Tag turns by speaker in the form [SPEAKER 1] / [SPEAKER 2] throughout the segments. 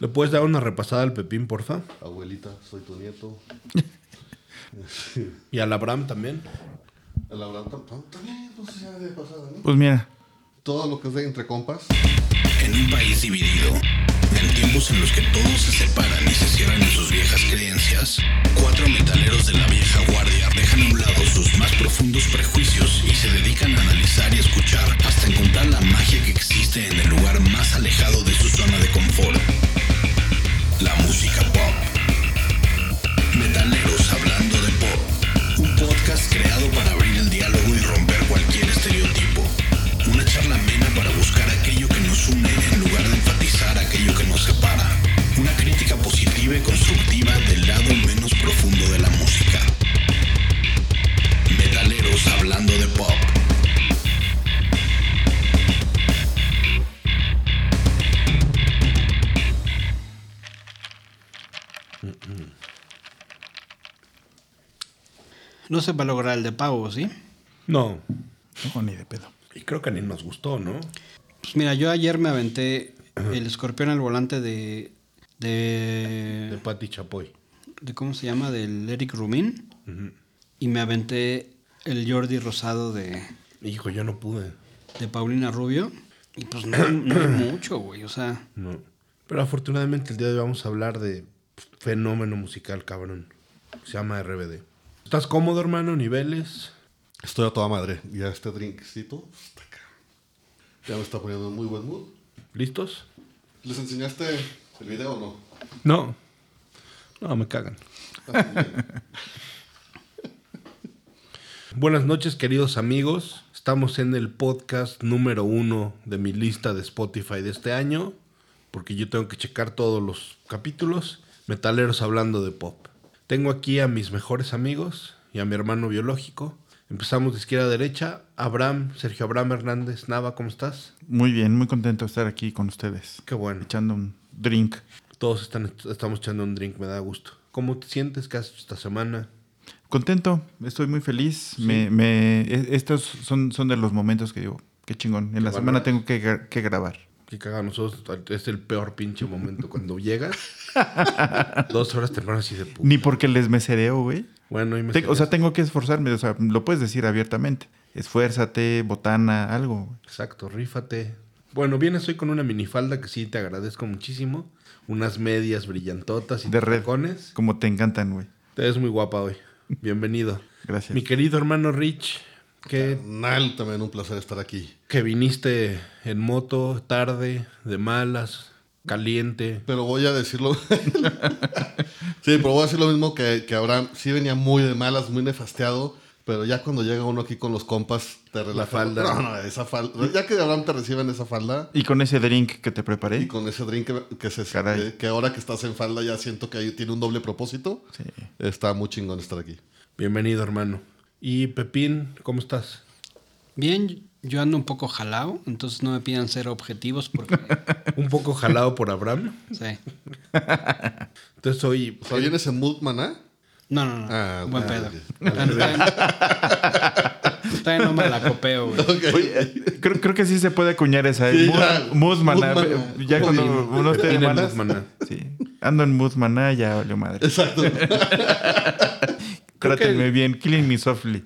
[SPEAKER 1] ¿Le puedes dar una repasada al Pepín, porfa?
[SPEAKER 2] Abuelita, soy tu nieto.
[SPEAKER 1] Y al Abraham también.
[SPEAKER 2] El Abraham tam- tam- también, no sé si era de pasada, ¿no?
[SPEAKER 3] Pues mira,
[SPEAKER 2] Todo lo que es de entre compas.
[SPEAKER 4] En un país dividido, en tiempos en los que todos se separan y se cierran en sus viejas creencias, cuatro metaleros de la vieja guardia dejan a un lado sus más profundos prejuicios y se dedican a analizar y escuchar hasta encontrar la magia que existe en el lugar más alejado de su zona de confort. La música pop. Metaleros hablando de pop. Un podcast creado para abrir el diálogo y romper cualquier estereotipo. Una charla amena para buscar aquello que nos une en lugar de enfatizar aquello que nos separa. Una crítica positiva y constructiva del lado menos profundo de la música. Metaleros hablando de pop.
[SPEAKER 5] No se va a lograr el de pago, ¿sí?
[SPEAKER 1] No.
[SPEAKER 3] no, ni de pedo.
[SPEAKER 1] Y creo que ni nos gustó, ¿no?
[SPEAKER 5] Pues mira, yo ayer me aventé el escorpión al volante de.
[SPEAKER 1] De
[SPEAKER 5] de.
[SPEAKER 1] Patti Chapoy.
[SPEAKER 5] de ¿Cómo se llama? Del Eric Rumin. Y me aventé el Jordi Rosado de,
[SPEAKER 1] Hijo, yo no pude.
[SPEAKER 5] de Paulina Rubio. Y pues no, no hay mucho, güey. O sea,
[SPEAKER 1] No. Pero afortunadamente el día de hoy vamos a hablar de fenómeno musical, cabrón. Se llama RBD. ¿Estás cómodo, hermano? ¿Niveles?
[SPEAKER 2] Estoy a toda madre. Ya este drinkcito. está acá. Ya me está poniendo en muy buen mood.
[SPEAKER 1] ¿Listos?
[SPEAKER 2] ¿Les enseñaste el video o no?
[SPEAKER 1] No. No, me cagan. Buenas noches, queridos amigos. Estamos en el podcast número uno de mi lista de Spotify de este año, porque yo tengo que checar todos los capítulos. Metaleros hablando de pop. Tengo aquí a mis mejores amigos y a mi hermano biológico. Empezamos de izquierda a derecha. Abraham, Sergio Abraham Hernández Nava, ¿cómo estás?
[SPEAKER 3] Muy bien, muy contento de estar aquí con ustedes.
[SPEAKER 1] Qué bueno.
[SPEAKER 3] Echando un drink.
[SPEAKER 1] Todos están, estamos echando un drink, me da gusto. ¿Cómo te sientes? ¿Qué has hecho esta semana?
[SPEAKER 3] Contento, estoy muy feliz. Me, me- e- estos son, son de los momentos que digo, qué chingón. En la semana
[SPEAKER 1] valoras.
[SPEAKER 3] tengo que, gra- que grabar.
[SPEAKER 1] Qué cagado, nosotros es el peor pinche momento. Cuando llegas, dos horas temprano así de puta.
[SPEAKER 3] Ni porque les mesereo, güey.
[SPEAKER 1] Bueno, y me
[SPEAKER 3] Te- o sea, tengo que esforzarme. O sea, lo puedes decir abiertamente. Esfuérzate, botana, algo. güey.
[SPEAKER 1] Exacto, rífate. Bueno, vienes hoy con una minifalda que sí te agradezco muchísimo. Unas medias brillantotas y
[SPEAKER 3] De red.
[SPEAKER 1] tacones.
[SPEAKER 3] Como te encantan, güey.
[SPEAKER 1] Te ves muy guapa hoy. Bienvenido.
[SPEAKER 3] Gracias.
[SPEAKER 1] Mi querido hermano Rich, que,
[SPEAKER 2] Nal, también un placer estar aquí.
[SPEAKER 1] que viniste en moto, tarde, de malas, caliente.
[SPEAKER 2] Pero voy a decirlo. sí, pero voy a decir lo mismo que, que Abraham. Sí venía muy de malas, muy nefasteado. Pero ya cuando llega uno aquí con los compas, te relaja.
[SPEAKER 1] falda.
[SPEAKER 2] No, no, esa falda. Ya que Abraham te recibe en esa falda.
[SPEAKER 3] Y con ese drink que te
[SPEAKER 2] Y
[SPEAKER 3] preparé.
[SPEAKER 2] con ese drink que, que se,
[SPEAKER 3] Caray.
[SPEAKER 2] que- que ahora que estás en falda ya siento que ahí tiene un doble propósito.
[SPEAKER 3] Sí.
[SPEAKER 2] Está muy chingón estar aquí.
[SPEAKER 1] Bienvenido, hermano. Y Pepín, ¿cómo estás?
[SPEAKER 5] bien, yo ando un poco jalado, entonces no me pidan ser objetivos porque.
[SPEAKER 1] Un poco jalado por Abraham.
[SPEAKER 5] sí.
[SPEAKER 1] Entonces hoy...
[SPEAKER 2] O sea, vienes en mood, maná.
[SPEAKER 5] No, no, no.
[SPEAKER 2] Ah,
[SPEAKER 5] Buen
[SPEAKER 2] bueno,
[SPEAKER 5] pedo. Todavía todavía no me la copeo, güey.
[SPEAKER 3] Creo, creo que sí se puede acuñar esa.
[SPEAKER 2] Sí,
[SPEAKER 3] eh. Mood-
[SPEAKER 2] ya.
[SPEAKER 3] mood maná.
[SPEAKER 2] Mood
[SPEAKER 3] eh,
[SPEAKER 2] maná.
[SPEAKER 3] Ya cuando
[SPEAKER 2] Jodín.
[SPEAKER 3] uno esté de
[SPEAKER 1] Tiene mood
[SPEAKER 3] malas.
[SPEAKER 1] maná.
[SPEAKER 3] Sí. Ando en mood maná, ya valió madre.
[SPEAKER 2] Exacto.
[SPEAKER 3] Trátenme bien. Killing me softly.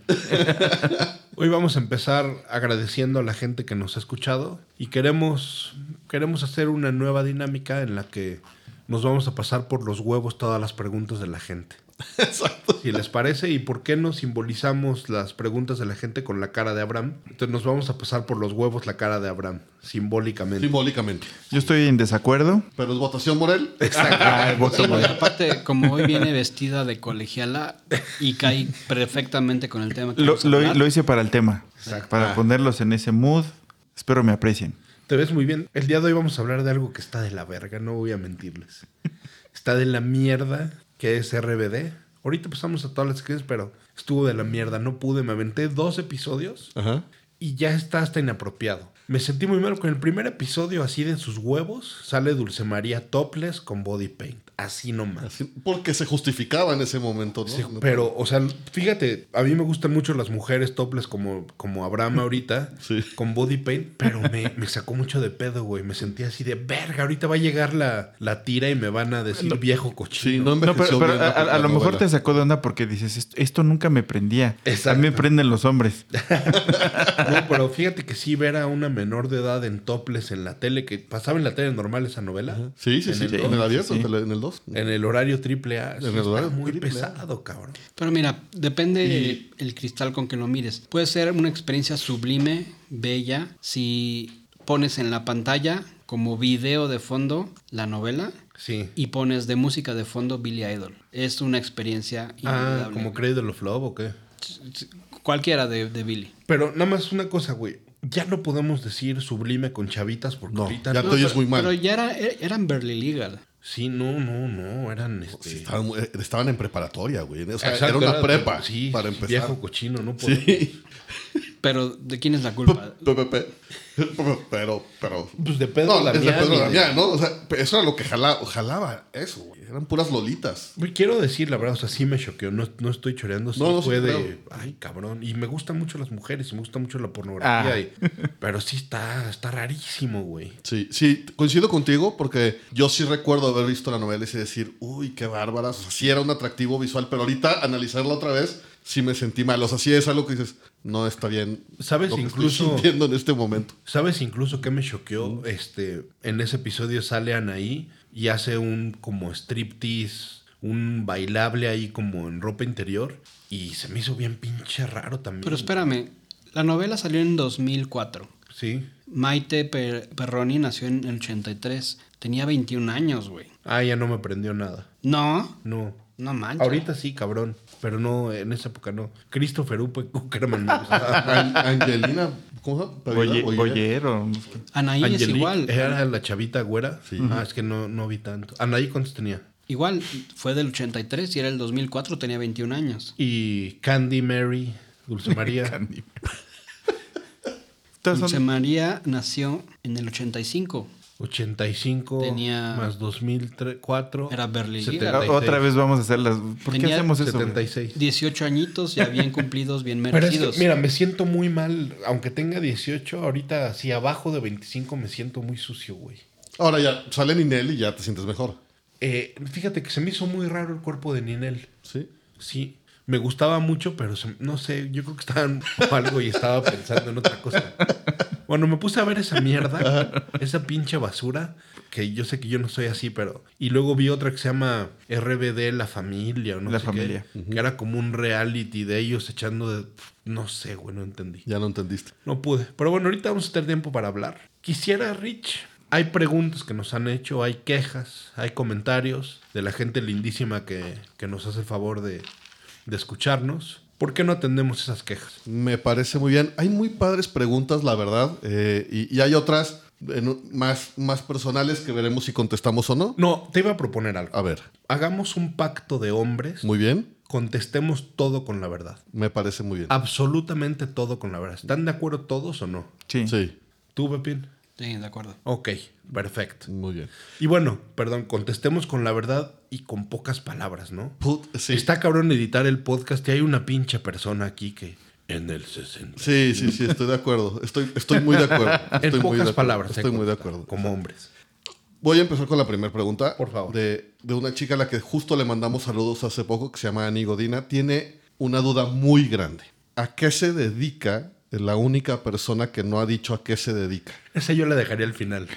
[SPEAKER 1] Hoy vamos a empezar agradeciendo a la gente que nos ha escuchado y queremos, queremos hacer una nueva dinámica en la que nos vamos a pasar por los huevos todas las preguntas de la gente.
[SPEAKER 2] Exacto.
[SPEAKER 1] Si les parece, ¿y por qué no simbolizamos las preguntas de la gente con la cara de Abraham? Entonces nos vamos a pasar por los huevos la cara de Abraham, simbólicamente.
[SPEAKER 2] Simbólicamente.
[SPEAKER 3] Yo estoy en desacuerdo.
[SPEAKER 2] Pero es votación, Morel.
[SPEAKER 3] Ah, voto,
[SPEAKER 5] Sí,
[SPEAKER 3] güey.
[SPEAKER 5] porque aparte, como hoy viene vestida de colegiala y cae perfectamente con el tema que
[SPEAKER 3] Lo,
[SPEAKER 5] vamos a
[SPEAKER 3] lo-
[SPEAKER 5] hablar.
[SPEAKER 3] lo hice para el tema.
[SPEAKER 1] Exacto.
[SPEAKER 3] Para ponerlos en ese mood. Espero me aprecien.
[SPEAKER 1] Te ves muy bien. El día de hoy vamos a hablar de algo que está de la verga, no voy a mentirles. Está de la mierda, que es RBD. Ahorita pasamos a todas las secciones, pero estuvo de la mierda. No pude, me aventé dos episodios
[SPEAKER 2] Ajá.
[SPEAKER 1] y ya está hasta inapropiado. Me sentí muy mal con el primer episodio, así de sus huevos, sale Dulce María topless con body paint. Así nomás.
[SPEAKER 2] Así- porque se justificaba en ese momento, ¿no?
[SPEAKER 1] Sí,
[SPEAKER 2] No-
[SPEAKER 1] pero, o sea, fíjate, a mí me gustan mucho las mujeres topless como, como Abraham ahorita,
[SPEAKER 2] Sí.
[SPEAKER 1] con body paint, pero me, me sacó mucho de pedo, güey. Me sentí así de verga, ahorita va a llegar la, la tira y me van a decir viejo
[SPEAKER 2] sí,
[SPEAKER 1] cochino.
[SPEAKER 2] no
[SPEAKER 3] No,
[SPEAKER 2] envejeció
[SPEAKER 3] pero, pero
[SPEAKER 2] bien
[SPEAKER 3] a,
[SPEAKER 2] la-
[SPEAKER 3] a- a
[SPEAKER 2] la
[SPEAKER 3] lo mejor
[SPEAKER 2] novela.
[SPEAKER 3] te sacó de onda porque dices, esto, esto nunca me prendía. A mí me
[SPEAKER 1] Exacto.
[SPEAKER 3] prenden los hombres.
[SPEAKER 1] No, pero fíjate que sí ver a una menor de edad en topless en la tele, que pasaba en la tele normal esa novela,
[SPEAKER 2] Sí, sí,
[SPEAKER 1] en
[SPEAKER 2] sí.
[SPEAKER 1] el dos,
[SPEAKER 2] en
[SPEAKER 1] Eh,
[SPEAKER 2] el abierto,
[SPEAKER 3] sí.
[SPEAKER 2] en el- en el 2.
[SPEAKER 1] en el horario triple A. sí
[SPEAKER 2] el
[SPEAKER 1] está
[SPEAKER 2] horario
[SPEAKER 1] muy
[SPEAKER 2] triple A.
[SPEAKER 1] pesado, cabrón.
[SPEAKER 5] Pero mira, depende el, el cristal con que lo mires. Puede ser una experiencia sublime, bella, si pones en la pantalla como video de fondo la novela
[SPEAKER 1] Sí.
[SPEAKER 5] y pones de música de fondo Billy Idol. Es una experiencia
[SPEAKER 1] Ah,
[SPEAKER 5] inolvidable.
[SPEAKER 1] como Cradle of Love o qué.
[SPEAKER 5] Cualquiera de, de Billy.
[SPEAKER 1] Pero nada más una cosa, güey. Ya no podemos decir sublime con chavitas porque
[SPEAKER 2] No,
[SPEAKER 1] ahorita
[SPEAKER 2] ya
[SPEAKER 1] no-
[SPEAKER 2] te oyes muy
[SPEAKER 5] Pero
[SPEAKER 2] mal.
[SPEAKER 5] ya era- er- eran Berly Legal.
[SPEAKER 1] Sí, no, no, no, eran este Ah,
[SPEAKER 2] Sí, estaban, muy- eh, estaban en preparatoria, güey. O sea,
[SPEAKER 1] Exacto,
[SPEAKER 2] era una
[SPEAKER 1] era-
[SPEAKER 2] prepa
[SPEAKER 1] sí,
[SPEAKER 2] para empezar.
[SPEAKER 1] Viejo cochino, no podemos.
[SPEAKER 2] sí.
[SPEAKER 5] Pero ¿de quién es la
[SPEAKER 2] Pe-
[SPEAKER 5] culpa?
[SPEAKER 2] pe- pe- pe- Pero, pero.
[SPEAKER 1] Pues de Pedro
[SPEAKER 2] No,
[SPEAKER 1] Damián.
[SPEAKER 2] es de Pedro
[SPEAKER 1] y de-
[SPEAKER 2] Damián, ¿no? O sea, eso era lo que jalaba, jalaba eso, güey. Eran puras lolitas.
[SPEAKER 1] Güey, Pues Quiero decir, la verdad, o sea, sí me choqueó. No, no estoy choreando. Sí
[SPEAKER 2] No, no, sí,
[SPEAKER 1] fue de.
[SPEAKER 2] claro.
[SPEAKER 1] Ay, cabrón. Y me gustan mucho las mujeres y me gusta mucho la pornografía.
[SPEAKER 3] Ah.
[SPEAKER 1] y- pero sí está, está rarísimo, güey.
[SPEAKER 2] Sí, sí, coincido contigo porque yo sí recuerdo haber visto la novela y sí decir, uy, qué bárbaras. O sea, sí era un atractivo visual, pero ahorita analizarla otra vez, sí me sentí mal. O sea, sí es algo que dices, no está bien.
[SPEAKER 1] ¿Sabes?
[SPEAKER 2] lo que estoy
[SPEAKER 1] Incluso-
[SPEAKER 2] sintiendo en este momento.
[SPEAKER 1] ¿Sabes incluso qué me choqueó? Este, en ese episodio sale Anaí y hace un como striptease, un bailable ahí como en ropa interior. Y se me hizo bien pinche raro también.
[SPEAKER 5] Pero espérame, la novela salió en 2004.
[SPEAKER 1] Sí.
[SPEAKER 5] Maite Per- Perroni nació en el 83. Tenía 21 años, güey.
[SPEAKER 1] Ah, ya no me prendió nada.
[SPEAKER 5] No,
[SPEAKER 1] No.
[SPEAKER 5] no manches.
[SPEAKER 1] Ahorita sí, cabrón. Pero no, en esa época no. Christopher Upe Kuckerman me gustaba.
[SPEAKER 2] An- Angelina, ¿cómo se llama?
[SPEAKER 3] Boye-
[SPEAKER 2] Pedrera, Boyer.
[SPEAKER 3] Boyero.
[SPEAKER 5] Anaí es
[SPEAKER 1] Angelique, eh.
[SPEAKER 5] igual.
[SPEAKER 1] ¿Era la chavita güera? Ah, es que no, no vi tanto. Anaí, ¿cuántos tenía?
[SPEAKER 5] Igual, fue del 83 y era el 2004, tenía 21 años.
[SPEAKER 1] Y Candy Mary, Dulce María.
[SPEAKER 3] Candy. Todas son-
[SPEAKER 5] Dulce María nació en el 85.
[SPEAKER 1] 85
[SPEAKER 5] Tenía-
[SPEAKER 1] más 2004.
[SPEAKER 5] Era Berlín.
[SPEAKER 3] o- Ah, Otra vez vamos a hacer las... ¿Por qué
[SPEAKER 5] Tenía
[SPEAKER 3] hacemos eso? güey?
[SPEAKER 1] 76.
[SPEAKER 5] 18 añitos, ya bien cumplidos, bien
[SPEAKER 1] Pero es
[SPEAKER 5] merecidos.
[SPEAKER 1] que, mira, me siento muy mal. Aunque tenga 18, ahorita así abajo de 25 me siento muy sucio, güey.
[SPEAKER 2] Ahora ya sale Ninel y ya te sientes mejor.
[SPEAKER 1] Eh, fíjate que se me hizo muy raro el cuerpo de Ninel.
[SPEAKER 2] Sí.
[SPEAKER 1] Sí, me gustaba mucho, pero se- no sé, yo creo que estaba en algo y estaba pensando en otra cosa. Bueno, me puse a ver esa mierda, esa pinche basura, que yo sé que yo no soy así, pero... Y luego vi otra que se llama RBD La Familia o no
[SPEAKER 3] La
[SPEAKER 1] sé
[SPEAKER 3] Familia.
[SPEAKER 1] qué, que era como un reality de ellos echando de... No sé, güey, no entendí.
[SPEAKER 2] Ya no entendiste.
[SPEAKER 1] No pude. Pero bueno, ahorita vamos a tener tiempo para hablar. Quisiera, Rich. Hay preguntas que nos han hecho, hay quejas, hay comentarios de la gente lindísima que, que nos hace el favor de, de escucharnos. ¿Por qué no atendemos esas quejas?
[SPEAKER 2] Me parece muy bien. Hay muy padres preguntas, la verdad. eh, y, y hay otras en un- más, más personales que veremos si contestamos o no.
[SPEAKER 1] No, te iba a proponer algo.
[SPEAKER 2] A ver,
[SPEAKER 1] Hagamos un pacto de hombres,
[SPEAKER 2] muy bien.
[SPEAKER 1] contestemos todo con la verdad.
[SPEAKER 2] Me parece muy
[SPEAKER 1] Ah,
[SPEAKER 2] bien.
[SPEAKER 1] Absolutamente todo con la verdad. ¿Están de acuerdo todos o no?
[SPEAKER 3] Sí.
[SPEAKER 2] Sí,
[SPEAKER 1] ¿Tú, Pepín?
[SPEAKER 5] Sí, de acuerdo.
[SPEAKER 1] Ok, perfecto.
[SPEAKER 2] muy bien.
[SPEAKER 1] Y bueno, perdón, contestemos con la verdad y con pocas palabras, ¿no?
[SPEAKER 2] Put- sí.
[SPEAKER 1] Está cabrón editar el podcast y hay una pinche persona aquí que en el 60.
[SPEAKER 2] sí, sí, sí, estoy de acuerdo. Estoy, estoy muy de acuerdo. Estoy
[SPEAKER 1] en
[SPEAKER 2] muy de
[SPEAKER 1] pocas
[SPEAKER 2] acuerdo.
[SPEAKER 1] palabras.
[SPEAKER 2] Estoy
[SPEAKER 1] he
[SPEAKER 2] muy de
[SPEAKER 1] contestado,
[SPEAKER 2] acuerdo.
[SPEAKER 1] Como hombres.
[SPEAKER 2] Voy a empezar con la primera pregunta.
[SPEAKER 1] Por favor.
[SPEAKER 2] De, de una chica a la que justo le mandamos saludos hace poco, que se llama Ani Godina. Tiene una duda muy grande. ¿A qué se dedica la única persona que no ha dicho a qué se dedica?
[SPEAKER 1] Esa yo la dejaría al final.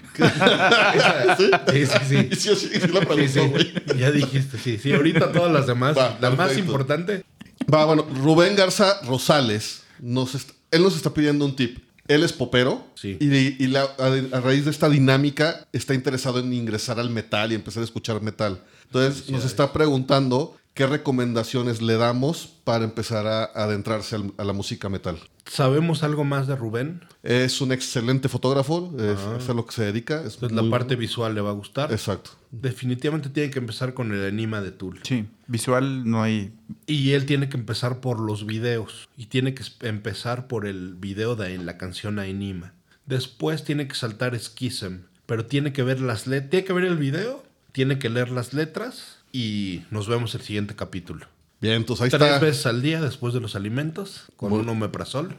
[SPEAKER 1] Esa- ¿Sí? sí, sí.
[SPEAKER 2] Y sí, sí, sí la
[SPEAKER 1] Sí, sí.
[SPEAKER 2] preguntó, güey.
[SPEAKER 1] Ya dijiste, sí. Sí, ahorita todas las demás.
[SPEAKER 2] Va,
[SPEAKER 1] la más
[SPEAKER 2] perfecto.
[SPEAKER 1] importante.
[SPEAKER 2] Va, bueno, Rubén Garza Rosales, nos est- él nos está pidiendo un tip. Él es popero
[SPEAKER 1] Sí.
[SPEAKER 2] y, y la- a, a raíz de esta dinámica está interesado en ingresar al metal y empezar a escuchar metal. Entonces nos está preguntando qué recomendaciones le damos para empezar a adentrarse al- a la música metal.
[SPEAKER 1] ¿Sabemos algo más de Rubén?
[SPEAKER 2] Es un excelente fotógrafo, es, es a lo que se dedica. Es
[SPEAKER 1] Entonces Pues la
[SPEAKER 2] muy
[SPEAKER 1] parte
[SPEAKER 2] bueno.
[SPEAKER 1] visual le va a gustar.
[SPEAKER 2] Exacto.
[SPEAKER 1] Definitivamente tiene que empezar con el enigma de Tool.
[SPEAKER 3] Sí. Visual no hay...
[SPEAKER 1] Y él tiene que empezar por los videos. Y tiene que es- empezar por el video de la canción Anima. Después tiene que saltar Schism, pero tiene que ver las le- tiene que ver el video, tiene que leer las letras y nos vemos el siguiente capítulo.
[SPEAKER 2] Bien, entonces ahí
[SPEAKER 1] Tres
[SPEAKER 2] está.
[SPEAKER 1] veces al día después de los alimentos con un omeprazol.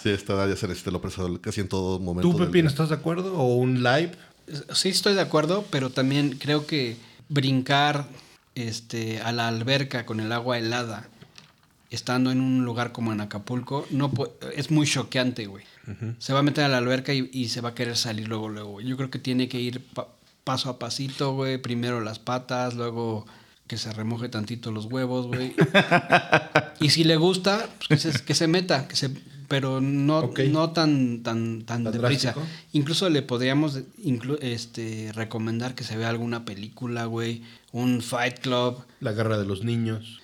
[SPEAKER 2] Sí, está ya se necesita el opresor casi en todo momento.
[SPEAKER 1] ¿Tú,
[SPEAKER 2] del
[SPEAKER 1] Pepín,
[SPEAKER 2] día.
[SPEAKER 1] estás de acuerdo? ¿O un live?
[SPEAKER 5] Sí estoy de acuerdo, pero también creo que brincar este, a la alberca con el agua helada, estando en un lugar como en Acapulco, no pu- es muy choqueante, güey. Se va a meter a la alberca y, y se va a querer salir luego, luego. Yo creo que tiene que ir pa- paso a pasito, güey. Primero las patas, luego que se remoje tantito los huevos, güey. y si le gusta, pues, que, se, que se meta, que se, pero no,
[SPEAKER 1] Ok.
[SPEAKER 5] no tan, tan, tan
[SPEAKER 1] ¿Tan
[SPEAKER 5] deprisa.
[SPEAKER 1] drástico?
[SPEAKER 5] Incluso le podríamos inclu- este, recomendar que se vea alguna película, güey, un Fight Club.
[SPEAKER 1] La guerra de los niños.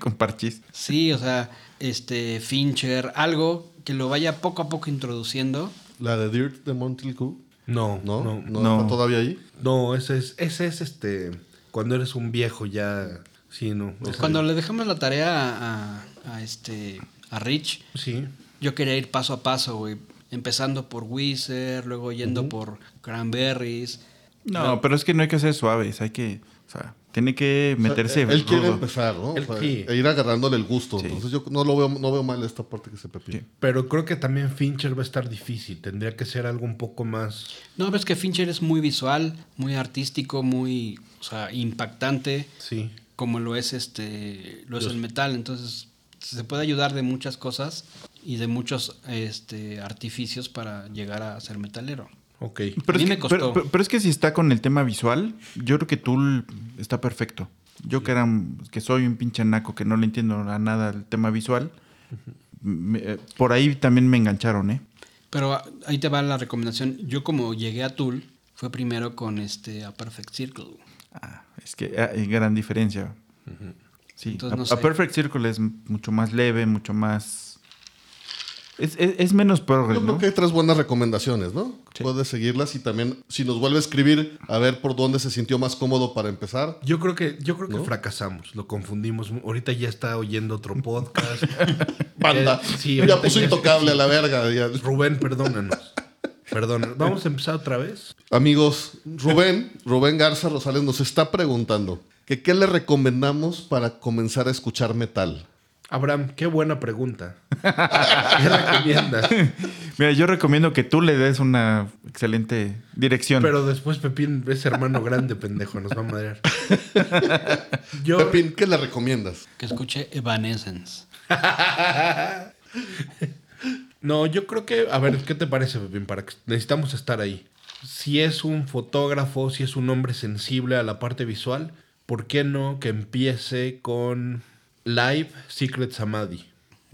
[SPEAKER 3] Con parchís.
[SPEAKER 5] Sí, o sea, este Fincher, algo que lo vaya poco a poco introduciendo.
[SPEAKER 2] La de Dirt de Monty Cool.
[SPEAKER 1] No,
[SPEAKER 2] ¿No?
[SPEAKER 1] no,
[SPEAKER 2] ¿No,
[SPEAKER 1] no.
[SPEAKER 3] No.
[SPEAKER 2] está todavía ahí?
[SPEAKER 1] ese, es, ese es este. Cuando eres un viejo ya. Sí, no. ese-
[SPEAKER 5] Cuando le dejamos la tarea a, a- a este a Rich,
[SPEAKER 1] Sí.
[SPEAKER 5] yo quería ir paso a paso, güey, empezando por Wizard, luego yendo por Cranberries.
[SPEAKER 3] No, pero es que no hay que ser suaves, hay que, o sea, tiene que meterse
[SPEAKER 2] O sea, él quiere pues,
[SPEAKER 3] rudo.
[SPEAKER 2] empezar, ¿no? O
[SPEAKER 1] Él
[SPEAKER 2] sea,
[SPEAKER 1] sí.
[SPEAKER 2] e ir agarrándole el gusto.
[SPEAKER 3] Sí.
[SPEAKER 2] Entonces yo no lo veo, no veo mal esta parte que se Pepín.
[SPEAKER 3] Sí.
[SPEAKER 1] Pero creo que también Fincher va a estar difícil. Tendría que ser algo un poco más.
[SPEAKER 5] No, ves que Fincher es muy visual, muy artístico, muy, o sea, impactante.
[SPEAKER 1] Sí.
[SPEAKER 5] como lo es este lo es el metal entonces se puede ayudar de muchas cosas y de muchos este artificios para llegar a ser metalero
[SPEAKER 1] Ok.
[SPEAKER 3] Pero,
[SPEAKER 5] A mí
[SPEAKER 3] es que,
[SPEAKER 5] me costó.
[SPEAKER 3] Pero, pero- pero es que si está con el tema visual, yo creo que Tool está perfecto. Yo que, era, que soy un pinche naco que no le entiendo a nada el tema visual, me- eh, por ahí también me engancharon, ¿eh?
[SPEAKER 5] pero a- ahí te va la recomendación yo como llegué a Tool fue primero con este a Perfect Circle
[SPEAKER 3] Ah, es que ah, hay gran diferencia. Sí,
[SPEAKER 5] Entonces,
[SPEAKER 3] a,
[SPEAKER 5] no sé.
[SPEAKER 3] a Perfect Circle es m- mucho más leve, mucho más... Es, es- es menos progre,
[SPEAKER 2] Yo creo
[SPEAKER 3] ¿no?
[SPEAKER 2] que hay tres buenas recomendaciones, ¿no?
[SPEAKER 3] Sí.
[SPEAKER 2] Puedes seguirlas y también, si nos vuelve a escribir, a ver por dónde se sintió más cómodo para empezar.
[SPEAKER 1] Yo creo que, yo creo que
[SPEAKER 2] ¿No?
[SPEAKER 1] fracasamos, lo confundimos. mu- Ahorita ya está oyendo otro podcast.
[SPEAKER 2] Banda.
[SPEAKER 1] Eh, sí,
[SPEAKER 2] ya
[SPEAKER 1] ahorita
[SPEAKER 2] puso
[SPEAKER 1] ya-
[SPEAKER 2] intocable a la verga. ya.
[SPEAKER 1] Rubén, perdónanos. Perdónanos. Vamos a empezar otra vez.
[SPEAKER 2] Amigos, Rubén, Rubén Garza Rosales nos está preguntando que qué le recomendamos para comenzar a escuchar metal.
[SPEAKER 1] Abraham, qué buena pregunta. ¿Qué recomiendas?
[SPEAKER 3] Mira, yo recomiendo que tú le des una excelente dirección.
[SPEAKER 1] Pero después Pepín es hermano grande, pendejo, nos va a madrear. Yo,
[SPEAKER 2] Pepín, ¿qué le recomiendas?
[SPEAKER 5] que escuché Evanescence
[SPEAKER 1] No, yo creo que, a ver, ¿qué te parece, Pepín? Para que necesitamos estar ahí. Si es un fotógrafo, si es un hombre sensible a la parte visual, ¿por qué no que empiece con Live Secret Samadhi?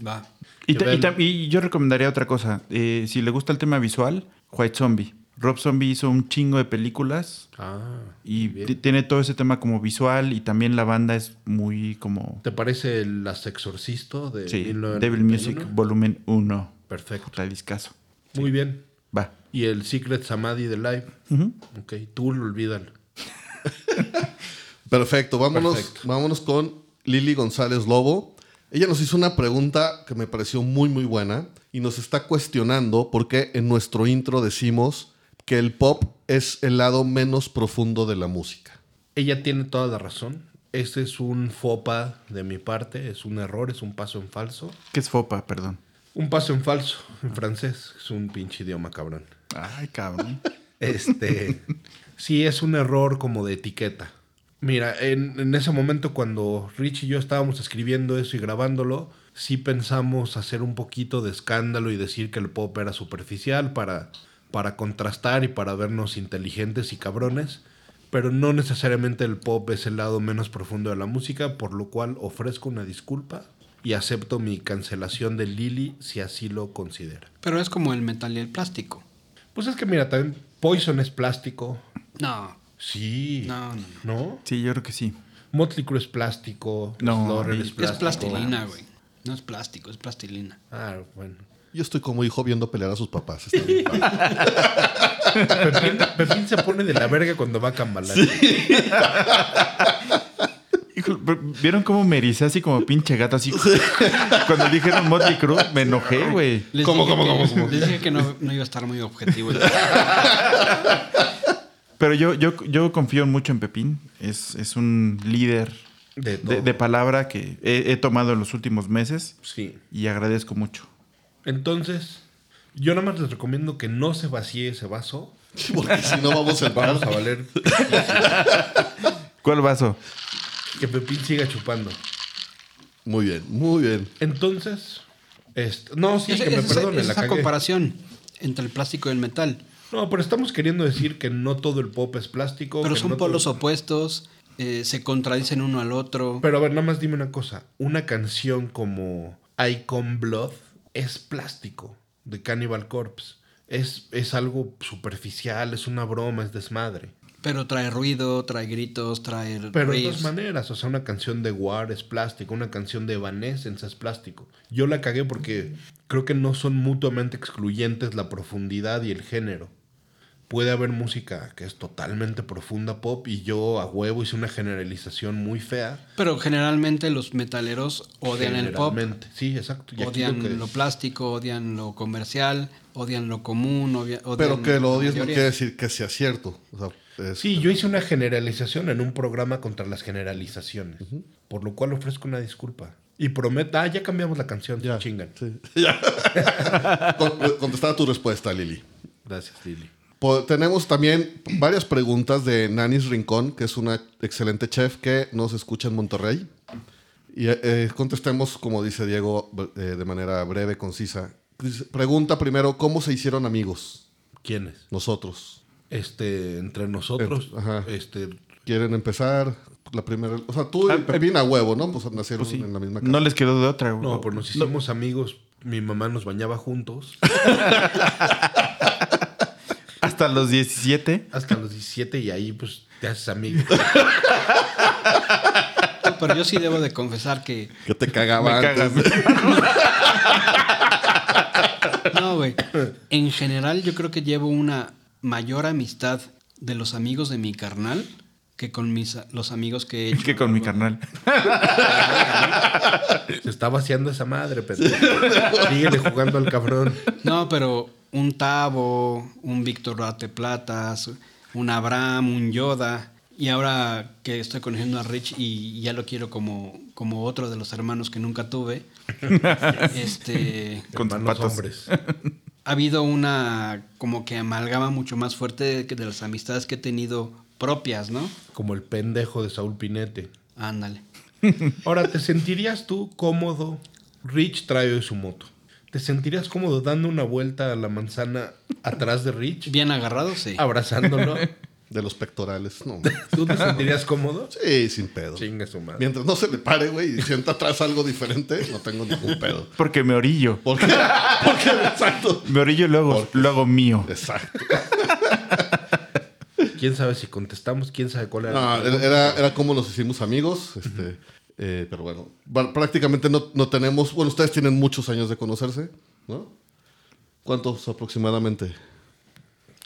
[SPEAKER 5] va
[SPEAKER 3] Y,
[SPEAKER 1] Que
[SPEAKER 3] ta- y
[SPEAKER 1] vean-
[SPEAKER 3] ta- y yo recomendaría otra cosa. Eh, si le gusta el tema visual, White Zombie. Rob Zombie hizo un chingo de películas
[SPEAKER 1] Ah.
[SPEAKER 3] y
[SPEAKER 1] bien.
[SPEAKER 3] t- tiene todo ese tema como visual y también la banda es muy como...
[SPEAKER 1] ¿Te parece el Las Exorcisto de
[SPEAKER 3] Sí,
[SPEAKER 1] 1991?
[SPEAKER 3] Devil Music Volumen 1.
[SPEAKER 1] Perfecto.
[SPEAKER 3] Puta discazo.
[SPEAKER 1] Muy bien.
[SPEAKER 3] Va.
[SPEAKER 1] Y el Secret Samadhi de Live.
[SPEAKER 3] Ujú.
[SPEAKER 1] Ok, tú lo olvídalo.
[SPEAKER 2] Perfecto, vámonos,
[SPEAKER 1] Perfecto.
[SPEAKER 2] vámonos con Lili González Lobo. Ella nos hizo una pregunta que me pareció muy, muy buena y nos está cuestionando por qué en nuestro intro decimos que el pop es el lado menos profundo de la música.
[SPEAKER 1] Ella tiene toda la razón. Este es un fopa de mi parte, es un error, es un paso en falso.
[SPEAKER 3] ¿Qué es FOPA? Perdón.
[SPEAKER 1] Un paso en falso, en francés. Es un pinche idioma cabrón.
[SPEAKER 3] Ay, cabrón.
[SPEAKER 1] Este. sí, es un error como de etiqueta. Mira, en, en ese momento cuando Rich y yo estábamos escribiendo eso y grabándolo, sí pensamos hacer un poquito de escándalo y decir que el pop era superficial para, para contrastar y para vernos inteligentes y cabrones, pero no necesariamente el pop es el lado menos profundo de la música, por lo cual ofrezco una disculpa y acepto mi cancelación de Lily si así lo considera.
[SPEAKER 5] pero es como el metal y el plástico
[SPEAKER 1] Pues es que mira, también Poison es plástico.
[SPEAKER 5] no
[SPEAKER 1] Sí.
[SPEAKER 5] No, no,
[SPEAKER 1] ¿No?
[SPEAKER 3] Sí, yo creo que sí.
[SPEAKER 1] Motley Crue es plástico.
[SPEAKER 3] No,
[SPEAKER 1] Slaughter
[SPEAKER 3] ni-
[SPEAKER 1] es
[SPEAKER 5] es
[SPEAKER 1] plástico.
[SPEAKER 5] plastilina güey no es plástico es plastilina
[SPEAKER 1] Ah, bueno.
[SPEAKER 2] Yo estoy como hijo viendo pelear a sus papás. está bien padre.
[SPEAKER 1] Pepín, Pepín se pone de la verga cuando va a cambalar.
[SPEAKER 3] Hijo, ¿Vieron cómo me ericé así como pinche gata? Así. Cuando dijeron Motley Crue, me enojé, güey.
[SPEAKER 5] Les
[SPEAKER 2] ¿Cómo,
[SPEAKER 5] dije
[SPEAKER 2] cómo,
[SPEAKER 5] que-
[SPEAKER 2] cómo, cómo?
[SPEAKER 5] Les dije que no, no iba a estar muy objetivo.
[SPEAKER 3] Pero yo, yo, yo confío mucho en Pepín. Es, es un líder
[SPEAKER 1] De todo.
[SPEAKER 3] de, de palabra que he, he tomado en los últimos meses
[SPEAKER 1] Sí.
[SPEAKER 3] y agradezco mucho.
[SPEAKER 1] Entonces, yo nada más les recomiendo que no se vacíe ese vaso.
[SPEAKER 2] Porque si no vamos a
[SPEAKER 1] Vamos a
[SPEAKER 2] entrar.
[SPEAKER 1] valer
[SPEAKER 3] ¿Cuál vaso?
[SPEAKER 1] que Pepín siga chupando.
[SPEAKER 2] Muy bien, muy bien.
[SPEAKER 1] Entonces, este, no, sí,
[SPEAKER 5] Ese-
[SPEAKER 1] que me
[SPEAKER 5] ese- esa
[SPEAKER 1] perdone la
[SPEAKER 5] esa
[SPEAKER 1] cagué.
[SPEAKER 5] comparación entre el plástico y el metal.
[SPEAKER 1] No, pero estamos queriendo decir que no todo el pop es plástico.
[SPEAKER 5] Pero
[SPEAKER 1] que
[SPEAKER 5] son
[SPEAKER 1] no todo-
[SPEAKER 5] polos opuestos, eh, se contradicen uno al otro.
[SPEAKER 1] Pero a ver, nada más dime una cosa. Una canción como Icon Blood es plástico de Cannibal Corpse. Es, es algo superficial, es una broma, es desmadre.
[SPEAKER 5] Pero trae ruido, trae gritos, trae
[SPEAKER 1] Pero de
[SPEAKER 5] riffs.
[SPEAKER 1] todas maneras, o sea, una canción de War es plástico, una canción de Evanescence es plástico. Yo la cagué porque creo que no son mutuamente excluyentes la profundidad y el género. Puede haber música que es totalmente profunda pop y yo a huevo hice una generalización muy fea.
[SPEAKER 5] Pero generalmente los metaleros odian el pop,
[SPEAKER 1] Generalmente. Sí, exacto. Y aquí
[SPEAKER 5] odian
[SPEAKER 1] lo que-
[SPEAKER 5] lo plástico, odian lo comercial, odian lo común, obvia- odian
[SPEAKER 2] Pero que lo
[SPEAKER 5] la
[SPEAKER 2] odies no
[SPEAKER 5] mayoría.
[SPEAKER 2] quiere decir que sea cierto. O sea, es-
[SPEAKER 1] Sí, yo hice una generalización en un programa contra las generalizaciones, por lo cual ofrezco una disculpa. Y prometo, ah, ya cambiamos la canción,
[SPEAKER 2] Ya.
[SPEAKER 1] chingan.
[SPEAKER 2] Sí. Con- Contestada tu respuesta, Lili.
[SPEAKER 1] Gracias, Lili.
[SPEAKER 2] Po- Tenemos también varias preguntas de Nanis Rincón, que es una excelente chef que nos escucha en Monterrey. Y eh, eh, contestemos, como dice Diego, b- eh, de manera breve, concisa. Dice- Pregunta primero, ¿cómo se hicieron amigos
[SPEAKER 1] ¿Quiénes?
[SPEAKER 2] nosotros?
[SPEAKER 1] Este, entre nosotros,
[SPEAKER 2] Ent- ajá.
[SPEAKER 1] este,
[SPEAKER 2] ¿Quieren empezar? La primera, o sea, tú
[SPEAKER 3] Ah,
[SPEAKER 2] y Pepín a huevo, ¿no? Pues nacieron
[SPEAKER 3] Pues sí.
[SPEAKER 2] en la misma casa.
[SPEAKER 3] No les quedó de otra, güey.
[SPEAKER 1] no, pues nos hicimos amigos. Mi mamá nos bañaba juntos
[SPEAKER 3] Hasta los 17.
[SPEAKER 1] hasta los 17 y ahí pues te haces amigo.
[SPEAKER 5] Pero yo sí debo de confesar que
[SPEAKER 2] Que te cagaba
[SPEAKER 3] Me
[SPEAKER 2] antes.
[SPEAKER 3] cagas.
[SPEAKER 5] No, güey. En general, yo creo que llevo una mayor amistad de los amigos de mi carnal que con mis los amigos que he hecho.
[SPEAKER 3] que con mi carnal.
[SPEAKER 1] Se está vaciando esa madre, pero síguele jugando al cabrón.
[SPEAKER 5] No, pero un Tavo, un Víctor Duarte Platas, un Abraham, un Yoda. Y ahora que estoy conociendo a Rich y ya lo quiero como, como otro de los hermanos que nunca tuve, este,
[SPEAKER 3] Con tus
[SPEAKER 1] Hermanos
[SPEAKER 3] patas.
[SPEAKER 1] hombres.
[SPEAKER 5] ha habido una como que amalgama mucho más fuerte de, de las amistades que he tenido propias, ¿no?
[SPEAKER 1] Como el pendejo de Saúl Pinete.
[SPEAKER 5] Ándale.
[SPEAKER 1] Ahora, ¿te sentirías tú cómodo? Rich trae hoy su moto. ¿Te sentirías cómodo dando una vuelta a la manzana atrás de Rich?
[SPEAKER 5] Bien agarrado, sí.
[SPEAKER 1] Abrazándolo.
[SPEAKER 2] De los pectorales, no.
[SPEAKER 1] ¿Tú te sentirías cómodo?
[SPEAKER 2] Sí, sin pedo.
[SPEAKER 1] Chinga su madre.
[SPEAKER 2] Mientras no se le pare, güey, y sienta atrás algo diferente, no tengo ningún pedo.
[SPEAKER 3] Porque me orillo.
[SPEAKER 2] ¿Por qué? Porque, exacto.
[SPEAKER 3] Me orillo y luego
[SPEAKER 2] Porque-
[SPEAKER 3] lo hago mío.
[SPEAKER 2] Exacto.
[SPEAKER 1] ¿Quién sabe si contestamos? ¿Quién sabe cuál era? la
[SPEAKER 2] No, era,
[SPEAKER 1] pregunta?
[SPEAKER 2] era- era como nos hicimos amigos, este, eh, pero bueno, ba- prácticamente no, no tenemos, bueno, ustedes tienen muchos años de conocerse, ¿no? ¿Cuántos aproximadamente?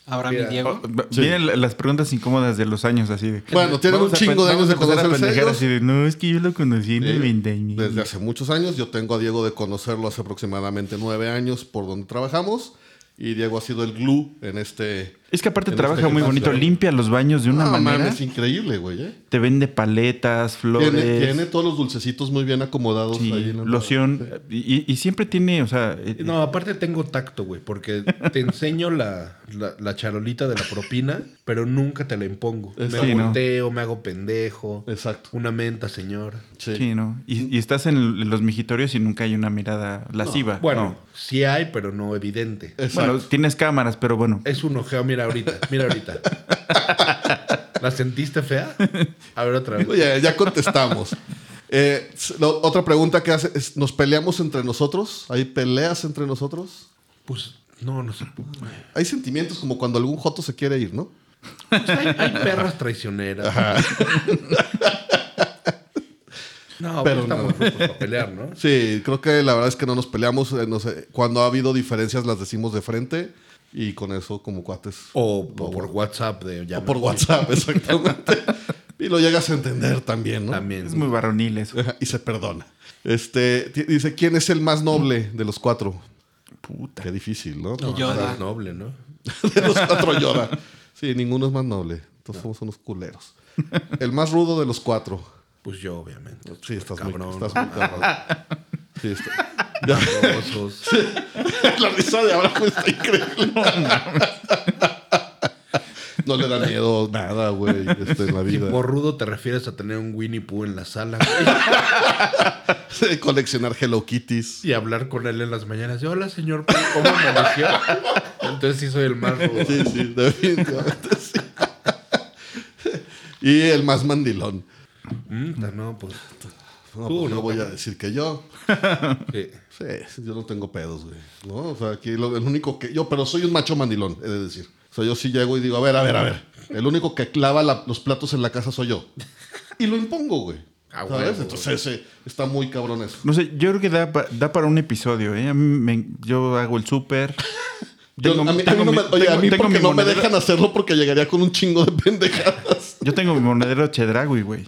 [SPEAKER 5] Abraham
[SPEAKER 1] Mira,
[SPEAKER 5] y Diego.
[SPEAKER 3] Oh, va- Vienen la- las preguntas incómodas de los años así de.
[SPEAKER 2] Bueno, tienen
[SPEAKER 3] Vamos
[SPEAKER 2] un
[SPEAKER 3] a pen-
[SPEAKER 2] chingo de
[SPEAKER 3] vamos
[SPEAKER 2] años
[SPEAKER 3] a
[SPEAKER 2] de
[SPEAKER 3] empezar a
[SPEAKER 2] conocerse
[SPEAKER 3] pendejear
[SPEAKER 2] ellos.
[SPEAKER 3] así de, no, es que yo lo conocí en el
[SPEAKER 2] Sí,
[SPEAKER 3] 20.
[SPEAKER 2] Eh, Desde hace muchos años, yo tengo a Diego de conocerlo hace aproximadamente nueve años por donde trabajamos y Diego ha sido el glue en este...
[SPEAKER 3] Es que aparte
[SPEAKER 2] en
[SPEAKER 3] trabaja
[SPEAKER 2] este
[SPEAKER 3] muy bonito,
[SPEAKER 2] espacio.
[SPEAKER 3] limpia los baños de una
[SPEAKER 2] No,
[SPEAKER 3] manera.
[SPEAKER 2] mames, increíble, güey, ¿eh?
[SPEAKER 3] Te vende paletas, flores.
[SPEAKER 2] Tiene, tiene todos los dulcecitos muy bien acomodados
[SPEAKER 3] sí,
[SPEAKER 2] ahí en la-
[SPEAKER 3] loción. Y, y siempre tiene, o sea. eh,
[SPEAKER 1] No, aparte tengo tacto, güey, porque te enseño la, la- la charolita de la propina, pero nunca te la impongo. Me
[SPEAKER 3] Sí, ¿no?
[SPEAKER 1] volteo, me hago pendejo.
[SPEAKER 2] Exacto.
[SPEAKER 1] Una menta, señor.
[SPEAKER 2] Sí. Mm.
[SPEAKER 3] sí, ¿no? Y, y estás en el- los mijitorios y nunca hay una mirada lasciva.
[SPEAKER 1] Bueno,
[SPEAKER 3] Ah, no.
[SPEAKER 1] sí hay, pero no evidente.
[SPEAKER 2] Exacto.
[SPEAKER 3] Bueno, tienes cámaras, pero bueno.
[SPEAKER 1] Es un ojeo, mira ahorita, mira ahorita. ¿La sentiste fea? A ver otra vez.
[SPEAKER 2] Oye, ya contestamos. Eh, s- lo- otra pregunta que hace es, ¿nos peleamos entre nosotros? ¿Hay peleas entre nosotros?
[SPEAKER 1] Pues no, no sé.
[SPEAKER 2] Hay sentimientos como cuando algún joto se quiere ir, ¿no?
[SPEAKER 1] Pues hay, hay perras traicioneras. No,
[SPEAKER 2] Pero
[SPEAKER 1] pero estamos juntos para pelear, ¿no?
[SPEAKER 2] Sí, creo que la verdad es que no nos peleamos. eh, no sé, cuando ha habido diferencias las decimos de frente y con eso como cuates.
[SPEAKER 1] O, o por WhatsApp de ya
[SPEAKER 2] O
[SPEAKER 1] me
[SPEAKER 2] por
[SPEAKER 1] voy.
[SPEAKER 2] WhatsApp, exactamente. Y lo llegas a entender también, ¿no?
[SPEAKER 1] También.
[SPEAKER 3] Es muy varonil eso.
[SPEAKER 2] Ajá, Y se perdona. Este, ti- dice, ¿quién es el más noble de los cuatro?
[SPEAKER 3] Puta.
[SPEAKER 2] Qué difícil, ¿no?
[SPEAKER 5] Oh, No. Yoda.
[SPEAKER 1] Es noble, ¿no?
[SPEAKER 2] De los cuatro Yoda. Sí, ninguno es más noble. Todos somos unos culeros. El más rudo de los cuatro.
[SPEAKER 1] Pues yo, obviamente.
[SPEAKER 2] Sí, estás
[SPEAKER 1] Cabrón.
[SPEAKER 2] muy, estás muy cabrón. Sí, está-
[SPEAKER 1] Barrosos.
[SPEAKER 2] La risa de Abraham está increíble. No le da miedo nada, güey, este, en la
[SPEAKER 1] Si
[SPEAKER 2] vida.
[SPEAKER 1] por rudo te refieres a tener un Winnie Pooh en la sala güey,
[SPEAKER 2] Coleccionar Hello Kitties.
[SPEAKER 1] y hablar con él en las mañanas. y, Hola, señor Pooh, ¿cómo amaneció? Entonces sí soy el más rudo.
[SPEAKER 2] Sí, sí, definitivamente sí. Y el más mandilón.
[SPEAKER 1] Mm, no, pues.
[SPEAKER 2] No,
[SPEAKER 1] Tú,
[SPEAKER 2] pues
[SPEAKER 1] ¿no?
[SPEAKER 2] no voy a decir que yo.
[SPEAKER 1] sí.
[SPEAKER 2] Sí, yo no tengo pedos, güey. No, o sea, aquí lo- el único que. Yo, pero soy un macho mandilón, he de decir. O sea, yo sí llego y digo, a ver, a ver, a ver. El único que clava la- los platos en la casa soy yo. Y lo impongo, güey.
[SPEAKER 1] Ah,
[SPEAKER 2] ¿Sabes?
[SPEAKER 1] huevo,
[SPEAKER 2] Entonces, ese- está muy cabrón eso.
[SPEAKER 3] No sé, yo creo que da, pa- da para un episodio, ¿eh? A mí me- yo hago el súper.
[SPEAKER 2] Yo-
[SPEAKER 3] Tengo-
[SPEAKER 2] a mí, a mí
[SPEAKER 3] tengo
[SPEAKER 2] no me,
[SPEAKER 3] mi-
[SPEAKER 2] oye, a
[SPEAKER 3] tengo-
[SPEAKER 2] mí
[SPEAKER 3] tengo
[SPEAKER 2] porque
[SPEAKER 3] mi
[SPEAKER 2] no me
[SPEAKER 3] monedero-
[SPEAKER 2] dejan hacerlo porque llegaría con un chingo de pendejadas.
[SPEAKER 3] Yo tengo mi monedero Chedragui, güey.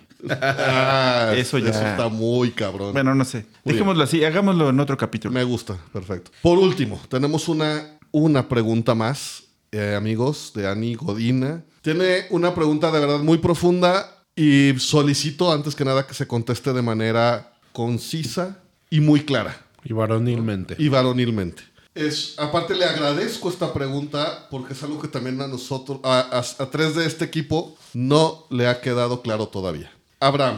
[SPEAKER 2] Ah,
[SPEAKER 3] Eso ya.
[SPEAKER 2] Eso está muy cabrón.
[SPEAKER 3] Bueno, no sé.
[SPEAKER 2] bien.
[SPEAKER 3] Dejémoslo así, hagámoslo en otro capítulo.
[SPEAKER 2] Me gusta, perfecto. Por último, tenemos una, una pregunta más, eh, amigos, de Ani Godina. Tiene una pregunta de verdad muy profunda y solicito antes que nada que se conteste de manera concisa y muy clara
[SPEAKER 1] Y varonilmente.
[SPEAKER 2] y varonilmente. Es, aparte le agradezco esta pregunta porque es algo que también a nosotros, a, a- a tres de este equipo, no le ha quedado claro todavía. Abraham,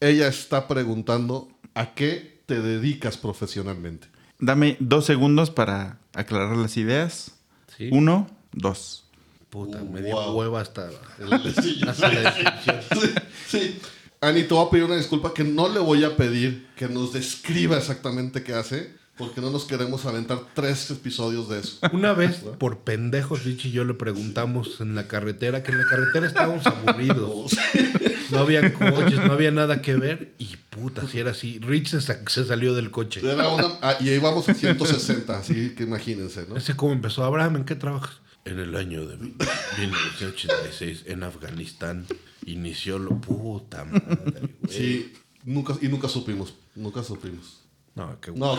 [SPEAKER 2] ella está preguntando a qué te dedicas profesionalmente.
[SPEAKER 3] Dame dos segundos para aclarar las ideas.
[SPEAKER 1] Sí.
[SPEAKER 3] Uno, dos.
[SPEAKER 1] Puta, me dio
[SPEAKER 2] Wow.
[SPEAKER 1] hueva hasta.
[SPEAKER 2] Sí,
[SPEAKER 1] hasta la descripción.
[SPEAKER 2] sí, sí. Ani, te voy a pedir una disculpa que no le voy a pedir que nos describa exactamente qué hace, porque no nos queremos aventar tres episodios de eso.
[SPEAKER 1] Una vez, por pendejos, Richie y yo le preguntamos en la carretera, que en la carretera estábamos aburridos. No había coches, no había nada que ver. Y puta, si era así. Rich se, sa- se salió del coche.
[SPEAKER 2] Era una- ah, y ahí vamos a 160, así que imagínense, ¿no?
[SPEAKER 1] Ese cómo empezó. Abraham, ¿en qué trabajas? En el año de 1986, en Afganistán, inició lo... Puta madre, güey.
[SPEAKER 2] Sí, nunca, y nunca supimos, nunca supimos.
[SPEAKER 1] No, qué
[SPEAKER 2] No,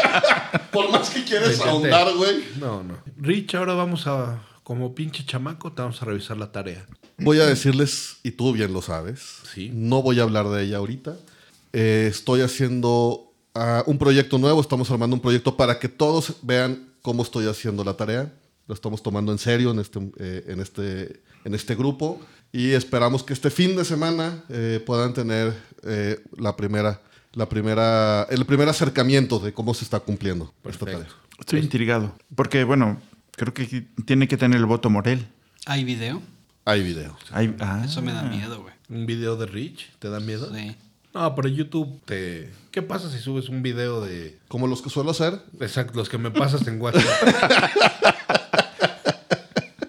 [SPEAKER 2] por más que quieres
[SPEAKER 1] Intenté.
[SPEAKER 2] ahondar, güey.
[SPEAKER 1] No, no. Rich, ahora vamos a... Como pinche chamaco, te vamos a revisar la tarea.
[SPEAKER 2] Voy a decirles, y tú bien lo sabes,
[SPEAKER 1] Sí.
[SPEAKER 2] no voy a hablar de ella ahorita. Eh, estoy haciendo ah, un proyecto nuevo, estamos armando un proyecto para que todos vean cómo estoy haciendo la tarea. Lo estamos tomando en serio en este, eh, en este, en este grupo y esperamos que este fin de semana eh, puedan tener eh, la primera, la primera, el primer acercamiento de cómo se está cumpliendo esta
[SPEAKER 1] Perfecto.
[SPEAKER 2] tarea.
[SPEAKER 3] Estoy intrigado. Porque, bueno, creo que tiene que tener el voto Morel.
[SPEAKER 5] ¿Hay video?
[SPEAKER 2] Hay video.
[SPEAKER 3] Ahí- ah.
[SPEAKER 5] Eso me da miedo, güey.
[SPEAKER 1] ¿Un video de Rich? ¿Te da miedo?
[SPEAKER 5] Sí.
[SPEAKER 1] No, pero YouTube te... ¿Qué pasa si subes un video de...
[SPEAKER 2] Como los que suelo hacer,
[SPEAKER 1] Exacto, los que me pasas en WhatsApp.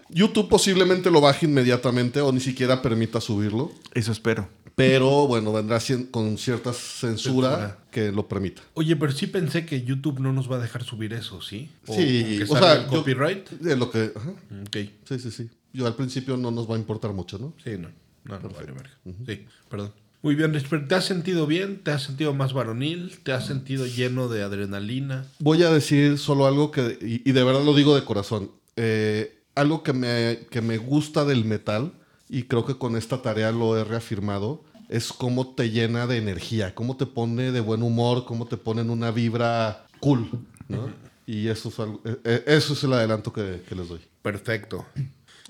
[SPEAKER 2] YouTube posiblemente lo baje inmediatamente o ni siquiera permita subirlo.
[SPEAKER 3] Eso espero.
[SPEAKER 2] Pero bueno, vendrá cien- con cierta censura,
[SPEAKER 1] Censura.
[SPEAKER 2] que lo permita.
[SPEAKER 1] Oye, pero sí pensé que YouTube no nos va a dejar subir eso, ¿sí? O-
[SPEAKER 2] sí,
[SPEAKER 1] Que
[SPEAKER 2] o
[SPEAKER 1] salga
[SPEAKER 2] sea,
[SPEAKER 1] el
[SPEAKER 2] yo-
[SPEAKER 1] copyright.
[SPEAKER 2] de lo que, ajá.
[SPEAKER 1] Ok.
[SPEAKER 2] Sí, sí, sí. Yo al principio no nos va a importar mucho, ¿no?
[SPEAKER 1] Sí, no. No, no vale verga. Sí, perdón. Muy bien, Rich, pero ¿te has sentido bien? ¿Te has sentido más varonil? ¿Te has sentido lleno de adrenalina?
[SPEAKER 2] Voy a decir solo algo que, y, y de verdad lo digo de corazón, Eh, algo que me, que me gusta del metal, y creo que con esta tarea lo he reafirmado, es cómo te llena de energía, cómo te pone de buen humor, cómo te pone en una vibra cool, ¿no? Y eso es, algo- eh, eh, eso es el adelanto que, que les doy.
[SPEAKER 1] Perfecto.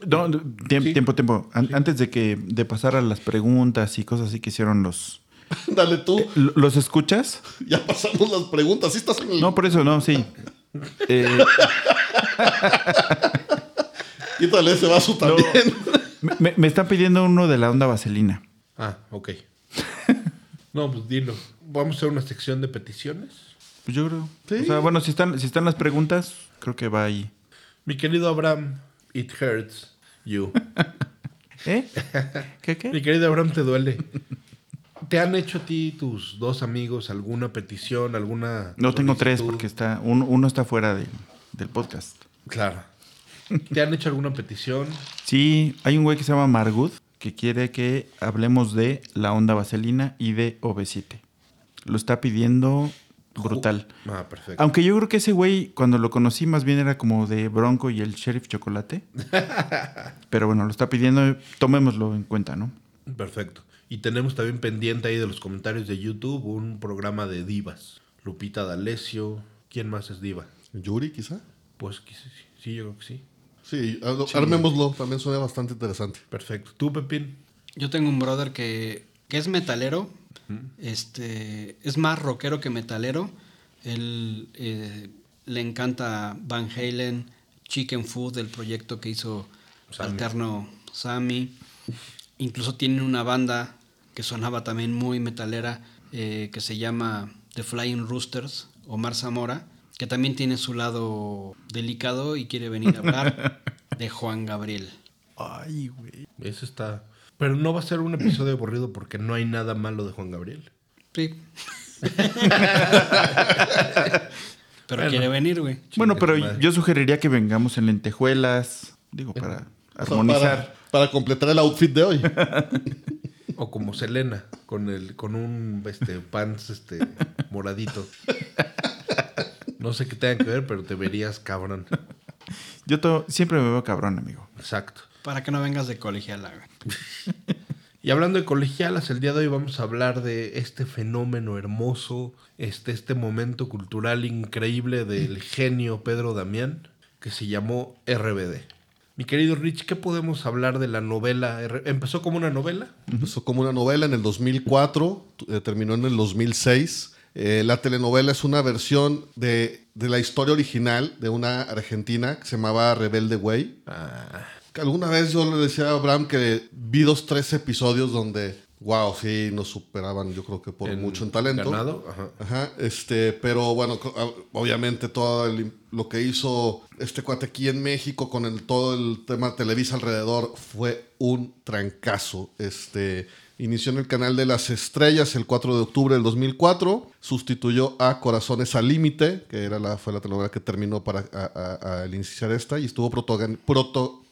[SPEAKER 3] No, no, tiemp-
[SPEAKER 1] Sí.
[SPEAKER 3] Tiempo, tiempo. An- Antes de que de pasar a las preguntas y cosas así que hicieron los...
[SPEAKER 2] Dale tú,
[SPEAKER 3] L- ¿Los escuchas?
[SPEAKER 2] ya pasamos las preguntas, ¿sí estás en el-
[SPEAKER 3] No, por eso no, sí. Eh,
[SPEAKER 2] Quítale ese vaso
[SPEAKER 3] no.
[SPEAKER 2] también.
[SPEAKER 3] Me- me, me están pidiendo uno de la onda vaselina.
[SPEAKER 1] Ah, ok. No, pues dilo. Vamos a hacer una sección de peticiones.
[SPEAKER 3] Pues yo creo. O sea, bueno, si están, si están las preguntas, creo que va ahí.
[SPEAKER 1] Mi querido Abraham, it hurts you.
[SPEAKER 3] ¿Eh? ¿Qué
[SPEAKER 1] Mi
[SPEAKER 3] qué?
[SPEAKER 1] querido Abraham, te duele. ¿Te han hecho a ti tus dos amigos alguna petición, alguna...
[SPEAKER 3] No tengo tres
[SPEAKER 1] solicitud?
[SPEAKER 3] porque está uno, uno está fuera de- del podcast.
[SPEAKER 1] Claro. ¿Te han hecho alguna petición?
[SPEAKER 3] Sí, hay un güey que se llama Margut que quiere que hablemos de la onda vaselina y de OV7. Lo está pidiendo brutal.
[SPEAKER 1] Ah, perfecto.
[SPEAKER 3] Aunque yo creo que ese güey, cuando lo conocí, más bien era como de Bronco y el Sheriff Chocolate. Pero bueno, lo está pidiendo, tomémoslo en cuenta, ¿no?
[SPEAKER 1] Perfecto. Y tenemos también pendiente ahí de los comentarios de YouTube un programa de divas. Lupita D'Alessio. ¿Quién más es diva?
[SPEAKER 2] Yuri, quizá.
[SPEAKER 1] Pues que sí, sí, yo creo que sí.
[SPEAKER 2] Sí, ar- armémoslo. También suena bastante interesante.
[SPEAKER 1] Perfecto. ¿Tú, Pepín?
[SPEAKER 5] Yo tengo un brother que, que es metalero. Este es más rockero que metalero. Él eh, le encanta Van Halen, Chicken Food, el proyecto que hizo Alterno Sammy. Incluso tienen una banda que sonaba también muy metalera eh, que se llama The Flying Roosters, Omar Zamora, que también tiene su lado delicado y quiere venir a hablar de Juan Gabriel.
[SPEAKER 3] Ay, güey.
[SPEAKER 1] Eso está. Pero no va a ser un episodio aburrido porque no hay nada malo de Juan Gabriel.
[SPEAKER 5] Sí. Pero
[SPEAKER 1] Bueno.
[SPEAKER 5] quiere venir, güey.
[SPEAKER 3] Bueno,
[SPEAKER 1] Chinga
[SPEAKER 3] pero
[SPEAKER 1] tu madre.
[SPEAKER 3] yo sugeriría que vengamos en lentejuelas, digo, para
[SPEAKER 2] O sea,
[SPEAKER 3] armonizar.
[SPEAKER 2] para, para completar el outfit de hoy.
[SPEAKER 1] O como Selena, con el, con un este pants este moradito. No sé qué tenga que ver, pero te verías cabrón.
[SPEAKER 3] Yo to- siempre me veo cabrón, amigo.
[SPEAKER 1] Exacto.
[SPEAKER 5] Para que no vengas de colegiala, güey.
[SPEAKER 1] Y hablando de colegialas, el día de hoy vamos a hablar de este fenómeno hermoso, este, este momento cultural increíble del genio Pedro Damián, que se llamó RBD. Mi querido Rich, ¿qué podemos hablar de la novela? R- ¿Empezó como una novela?
[SPEAKER 2] Empezó como una novela en el 2004, tu- eh, terminó en el 2006. Eh, la telenovela es una versión de, de la historia original de una argentina que se llamaba Rebelde Güey. Que Alguna vez yo le decía a Abraham que vi dos, tres episodios donde, wow, sí, nos superaban, yo creo que por mucho en talento.
[SPEAKER 1] Ganado, ajá.
[SPEAKER 2] Ajá, este, pero bueno, co- a- obviamente todo el- lo que hizo este cuate aquí en México con el, todo el tema Televisa alrededor fue un trancazo. Este, inició en el canal de las estrellas el 4 de octubre del 2004, sustituyó a Corazones al Límite, que era la, fue la telenovela que terminó para a- a- al iniciar esta, y estuvo protagon- proto-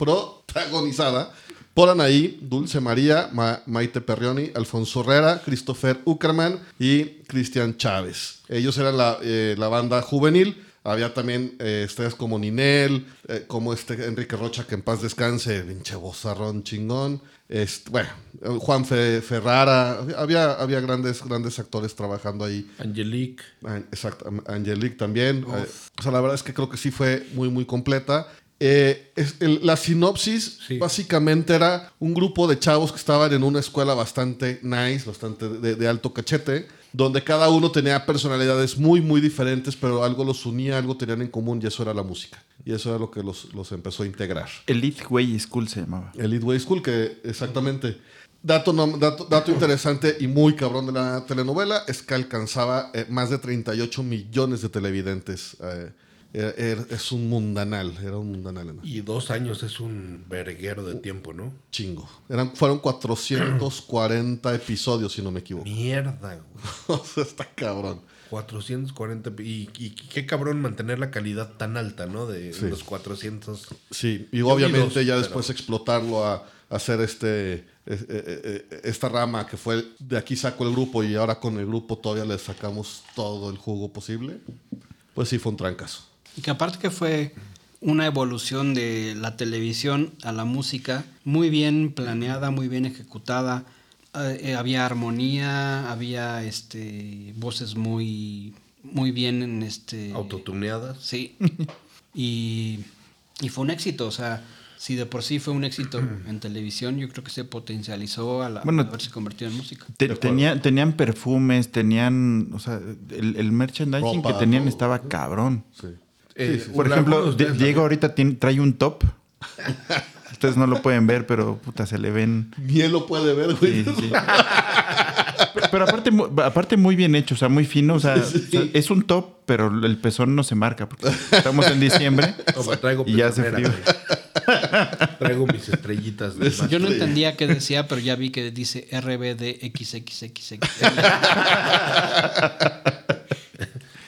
[SPEAKER 2] protagonizada por Anaí, Dulce María, Ma- Maite Perrioni, Alfonso Herrera, Christopher Uckerman y Cristian Chávez. Ellos eran la, eh, la banda juvenil. Había también eh, estrellas como Ninel, eh, como este Enrique Rocha, que en paz descanse, pinche bozarrón chingón. Este, bueno, eh, Juan Fe- Ferrara. Había, había grandes, grandes actores trabajando ahí.
[SPEAKER 1] Angelique.
[SPEAKER 2] An- Exacto, Am- Angelique también. Eh, O sea, la verdad es que creo que sí fue muy, muy completa. Eh, es- el- la sinopsis
[SPEAKER 1] Sí.
[SPEAKER 2] básicamente era un grupo de chavos que estaban en una escuela bastante nice, bastante de, de alto cachete, donde cada uno tenía personalidades muy, muy diferentes, pero algo los unía, algo tenían en común y eso era la música. Y eso era lo que los, los empezó a integrar.
[SPEAKER 3] Elite Way School se llamaba.
[SPEAKER 2] El Way School, que exactamente. Dato, no- dato, dato interesante y muy cabrón de la telenovela es que alcanzaba eh, más de 38 millones de televidentes. eh, er- er- es un mundanal, era un mundanal. ¿no?
[SPEAKER 1] Y dos años es un verguero
[SPEAKER 2] Oh.
[SPEAKER 1] de tiempo, ¿no?
[SPEAKER 2] Chingo. Eran, fueron 440 episodios, si no me equivoco.
[SPEAKER 1] Mierda, güey.
[SPEAKER 2] o sea, está cabrón.
[SPEAKER 1] 440. Y, y qué cabrón mantener la calidad tan alta, ¿no? De
[SPEAKER 2] Sí.
[SPEAKER 1] los 400.
[SPEAKER 2] Sí, y
[SPEAKER 1] Yo vi
[SPEAKER 2] obviamente
[SPEAKER 1] dos,
[SPEAKER 2] ya
[SPEAKER 1] pero-
[SPEAKER 2] después explotarlo a, a hacer este eh, eh, eh, esta rama que fue de aquí saco el grupo y ahora con el grupo todavía le sacamos todo el jugo posible. Pues sí, fue un trancazo.
[SPEAKER 5] Y que aparte que fue una evolución de la televisión a la música, muy bien planeada, muy bien ejecutada. Eh, eh, había armonía, había este voces muy muy bien en este
[SPEAKER 1] Autotuneadas.
[SPEAKER 5] Sí. Y, y fue un éxito, o sea, si de por sí fue un éxito en televisión, yo creo que se potencializó al
[SPEAKER 3] Bueno,
[SPEAKER 5] haberse convertido en música.
[SPEAKER 3] Te- tenía- tenían perfumes, tenían, o sea, el, el merchandising
[SPEAKER 2] Ropa,
[SPEAKER 3] que tenían
[SPEAKER 2] todo.
[SPEAKER 3] estaba cabrón.
[SPEAKER 2] Sí.
[SPEAKER 1] Eh, ¿alguno
[SPEAKER 3] Por
[SPEAKER 1] de
[SPEAKER 3] ejemplo,
[SPEAKER 1] ustedes
[SPEAKER 3] Die-
[SPEAKER 1] la
[SPEAKER 3] Diego ahorita tiene- trae un top. Ustedes no lo pueden ver, pero puta, se le ven.
[SPEAKER 2] Ni él lo puede ver, güey.
[SPEAKER 3] Sí, sí, sí. Pero aparte, mu- aparte muy bien hecho, o sea, muy fino. O sea, o sea, es un top, pero el pezón no se marca. Porque estamos en diciembre.
[SPEAKER 1] No, pero traigo
[SPEAKER 3] Y ya hace
[SPEAKER 1] pezonera, güey. Traigo mis estrellitas de más.
[SPEAKER 5] Yo no entendía qué decía, pero ya vi que dice RBDXXXX.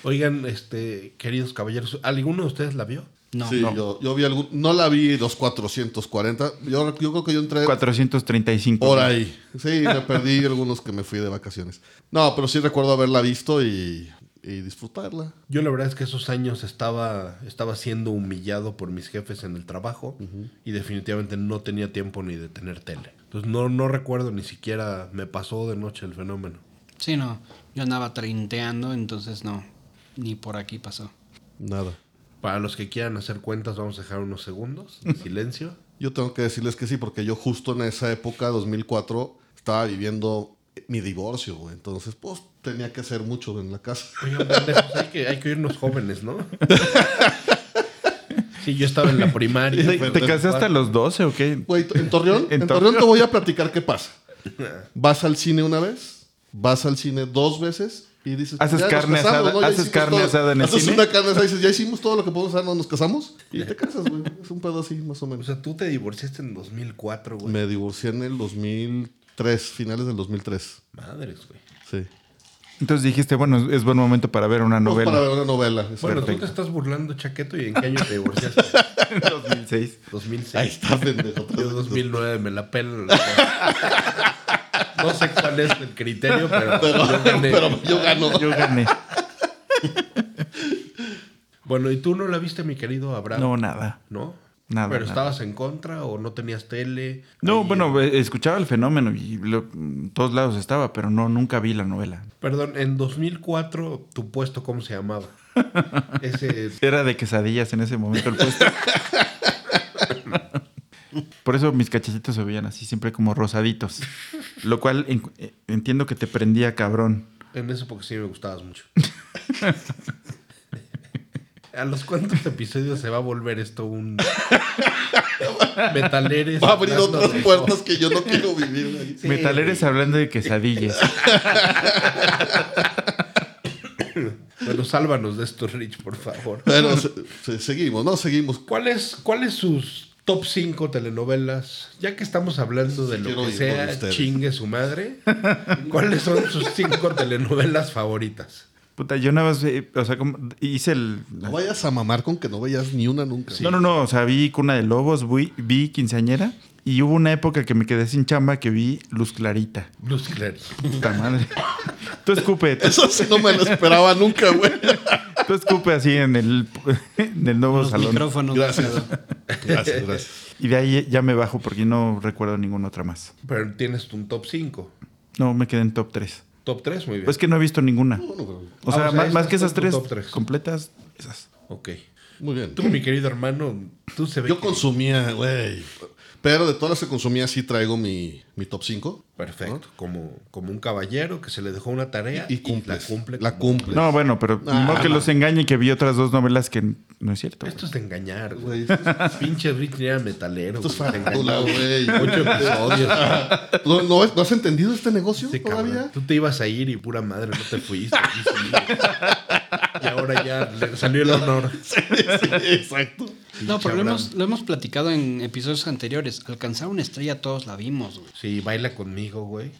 [SPEAKER 1] Oigan, este, queridos caballeros, ¿alguno de ustedes la vio?
[SPEAKER 5] No.
[SPEAKER 2] Sí, Yo, yo vi algún, no la vi los 440. Yo, yo creo que yo entré
[SPEAKER 3] 435.
[SPEAKER 2] por ahí. Sí, me perdí algunos que me fui de vacaciones. No, pero sí recuerdo haberla visto y, y disfrutarla.
[SPEAKER 1] Yo la verdad es que esos años estaba, estaba siendo humillado por mis jefes en el trabajo y definitivamente no tenía tiempo ni de tener tele. Entonces no, no recuerdo ni siquiera me pasó de noche el fenómeno.
[SPEAKER 5] Sí, no. Yo andaba treinteando, entonces no. Ni por aquí pasó.
[SPEAKER 2] Nada.
[SPEAKER 1] Para los que quieran hacer cuentas, vamos a dejar unos segundos de silencio.
[SPEAKER 2] Yo tengo que decirles que sí, porque yo justo en esa época, 2004, estaba viviendo mi divorcio, güey. Entonces, pues, tenía que hacer mucho en la casa.
[SPEAKER 1] Oigan, pendejos, hay que, hay que oírnos jóvenes, ¿no? Sí, yo estaba en la primaria.
[SPEAKER 3] ¿Te, te casaste a los 12 o qué?
[SPEAKER 2] Güey, ¿en Torreón?
[SPEAKER 3] En
[SPEAKER 2] en Torreón te voy a platicar qué pasa. Vas al cine una vez, vas al cine dos veces y dices...
[SPEAKER 3] Haces
[SPEAKER 2] "Ya nos
[SPEAKER 3] carne
[SPEAKER 2] casamos,
[SPEAKER 3] asada-
[SPEAKER 2] Ya
[SPEAKER 3] haces
[SPEAKER 2] hicimos
[SPEAKER 3] carne asada en el
[SPEAKER 2] haces
[SPEAKER 3] cine".
[SPEAKER 2] una carne asada y dices, ya hicimos todo lo que podemos hacer, no nos casamos. Y te casas, güey. Es un pedo así, más o
[SPEAKER 1] O
[SPEAKER 2] menos.
[SPEAKER 1] sea, tú te divorciaste en 2004, güey.
[SPEAKER 2] Me divorcié en el 2003, finales del 2003.
[SPEAKER 1] Madres, güey.
[SPEAKER 2] Sí.
[SPEAKER 3] Entonces dijiste, bueno, es buen momento para ver una
[SPEAKER 2] Pues
[SPEAKER 3] novela.
[SPEAKER 2] para ver una novela. es
[SPEAKER 1] Bueno, tú
[SPEAKER 2] perfecto.
[SPEAKER 1] te estás burlando, chaqueto, ¿y en qué año te divorciaste?
[SPEAKER 3] 2006.
[SPEAKER 1] 2006.
[SPEAKER 2] Ahí está, pendejo.
[SPEAKER 1] Yo 2009 me la pelo. No sé cuál es el criterio, pero, yo gané.
[SPEAKER 2] Pero yo gano.
[SPEAKER 3] Yo gané.
[SPEAKER 1] Bueno, ¿y tú no la viste, mi querido Abraham?
[SPEAKER 3] No, nada.
[SPEAKER 1] ¿No?
[SPEAKER 3] Nada,
[SPEAKER 1] ¿Pero
[SPEAKER 3] nada.
[SPEAKER 1] estabas en contra o no tenías tele?
[SPEAKER 3] No,
[SPEAKER 1] Ahí, eh,
[SPEAKER 3] bueno, eh, escuchaba el fenómeno y lo- en todos lados estaba, pero no, nunca vi la novela.
[SPEAKER 1] Perdón, en 2004, ¿tu puesto cómo se llamaba? Ese...
[SPEAKER 3] Era de quesadillas en ese momento el puesto. Por eso mis cachetitos se veían así, siempre como rosaditos. Lo cual en- eh, entiendo que te prendía cabrón.
[SPEAKER 1] En eso porque sí me gustabas mucho. ¿A los cuántos episodios se va a volver esto un... Metaleres?
[SPEAKER 2] Va a abrir
[SPEAKER 1] hablando
[SPEAKER 2] otras
[SPEAKER 1] de-
[SPEAKER 2] puertas que yo no quiero vivir. güey.
[SPEAKER 1] Sí,
[SPEAKER 3] Metaleres hablando de quesadillas.
[SPEAKER 1] Bueno, sálvanos de esto, Rich, por favor.
[SPEAKER 2] Pero se- se- seguimos, ¿no? Seguimos.
[SPEAKER 1] ¿Cuáles cuáles sus top 5 telenovelas? Ya que estamos hablando de lo
[SPEAKER 2] quiero
[SPEAKER 1] que
[SPEAKER 2] ir con
[SPEAKER 1] sea,
[SPEAKER 2] ustedes.
[SPEAKER 1] chingue su madre. ¿Cuáles son sus 5 telenovelas favoritas?
[SPEAKER 3] Puta, yo nada más, eh, o sea, como- hice el...
[SPEAKER 2] No vayas a mamar con que no veías ni una nunca.
[SPEAKER 3] No, no, no, o sea, vi Cuna de Lobos, vi, vi Quinceañera y hubo una época que me quedé sin chamba que vi Luz Clarita.
[SPEAKER 1] Luz Clarita.
[SPEAKER 3] Puta madre. Tú escupe, tú,
[SPEAKER 2] Eso sí no me lo esperaba nunca, güey.
[SPEAKER 3] tú escupe así en el, en el nuevo
[SPEAKER 5] Los
[SPEAKER 3] salón.
[SPEAKER 5] micrófonos.
[SPEAKER 2] Gracias.
[SPEAKER 5] pero-
[SPEAKER 2] Gracias, gracias.
[SPEAKER 3] Y de ahí ya me bajo porque no recuerdo ninguna otra más.
[SPEAKER 1] Pero tienes un top 5.
[SPEAKER 3] No, me quedé en top 3.
[SPEAKER 1] Top 3, muy bien.
[SPEAKER 3] Pues que no he visto ninguna.
[SPEAKER 2] Bueno, pero-
[SPEAKER 3] O
[SPEAKER 1] Ah, o
[SPEAKER 3] sea,
[SPEAKER 1] sea,
[SPEAKER 2] este
[SPEAKER 3] más, más
[SPEAKER 1] esas
[SPEAKER 3] que
[SPEAKER 1] son
[SPEAKER 3] esas
[SPEAKER 1] tu
[SPEAKER 3] tres,
[SPEAKER 1] top tres.
[SPEAKER 3] completas, esas.
[SPEAKER 1] ok.
[SPEAKER 2] Muy bien.
[SPEAKER 1] Tú, mi querido hermano, tú se ve
[SPEAKER 2] Yo
[SPEAKER 1] que-
[SPEAKER 2] consumía, güey. Pero de todas las que consumía, sí traigo mi, mi top 5.
[SPEAKER 1] Perfecto. Como, como un caballero que se le dejó una tarea
[SPEAKER 2] Y cumples.
[SPEAKER 1] la cumple.
[SPEAKER 2] La
[SPEAKER 1] como-
[SPEAKER 2] cumples.
[SPEAKER 3] No, bueno, pero
[SPEAKER 2] Ah,
[SPEAKER 3] no que
[SPEAKER 2] no.
[SPEAKER 3] los engañe que vi otras dos novelas que n- no es cierto.
[SPEAKER 1] Esto es de engañar, güey.
[SPEAKER 2] Güey, esto es-
[SPEAKER 1] Pinche Rich era metalero.
[SPEAKER 2] esto es
[SPEAKER 1] güey. Te
[SPEAKER 2] farándula,
[SPEAKER 1] engañó.
[SPEAKER 2] güey.
[SPEAKER 1] Ocho episodios.
[SPEAKER 2] ¿No, no, no has entendido este negocio
[SPEAKER 1] Sí, cabrón.
[SPEAKER 2] todavía?
[SPEAKER 1] Tú te ibas a ir y pura madre, no te fuiste. aquí sí. y ahora ya le salió el honor.
[SPEAKER 2] Exacto.
[SPEAKER 5] No, pero lo
[SPEAKER 1] Chabrán.
[SPEAKER 5] hemos, lo hemos platicado en episodios anteriores. Alcanzar una estrella todos la vimos, güey.
[SPEAKER 1] Sí, baila conmigo, güey.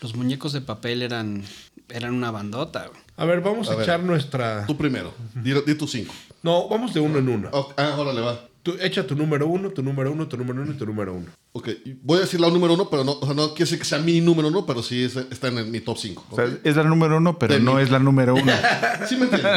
[SPEAKER 5] Los muñecos de papel eran, eran una bandota, güey.
[SPEAKER 1] A ver, vamos a,
[SPEAKER 2] A ver.
[SPEAKER 1] echar nuestra.
[SPEAKER 2] Tú primero. Di, di tus 5.
[SPEAKER 1] No, vamos de uno en uno.
[SPEAKER 2] Ah, órale, va.
[SPEAKER 1] Tú, echa tu número uno, tu número uno, tu número uno y tu número uno.
[SPEAKER 2] Ok, voy a decir la número uno, pero no, o sea, no quiere decir que sea mi número uno, pero sí es- está en el- mi top 5.
[SPEAKER 3] O sea, es la número uno, pero
[SPEAKER 2] De
[SPEAKER 3] no
[SPEAKER 2] mí.
[SPEAKER 3] es la número uno.
[SPEAKER 2] Sí me entiendes.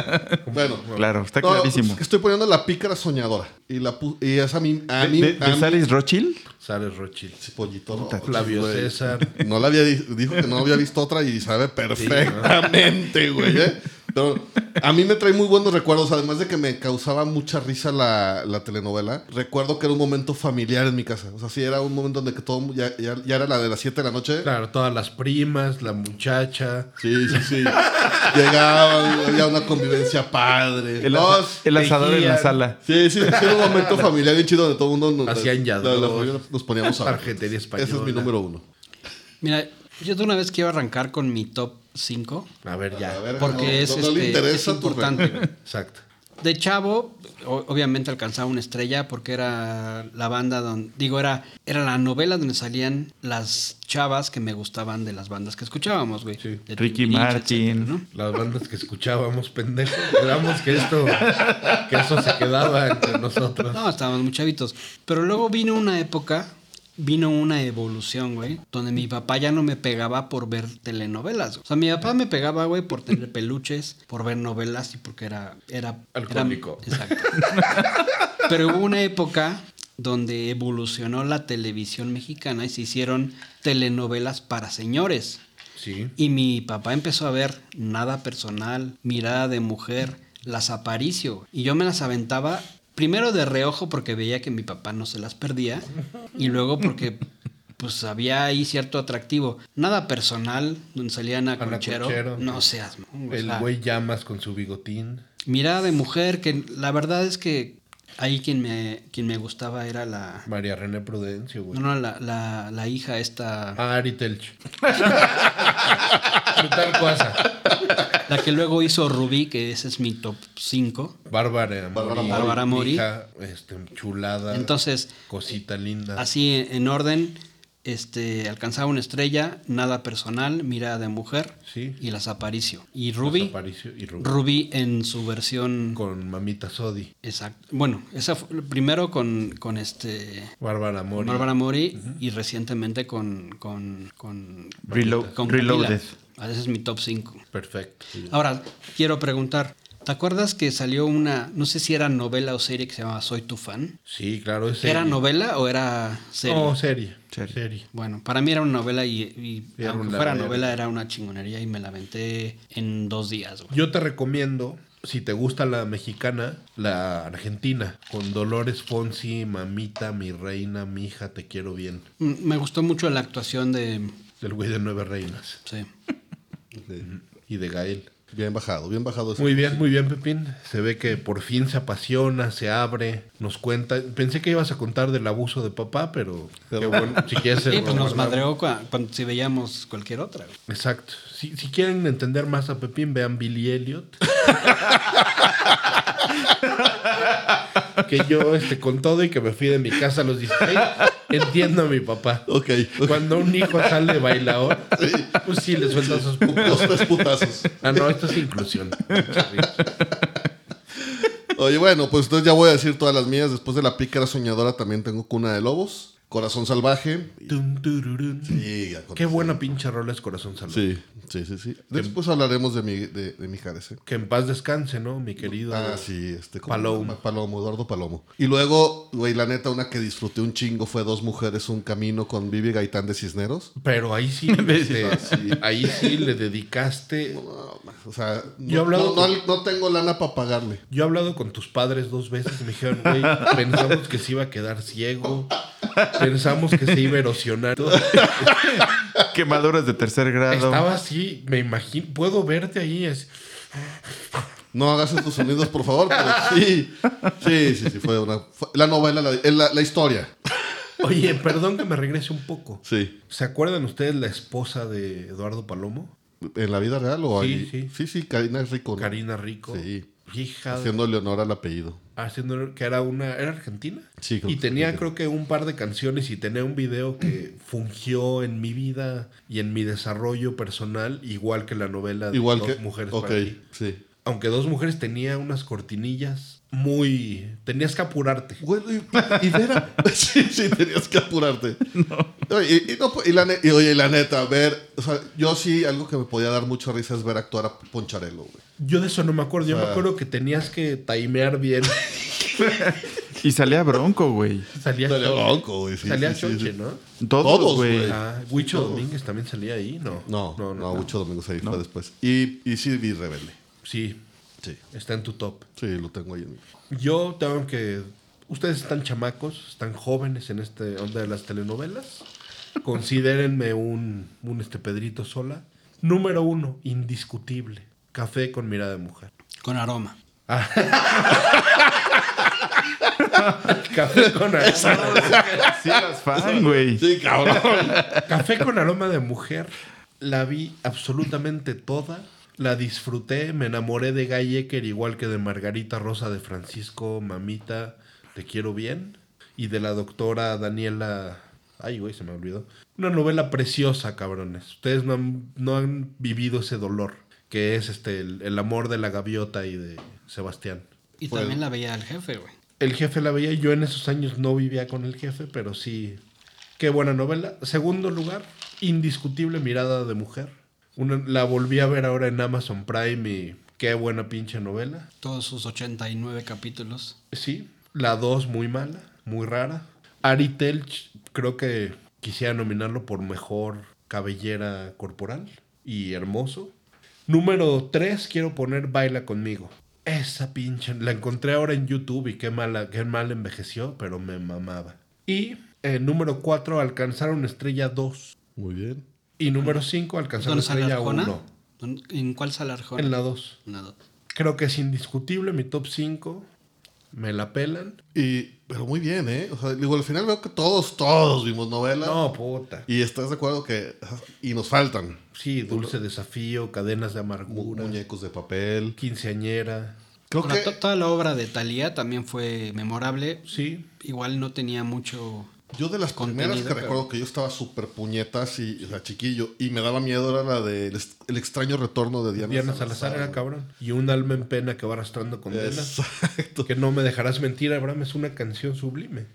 [SPEAKER 2] bueno.
[SPEAKER 3] Claro, está
[SPEAKER 2] No,
[SPEAKER 3] clarísimo.
[SPEAKER 2] es que estoy poniendo la pícara soñadora. Y, la pu- y es a mí. A
[SPEAKER 3] ¿De,
[SPEAKER 2] mí,
[SPEAKER 3] de-
[SPEAKER 2] a
[SPEAKER 3] de
[SPEAKER 2] mí-
[SPEAKER 3] Saris Rothschild?
[SPEAKER 1] Sales Rochil.
[SPEAKER 2] Sí, pollito. no,
[SPEAKER 1] Flavio
[SPEAKER 2] güey.
[SPEAKER 1] César.
[SPEAKER 2] No la había di- dijo que no había visto otra y sabe perfectamente, güey. ¿eh? Pero a mí me trae muy buenos recuerdos, además de que me causaba mucha risa la, la telenovela. Recuerdo que era un momento familiar en mi casa. O sea, sí, era un momento donde que todo mu- ya, ya- ya era la de las 7 de la noche.
[SPEAKER 1] Claro, todas las primas, la muchacha.
[SPEAKER 2] Sí, sí, sí. Llegaban, había una convivencia padre.
[SPEAKER 3] El,
[SPEAKER 2] No,
[SPEAKER 3] asa- el asador en la
[SPEAKER 1] tejían.
[SPEAKER 3] sala.
[SPEAKER 2] Sí, sí, sí, era un momento familiar bien chido donde todo el mundo nos,
[SPEAKER 1] Hacían
[SPEAKER 2] la- la-
[SPEAKER 1] yadros.
[SPEAKER 2] la familia nos poníamos a ver.
[SPEAKER 1] Tarjetería española.
[SPEAKER 2] Ese es mi número uno.
[SPEAKER 5] Mira, yo de una vez quiero arrancar con mi top 5.
[SPEAKER 1] A ver, ya.
[SPEAKER 2] A ver,
[SPEAKER 5] Porque
[SPEAKER 2] no-
[SPEAKER 5] es,
[SPEAKER 2] no- no le
[SPEAKER 5] este,
[SPEAKER 2] interesa
[SPEAKER 5] es
[SPEAKER 2] tu re-
[SPEAKER 5] importante. güey.
[SPEAKER 1] Exacto.
[SPEAKER 5] de chavo, o- obviamente alcanzaba una estrella porque era la banda donde, digo, era, era la novela donde salían las chavas que me gustaban de las bandas que escuchábamos, güey.
[SPEAKER 1] Sí.
[SPEAKER 5] De
[SPEAKER 3] Ricky
[SPEAKER 5] Timbiriche,
[SPEAKER 3] Martin.
[SPEAKER 5] etcétera, ¿no?
[SPEAKER 1] Las bandas que escuchábamos, pendejo. Quedamos que esto, que eso se quedaba entre nosotros.
[SPEAKER 5] No, estábamos muy chavitos. Pero luego vino una época, vino una evolución, güey, donde mi papá ya no me pegaba por ver telenovelas. güey. O sea, mi papá me pegaba, güey, por tener peluches, por ver novelas y porque era... era
[SPEAKER 1] Alcohólico.
[SPEAKER 5] era- exacto. Pero hubo una época donde evolucionó la televisión mexicana y se hicieron telenovelas para señores.
[SPEAKER 1] Sí.
[SPEAKER 5] Y mi papá empezó a ver nada personal, mirada de mujer, las aparicio. Y yo me las aventaba primero de reojo porque veía que mi papá no se las perdía. Y luego porque pues había ahí cierto atractivo. Nada personal, donde salía Ana
[SPEAKER 1] Ana
[SPEAKER 5] Colchero.
[SPEAKER 1] Colchero.
[SPEAKER 5] No seas. mamón, o
[SPEAKER 2] Pues,
[SPEAKER 1] El
[SPEAKER 2] ah.
[SPEAKER 5] sea,
[SPEAKER 1] güey llamas con su bigotín.
[SPEAKER 5] Mirada de mujer, que la verdad es que ahí quien me, quien me gustaba era la.
[SPEAKER 1] María René Prudencio, güey.
[SPEAKER 5] No, no, la, la, la hija esta.
[SPEAKER 1] Ah, Ari Telch. Tal cosa.
[SPEAKER 5] La que luego hizo Rubí, que ese es mi top 5.
[SPEAKER 1] Bárbara
[SPEAKER 2] Bárbara
[SPEAKER 1] Mori.
[SPEAKER 5] Bárbara Mori.
[SPEAKER 1] hija, este, chulada.
[SPEAKER 5] Entonces,
[SPEAKER 1] Cosita linda.
[SPEAKER 5] así en- en orden, este, alcanzaba una estrella, nada personal, mirada de mujer
[SPEAKER 1] Sí.
[SPEAKER 5] y las aparicio. Y
[SPEAKER 1] Los
[SPEAKER 5] Ruby,
[SPEAKER 1] Aparicio y Rubí.
[SPEAKER 5] Ruby en su versión...
[SPEAKER 1] Con mamita Sodi.
[SPEAKER 5] Exacto. Bueno, esa fue- primero con, con este...
[SPEAKER 1] Bárbara Mori.
[SPEAKER 5] Bárbara Mori y recientemente con... con, con,
[SPEAKER 3] Relo-
[SPEAKER 5] con
[SPEAKER 3] Reloaded.
[SPEAKER 5] Camila. Ah, Ese es mi top 5.
[SPEAKER 1] Perfecto. Ah, Sí.
[SPEAKER 5] Ahora, quiero preguntar, ¿te acuerdas que salió una, no sé si era novela o serie que se llamaba Soy tu fan?
[SPEAKER 1] Sí, claro. Es
[SPEAKER 5] ¿Era
[SPEAKER 1] serie.
[SPEAKER 5] novela o era serie?
[SPEAKER 1] No, serie.
[SPEAKER 3] Serie.
[SPEAKER 1] Serie.
[SPEAKER 5] Bueno, para mí era una novela y, y
[SPEAKER 1] Era
[SPEAKER 5] aunque
[SPEAKER 1] una
[SPEAKER 5] fuera
[SPEAKER 1] novela.
[SPEAKER 5] novela era una chingonería y me la aventé en dos días, güey.
[SPEAKER 1] Yo te recomiendo, si te gusta la mexicana, la argentina. Con Dolores Fonsi, mamita, mi reina, mi hija, te quiero bien.
[SPEAKER 5] Mm, Me gustó mucho la actuación de...
[SPEAKER 1] Del güey de Nueve Reinas.
[SPEAKER 5] Sí.
[SPEAKER 1] Y de Gael.
[SPEAKER 2] Bien bajado, bien bajado. ese.
[SPEAKER 1] Muy bien, muy bien, Pepín. Se ve que por fin se apasiona, se abre, nos cuenta. Pensé que ibas a contar del abuso de papá, pero qué bueno. Si quieres, se
[SPEAKER 5] Sí, pues
[SPEAKER 1] lo
[SPEAKER 5] nos
[SPEAKER 1] guardamos.
[SPEAKER 5] madreó cua- cuando si veíamos cualquier otra. güey.
[SPEAKER 1] Exacto. Si, si quieren entender más a Pepín, vean Billy Elliot. que yo, este, con todo y que me fui de mi casa a los 16, entiendo a mi papá.
[SPEAKER 2] Ok.
[SPEAKER 1] Cuando un hijo sale bailador, pues sí, le suelta sus
[SPEAKER 2] Los
[SPEAKER 1] pupos.
[SPEAKER 2] tres putazos.
[SPEAKER 1] Ah, no, esto es inclusión.
[SPEAKER 2] Oye, bueno, pues entonces ya voy a decir todas las mías. Después de la pícara soñadora también tengo Cuna de Lobos, Corazón Salvaje.
[SPEAKER 1] Tum, tururún.
[SPEAKER 2] Sí, ya
[SPEAKER 1] Qué
[SPEAKER 2] contesté.
[SPEAKER 1] buena pinche rola es Corazón Salvaje.
[SPEAKER 2] Sí, sí, sí, sí. Después hablaremos de mi, de, de Mijares, ¿eh?
[SPEAKER 1] Que en paz descanse, ¿no? Mi querido.
[SPEAKER 2] Ah, sí, este ¿cómo
[SPEAKER 1] Palomo.
[SPEAKER 2] se llama? Palomo, Eduardo Palomo. Y luego, güey, la neta, una que disfruté un chingo fue Dos Mujeres, un Camino con Vivi Gaitán de Cisneros.
[SPEAKER 1] Pero ahí sí, este, ahí sí le dedicaste.
[SPEAKER 2] No, ma, o sea, no,
[SPEAKER 1] Yo he hablado
[SPEAKER 2] no- no- no tengo lana para pagarle.
[SPEAKER 1] Yo he hablado con tus padres dos veces y me dijeron, güey, pensamos que se iba a quedar ciego. Pensamos que se iba a erosionar.
[SPEAKER 3] Quemaduras de tercer grado.
[SPEAKER 1] Estaba así, me imagino, puedo verte ahí. así.
[SPEAKER 2] No hagas estos sonidos, por favor, pero sí. Sí, sí, sí, fue una... fue- la novela, la, la- la historia.
[SPEAKER 1] Oye, perdón que me regrese un poco.
[SPEAKER 2] Sí.
[SPEAKER 1] ¿Se acuerdan ustedes la esposa de Eduardo Palomo?
[SPEAKER 2] ¿En la vida real o
[SPEAKER 1] Sí,
[SPEAKER 2] ahí?
[SPEAKER 1] sí.
[SPEAKER 2] Sí, sí, Karina es rico. ¿no?
[SPEAKER 1] Karina Rico.
[SPEAKER 2] Sí.
[SPEAKER 1] Hija de-
[SPEAKER 2] Haciendo Leonor al apellido.
[SPEAKER 1] haciendo que era una era argentina
[SPEAKER 2] Sí, creo
[SPEAKER 1] y
[SPEAKER 2] que
[SPEAKER 1] tenía
[SPEAKER 2] sí.
[SPEAKER 1] creo que un par de canciones y tenía un video que fungió en mi vida y en mi desarrollo personal igual que la novela de
[SPEAKER 2] Igual
[SPEAKER 1] dos
[SPEAKER 2] que...
[SPEAKER 1] mujeres
[SPEAKER 2] ok,
[SPEAKER 1] para ti.
[SPEAKER 2] sí.
[SPEAKER 1] aunque dos mujeres tenía unas cortinillas muy tenías que apurarte
[SPEAKER 2] Güey, y, y Vera. sí, sí, tenías que apurarte. No. Y, y no, y la, ne- y, oye, y la neta, ver. O sea, yo sí, algo que me podía dar mucha risa es ver actuar a Poncharelo, güey.
[SPEAKER 1] yo de eso no me acuerdo yo
[SPEAKER 2] Ah.
[SPEAKER 1] me acuerdo que tenías que timear bien
[SPEAKER 3] Y salía bronco, güey.
[SPEAKER 1] salía
[SPEAKER 2] Salía bronco, güey. sí,
[SPEAKER 1] salía
[SPEAKER 2] sí, sí,
[SPEAKER 1] Choche,
[SPEAKER 2] sí.
[SPEAKER 1] no
[SPEAKER 3] Todos,
[SPEAKER 2] Todos,
[SPEAKER 3] güey.
[SPEAKER 2] güey.
[SPEAKER 1] Ah, Huicho Domínguez también salía ahí no
[SPEAKER 2] No, no, no,
[SPEAKER 1] no.
[SPEAKER 2] Mucho Domingos ahí fue después. Y, y sí, vi Rebelde.
[SPEAKER 1] sí
[SPEAKER 2] Sí,
[SPEAKER 1] está en tu top
[SPEAKER 2] sí, lo tengo ahí en mi.
[SPEAKER 1] Yo tengo que. Ustedes están chamacos, están jóvenes en este onda de las telenovelas. Considérenme un, un este Pedrito Sola. Número uno, indiscutible. Café con mirada de mujer.
[SPEAKER 5] Con aroma.
[SPEAKER 1] Café con aroma,
[SPEAKER 3] Sí, las fan, güey.
[SPEAKER 2] Sí, cabrón.
[SPEAKER 1] café con aroma de mujer. La vi absolutamente toda. La disfruté, me enamoré de Guy Ecker igual que de Margarita Rosa de Francisco, Mamita, Te Quiero Bien. Y de la doctora Daniela... Ay, güey, se me olvidó. Una novela preciosa, cabrones. Ustedes no han, no han vivido ese dolor, que es este el, el amor de la gaviota y de Sebastián.
[SPEAKER 5] Y
[SPEAKER 2] Bueno.
[SPEAKER 5] también la veía el jefe, güey.
[SPEAKER 1] El jefe la veía, yo en esos años no vivía con el jefe, pero sí, qué buena novela. Segundo lugar, indiscutible mirada de mujer. Una- la volví a ver ahora en Amazon Prime y qué buena pinche novela.
[SPEAKER 5] Todos sus 89 capítulos.
[SPEAKER 1] Sí, la 2 muy mala, muy rara. Ari Telch, creo que quisiera nominarlo por mejor cabellera corporal y hermoso. Número 3, quiero poner Baila conmigo. Esa pinche, la encontré ahora en YouTube y qué, mala, qué mal envejeció, pero me mamaba. Y eh, número 4, alcanzar una estrella 2.
[SPEAKER 2] Muy bien.
[SPEAKER 1] Y número 5, alcanzar una
[SPEAKER 5] ¿Dónde sale
[SPEAKER 1] estrella
[SPEAKER 5] Arjona?
[SPEAKER 1] 1.
[SPEAKER 5] ¿Dónde- ¿En cuál sale Arjona?
[SPEAKER 1] En la 2.
[SPEAKER 5] En la dos.
[SPEAKER 1] Creo que es indiscutible mi top 5. Me la pelan.
[SPEAKER 2] Y, pero muy bien, ¿eh? O sea, digo, al final veo que todos, todos vimos novela.
[SPEAKER 1] No, puta.
[SPEAKER 2] Y estás de acuerdo que. Y nos faltan.
[SPEAKER 1] Sí, Dulce Desafío, Cadenas de
[SPEAKER 2] Mu-
[SPEAKER 1] Amargura,
[SPEAKER 2] Muñecos de papel.
[SPEAKER 1] Quinceañera.
[SPEAKER 2] Creo
[SPEAKER 5] Ahora,
[SPEAKER 2] que.
[SPEAKER 5] to- toda la obra de Thalía también fue memorable.
[SPEAKER 1] Sí,
[SPEAKER 5] Igual no tenía mucho.
[SPEAKER 2] Yo de las
[SPEAKER 5] Contenido,
[SPEAKER 2] primeras que
[SPEAKER 5] pero-
[SPEAKER 2] recuerdo que yo estaba súper puñetas y, o sea, chiquillo, y me daba miedo era la del est- el extraño retorno de Diana,
[SPEAKER 1] Diana Salazar era cabrón. Y un alma en pena que va arrastrando condenas.
[SPEAKER 2] Exacto.
[SPEAKER 1] Que no me dejarás mentir, Abraham, es una canción sublime.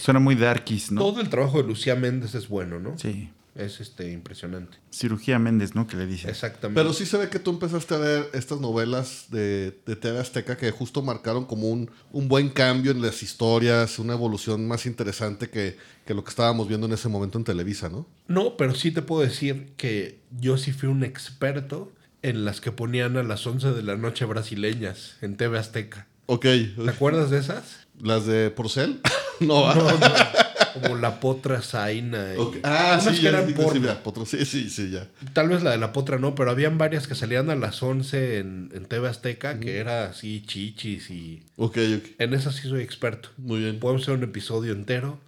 [SPEAKER 3] Suena muy darkies, ¿no?
[SPEAKER 1] Todo el trabajo de Lucía Méndez es bueno, ¿no?
[SPEAKER 3] Sí.
[SPEAKER 1] Es este impresionante.
[SPEAKER 3] Cirugía Méndez, ¿no? Que le dicen.
[SPEAKER 1] Exactamente.
[SPEAKER 2] Pero sí se ve que tú empezaste a ver estas novelas de, de TV Azteca que justo marcaron como un, un buen cambio en las historias, una evolución más interesante que, que lo que estábamos viendo en ese momento en Televisa, ¿no?
[SPEAKER 1] No, pero sí te puedo decir que yo sí fui un experto en las que ponían a las 11 de la noche brasileñas en TV Azteca.
[SPEAKER 2] Ok,
[SPEAKER 1] ¿Te acuerdas de esas?
[SPEAKER 2] las de Porcel. no, ¿va?
[SPEAKER 1] Como La Potra Zaina. y-
[SPEAKER 2] Ok. Ah,
[SPEAKER 1] Unas
[SPEAKER 2] sí,
[SPEAKER 1] que
[SPEAKER 2] ya,
[SPEAKER 1] eran
[SPEAKER 2] sí, sí,
[SPEAKER 1] porno.
[SPEAKER 2] ya, potro- sí, sí, sí, ya.
[SPEAKER 1] Tal vez la de la potra no, pero habían varias que salían a las 11 en, en TV Azteca, que era así chichis y...
[SPEAKER 2] Ok, ok.
[SPEAKER 1] En esas sí soy experto.
[SPEAKER 2] Muy bien.
[SPEAKER 1] Podemos hacer un episodio entero.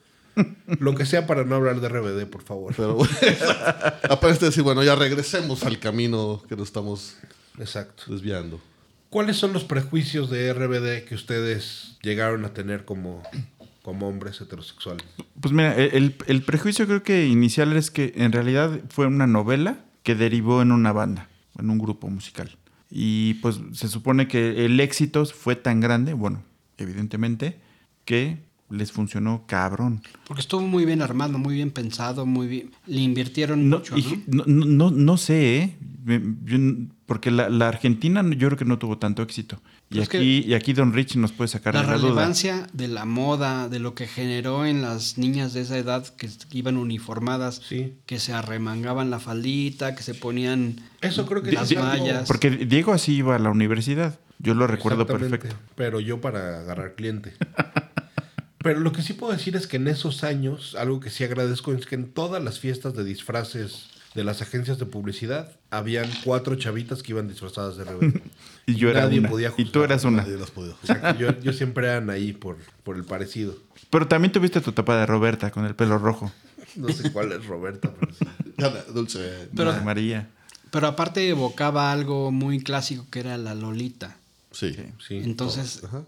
[SPEAKER 1] Lo que sea para no hablar de RBD, por favor.
[SPEAKER 2] Pero bueno, aparece decir, bueno, ya regresemos al camino que nos estamos
[SPEAKER 1] Exacto.
[SPEAKER 2] desviando.
[SPEAKER 1] ¿Cuáles son los prejuicios de RBD que ustedes llegaron a tener como, como hombres heterosexuales?
[SPEAKER 3] Pues mira, el, el prejuicio creo que inicial es que en realidad fue una novela que derivó en una banda, en un grupo musical. Y pues se supone que el éxito fue tan grande, bueno, evidentemente, que les funcionó cabrón.
[SPEAKER 5] Porque estuvo muy bien armado, muy bien pensado, muy bien. Le invirtieron
[SPEAKER 3] No,
[SPEAKER 5] mucho.
[SPEAKER 3] y-
[SPEAKER 5] ¿no?
[SPEAKER 3] no, no- no- no sé, ¿eh? Me- yo n- porque la, la Argentina yo creo que no tuvo tanto éxito. Y,
[SPEAKER 5] Es que-
[SPEAKER 3] aquí, y aquí Don Rich nos puede sacar
[SPEAKER 5] La
[SPEAKER 3] de la duda.
[SPEAKER 5] relevancia de la moda, de lo que generó en las niñas de esa edad que est- que iban uniformadas,
[SPEAKER 1] Sí.
[SPEAKER 5] que se arremangaban la faldita, que se ponían
[SPEAKER 1] Eso creo que...
[SPEAKER 5] las
[SPEAKER 1] sí es algo-
[SPEAKER 5] mallas.
[SPEAKER 3] Porque Diego así iba a la universidad. Yo lo recuerdo
[SPEAKER 1] Exactamente,
[SPEAKER 3] perfecto.
[SPEAKER 1] Pero yo para agarrar cliente. Pero lo que sí puedo decir es que en esos años, algo que sí agradezco es que en todas las fiestas de disfraces de las agencias de publicidad, habían cuatro chavitas que iban disfrazadas de rebelde.
[SPEAKER 3] Y yo era
[SPEAKER 1] Nadie
[SPEAKER 3] una.
[SPEAKER 1] podía
[SPEAKER 3] y tú
[SPEAKER 1] juzgar.
[SPEAKER 3] eras una.
[SPEAKER 2] Nadie las podía juzgar.
[SPEAKER 1] yo, yo siempre era ahí por, por el parecido.
[SPEAKER 3] Pero también tuviste tu tapa de Roberta con el pelo rojo.
[SPEAKER 1] No sé cuál es Roberta, pero sí.
[SPEAKER 2] Ana, Dulce.
[SPEAKER 5] Pero-
[SPEAKER 3] Ana María.
[SPEAKER 5] Pero aparte evocaba algo muy clásico que era la Lolita.
[SPEAKER 2] Sí.
[SPEAKER 1] Sí. Oh,
[SPEAKER 5] Entonces
[SPEAKER 2] Ajá.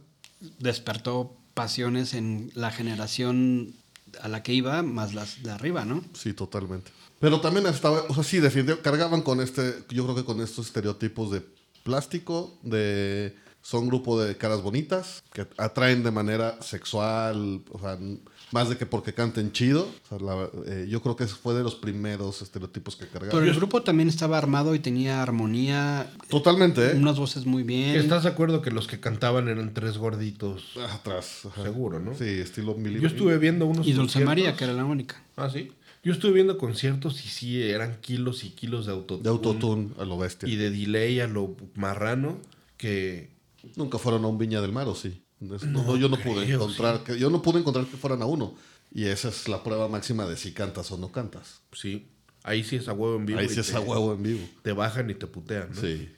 [SPEAKER 5] despertó pasiones en la generación a la que iba, más las de arriba, ¿no?
[SPEAKER 2] Sí, totalmente. Pero también estaba, o sea, sí, definitivamente cargaban con este, yo creo que con estos estereotipos de plástico, de son grupo de caras bonitas que atraen de manera sexual, o sea, n- más de que porque canten chido. O sea, la- eh, yo creo que ese fue de los primeros estereotipos que cargaban.
[SPEAKER 5] Pero el grupo también estaba armado y tenía armonía,
[SPEAKER 2] totalmente, ¿eh?
[SPEAKER 5] unas voces muy bien.
[SPEAKER 1] ¿Estás de acuerdo que los que cantaban eran tres gorditos?
[SPEAKER 5] Ah,
[SPEAKER 2] Atrás. ajá.
[SPEAKER 1] Seguro, ¿no?
[SPEAKER 2] Sí, estilo militar.
[SPEAKER 1] Yo estuve viendo unos.
[SPEAKER 5] Y Dulce
[SPEAKER 1] conciertos-
[SPEAKER 5] María, que era la única.
[SPEAKER 1] Ah, sí. Yo estuve viendo conciertos y sí, eran kilos y kilos de autotune.
[SPEAKER 2] De autotune a lo bestia.
[SPEAKER 1] Pues, y de delay a lo marrano que
[SPEAKER 2] Nunca fueron a un Viña del Mar, ¿o sí? No, no, yo no pude
[SPEAKER 1] creo,
[SPEAKER 2] encontrar, que, yo no pude encontrar que fueran a uno. Y esa es la prueba máxima de si cantas o no cantas.
[SPEAKER 1] pues, sí ahí sí es a huevo en vivo
[SPEAKER 2] Ahí
[SPEAKER 1] y
[SPEAKER 2] sí es
[SPEAKER 1] te-
[SPEAKER 2] a huevo en vivo.
[SPEAKER 1] te bajan y te putean ¿no?
[SPEAKER 2] Sí.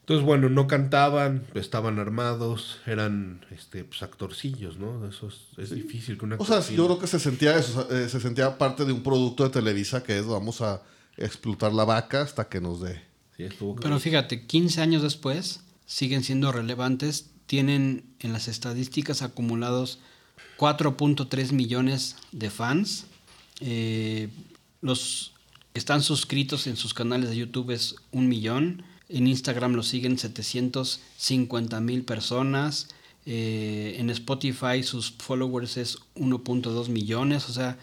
[SPEAKER 1] entonces bueno no cantaban estaban armados eran este pues actorcillos no eso es, es difícil que una
[SPEAKER 2] O sea, yo creo que se sentía eso, o sea, eh, se sentía parte de un producto de Televisa que es vamos a explotar la vaca hasta que nos dé.
[SPEAKER 1] Sí, estuvo
[SPEAKER 5] Pero
[SPEAKER 1] cabrón.
[SPEAKER 5] fíjate, 15 años después siguen siendo relevantes, tienen en las estadísticas acumulados 4.3 millones de fans. Eh, los que están suscritos en sus canales de YouTube es un millón. En Instagram los siguen 750 mil personas. Eh, en Spotify sus followers es 1.2 millones. O sea,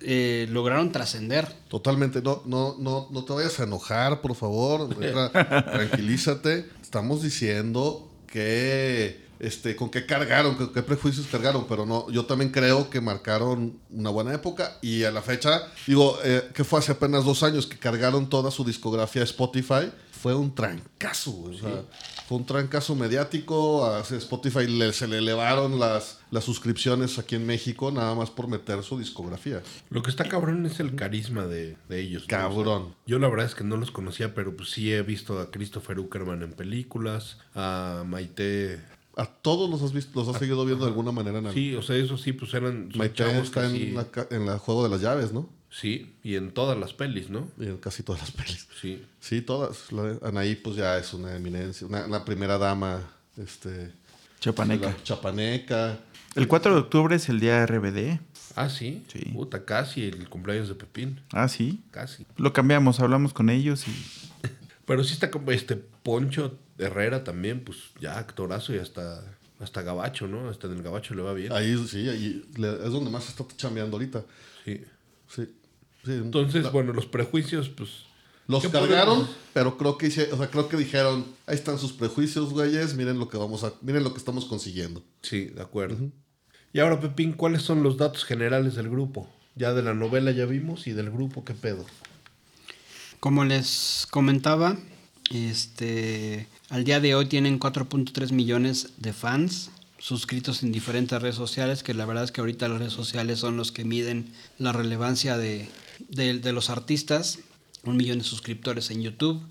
[SPEAKER 5] eh, lograron trascender.
[SPEAKER 2] Totalmente, no, no, no, no te vayas a enojar, por favor. Tra- Tranquilízate. Estamos diciendo que este, con qué cargaron, con qué prejuicios cargaron, pero no, yo también creo que marcaron una buena época y a la fecha, digo, eh, que fue hace apenas dos años que cargaron toda su discografía a Spotify, fue un trancazo, güey, o sea, fue un trancazo mediático, a Spotify le- se le elevaron las, las suscripciones aquí en México nada más por meter su discografía.
[SPEAKER 1] Lo que está cabrón es el carisma de, de ellos. ¿no?
[SPEAKER 2] Cabrón.
[SPEAKER 1] Yo la verdad es que no los conocía, pero pues sí he visto a Christopher Uckerman en películas, a Maite.
[SPEAKER 2] A todos los has visto, los has seguido viendo de alguna manera en
[SPEAKER 1] Ah, Sí, o sea, eso sí, pues eran son
[SPEAKER 2] Maite
[SPEAKER 1] chavos
[SPEAKER 2] está
[SPEAKER 1] que sí-
[SPEAKER 2] en la, ca- en la juego de las llaves, ¿no?
[SPEAKER 1] Sí, y en todas las pelis, ¿no?
[SPEAKER 2] Y en casi todas las pelis.
[SPEAKER 1] Sí.
[SPEAKER 2] Sí, todas. La de Anaí, pues ya es una eminencia, una, una primera dama, este.
[SPEAKER 3] Chapaneca.
[SPEAKER 2] la chapaneca.
[SPEAKER 3] El 4 de octubre es el día RBD.
[SPEAKER 1] Ah, sí.
[SPEAKER 3] Sí.
[SPEAKER 1] Puta, casi el cumpleaños de Pepín.
[SPEAKER 3] Ah, sí.
[SPEAKER 1] Casi.
[SPEAKER 3] Lo cambiamos, hablamos con ellos y
[SPEAKER 1] Pero sí está como este Poncho Herrera también, pues ya actorazo y hasta, hasta Gabacho, ¿no? Hasta en el Gabacho le va bien.
[SPEAKER 2] Ahí sí, ahí le- es donde más está chambeando ahorita.
[SPEAKER 1] Sí.
[SPEAKER 2] Sí. sí.
[SPEAKER 1] Entonces,
[SPEAKER 2] La-
[SPEAKER 1] bueno, los prejuicios, pues.
[SPEAKER 2] los
[SPEAKER 1] ¿qué
[SPEAKER 2] cargaron,
[SPEAKER 1] podemos-
[SPEAKER 2] pero creo que hice- o sea, creo que dijeron, ahí están sus prejuicios, güeyes, miren lo que vamos a, miren lo que estamos consiguiendo.
[SPEAKER 1] Sí, de acuerdo. Y ahora, Pepín, ¿cuáles son los datos generales del grupo? Ya de la novela ya vimos y del grupo, ¿qué pedo?
[SPEAKER 5] Como les comentaba, este, al día de hoy tienen 4.3 millones de fans suscritos en diferentes redes sociales, que la verdad es que ahorita las redes sociales son los que miden la relevancia de, de- de los artistas. Un millón de suscriptores en YouTube,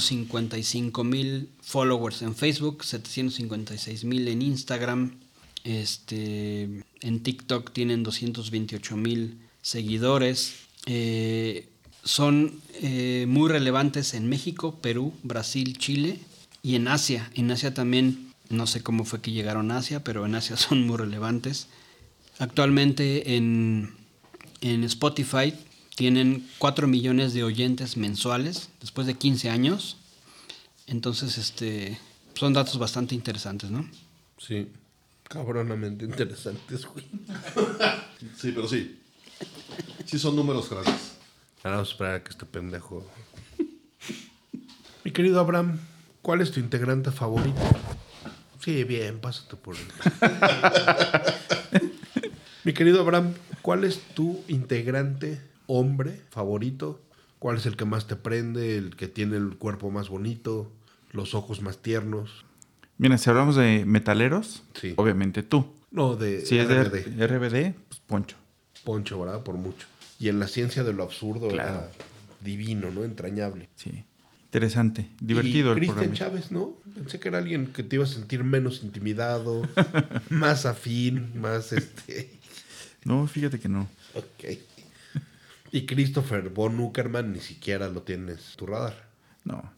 [SPEAKER 5] 555 mil followers en Facebook, 756 mil en Instagram, este, en TikTok tienen 228 mil seguidores. Eh, son eh, muy relevantes en México, Perú, Brasil, Chile y en Asia. En Asia también, no sé cómo fue que llegaron a Asia, pero en Asia son muy relevantes. Actualmente en, en Spotify tienen 4 millones de oyentes mensuales después de 15 años. Entonces, este, son datos bastante interesantes, ¿no?
[SPEAKER 1] Sí. Cabronamente interesantes, güey.
[SPEAKER 2] Sí, pero sí. Sí son números grandes.
[SPEAKER 1] Ahora vamos a esperar a que este pendejo. Mi querido Abraham, ¿cuál es tu integrante favorito? Sí, bien, pásate por él. Mi querido Abraham, ¿cuál es tu integrante hombre favorito? ¿Cuál es el que más te prende? ¿El que tiene el cuerpo más bonito? ¿Los ojos más tiernos?
[SPEAKER 3] mira, si hablamos de metaleros,
[SPEAKER 1] Sí.
[SPEAKER 3] obviamente tú.
[SPEAKER 1] No, de
[SPEAKER 3] Si es de
[SPEAKER 1] RBD.
[SPEAKER 3] RBD, pues Poncho.
[SPEAKER 1] Poncho, ¿verdad? Por mucho. Y en la ciencia de lo absurdo
[SPEAKER 3] Claro.
[SPEAKER 1] era divino, ¿no? Entrañable.
[SPEAKER 3] Sí. Interesante, divertido
[SPEAKER 1] Y
[SPEAKER 3] el
[SPEAKER 1] Cristian
[SPEAKER 3] programa.
[SPEAKER 1] Chávez, ¿no? Pensé que era alguien que te iba a sentir menos intimidado, más afín, más este.
[SPEAKER 3] No, fíjate que no.
[SPEAKER 1] Ok. Y Christopher Von Uckerman ni siquiera lo tienes en tu radar.
[SPEAKER 3] No.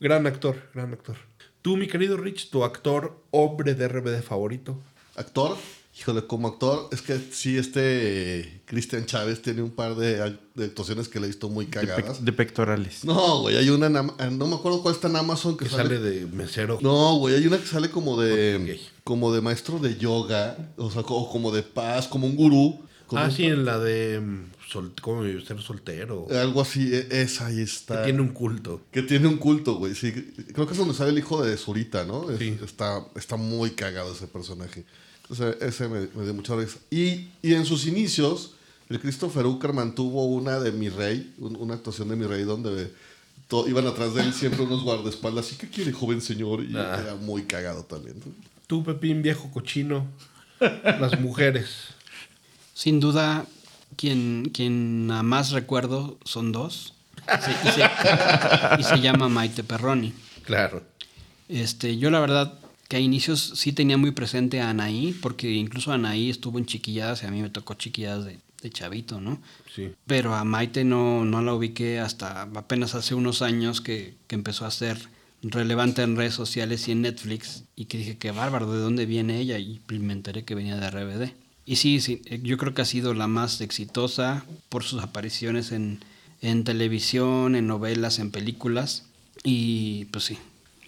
[SPEAKER 1] Gran actor, gran actor. Tú, mi querido Rich, tu actor hombre de RBD favorito.
[SPEAKER 2] Actor, híjole, como actor, es que sí, este eh, Cristian Chávez tiene un par de, ac- de actuaciones que le he visto muy
[SPEAKER 3] De, pec-
[SPEAKER 2] cagadas.
[SPEAKER 3] de pectorales.
[SPEAKER 2] No, güey, hay una, en Am- ah, no me acuerdo cuál está en Amazon que,
[SPEAKER 1] Que
[SPEAKER 2] sale.
[SPEAKER 1] sale de mesero. Ah,
[SPEAKER 2] No, güey, hay una que sale como de,
[SPEAKER 1] Ok.
[SPEAKER 2] como de maestro de yoga, o sea, co- como de paz, como un gurú. como
[SPEAKER 1] ah,
[SPEAKER 2] un-
[SPEAKER 1] sí, en la de. mm, Sol, ¿Cómo ser soltero?
[SPEAKER 2] Algo así, e- esa ahí
[SPEAKER 1] Que
[SPEAKER 2] está.
[SPEAKER 1] tiene un culto.
[SPEAKER 2] Que tiene un culto, güey. Sí, creo que es donde sale el hijo de Zurita, ¿no? Es-
[SPEAKER 1] Sí.
[SPEAKER 2] está, está muy cagado ese personaje. O sea, ese me, me dio mucha risa. Y, y en sus inicios, el Christopher Uckerman tuvo una de Mi Rey, un- una actuación de Mi Rey, donde to- iban atrás de él siempre unos guardaespaldas. ¿Y qué quiere, joven señor? Y
[SPEAKER 1] Ah.
[SPEAKER 2] era muy cagado también.
[SPEAKER 1] Tú, Pepín, viejo cochino. Las mujeres.
[SPEAKER 5] Sin duda, quien, quien a más recuerdo son dos. Se- y, se, y se llama Maite Perroni.
[SPEAKER 1] Claro.
[SPEAKER 5] Este, yo la verdad que a inicios sí tenía muy presente a Anaí, porque incluso Anaí estuvo en chiquilladas y a mí me tocó chiquilladas de de chavito, ¿no?
[SPEAKER 1] Sí.
[SPEAKER 5] Pero a Maite no, no la ubiqué hasta apenas hace unos años que, que empezó a ser relevante en redes sociales y en Netflix y que dije, qué bárbaro, ¿de dónde viene ella? Y pues me enteré que venía de RBD. Y sí, sí yo creo que ha sido la más exitosa por sus apariciones en, en televisión, en novelas, en películas. Y pues sí,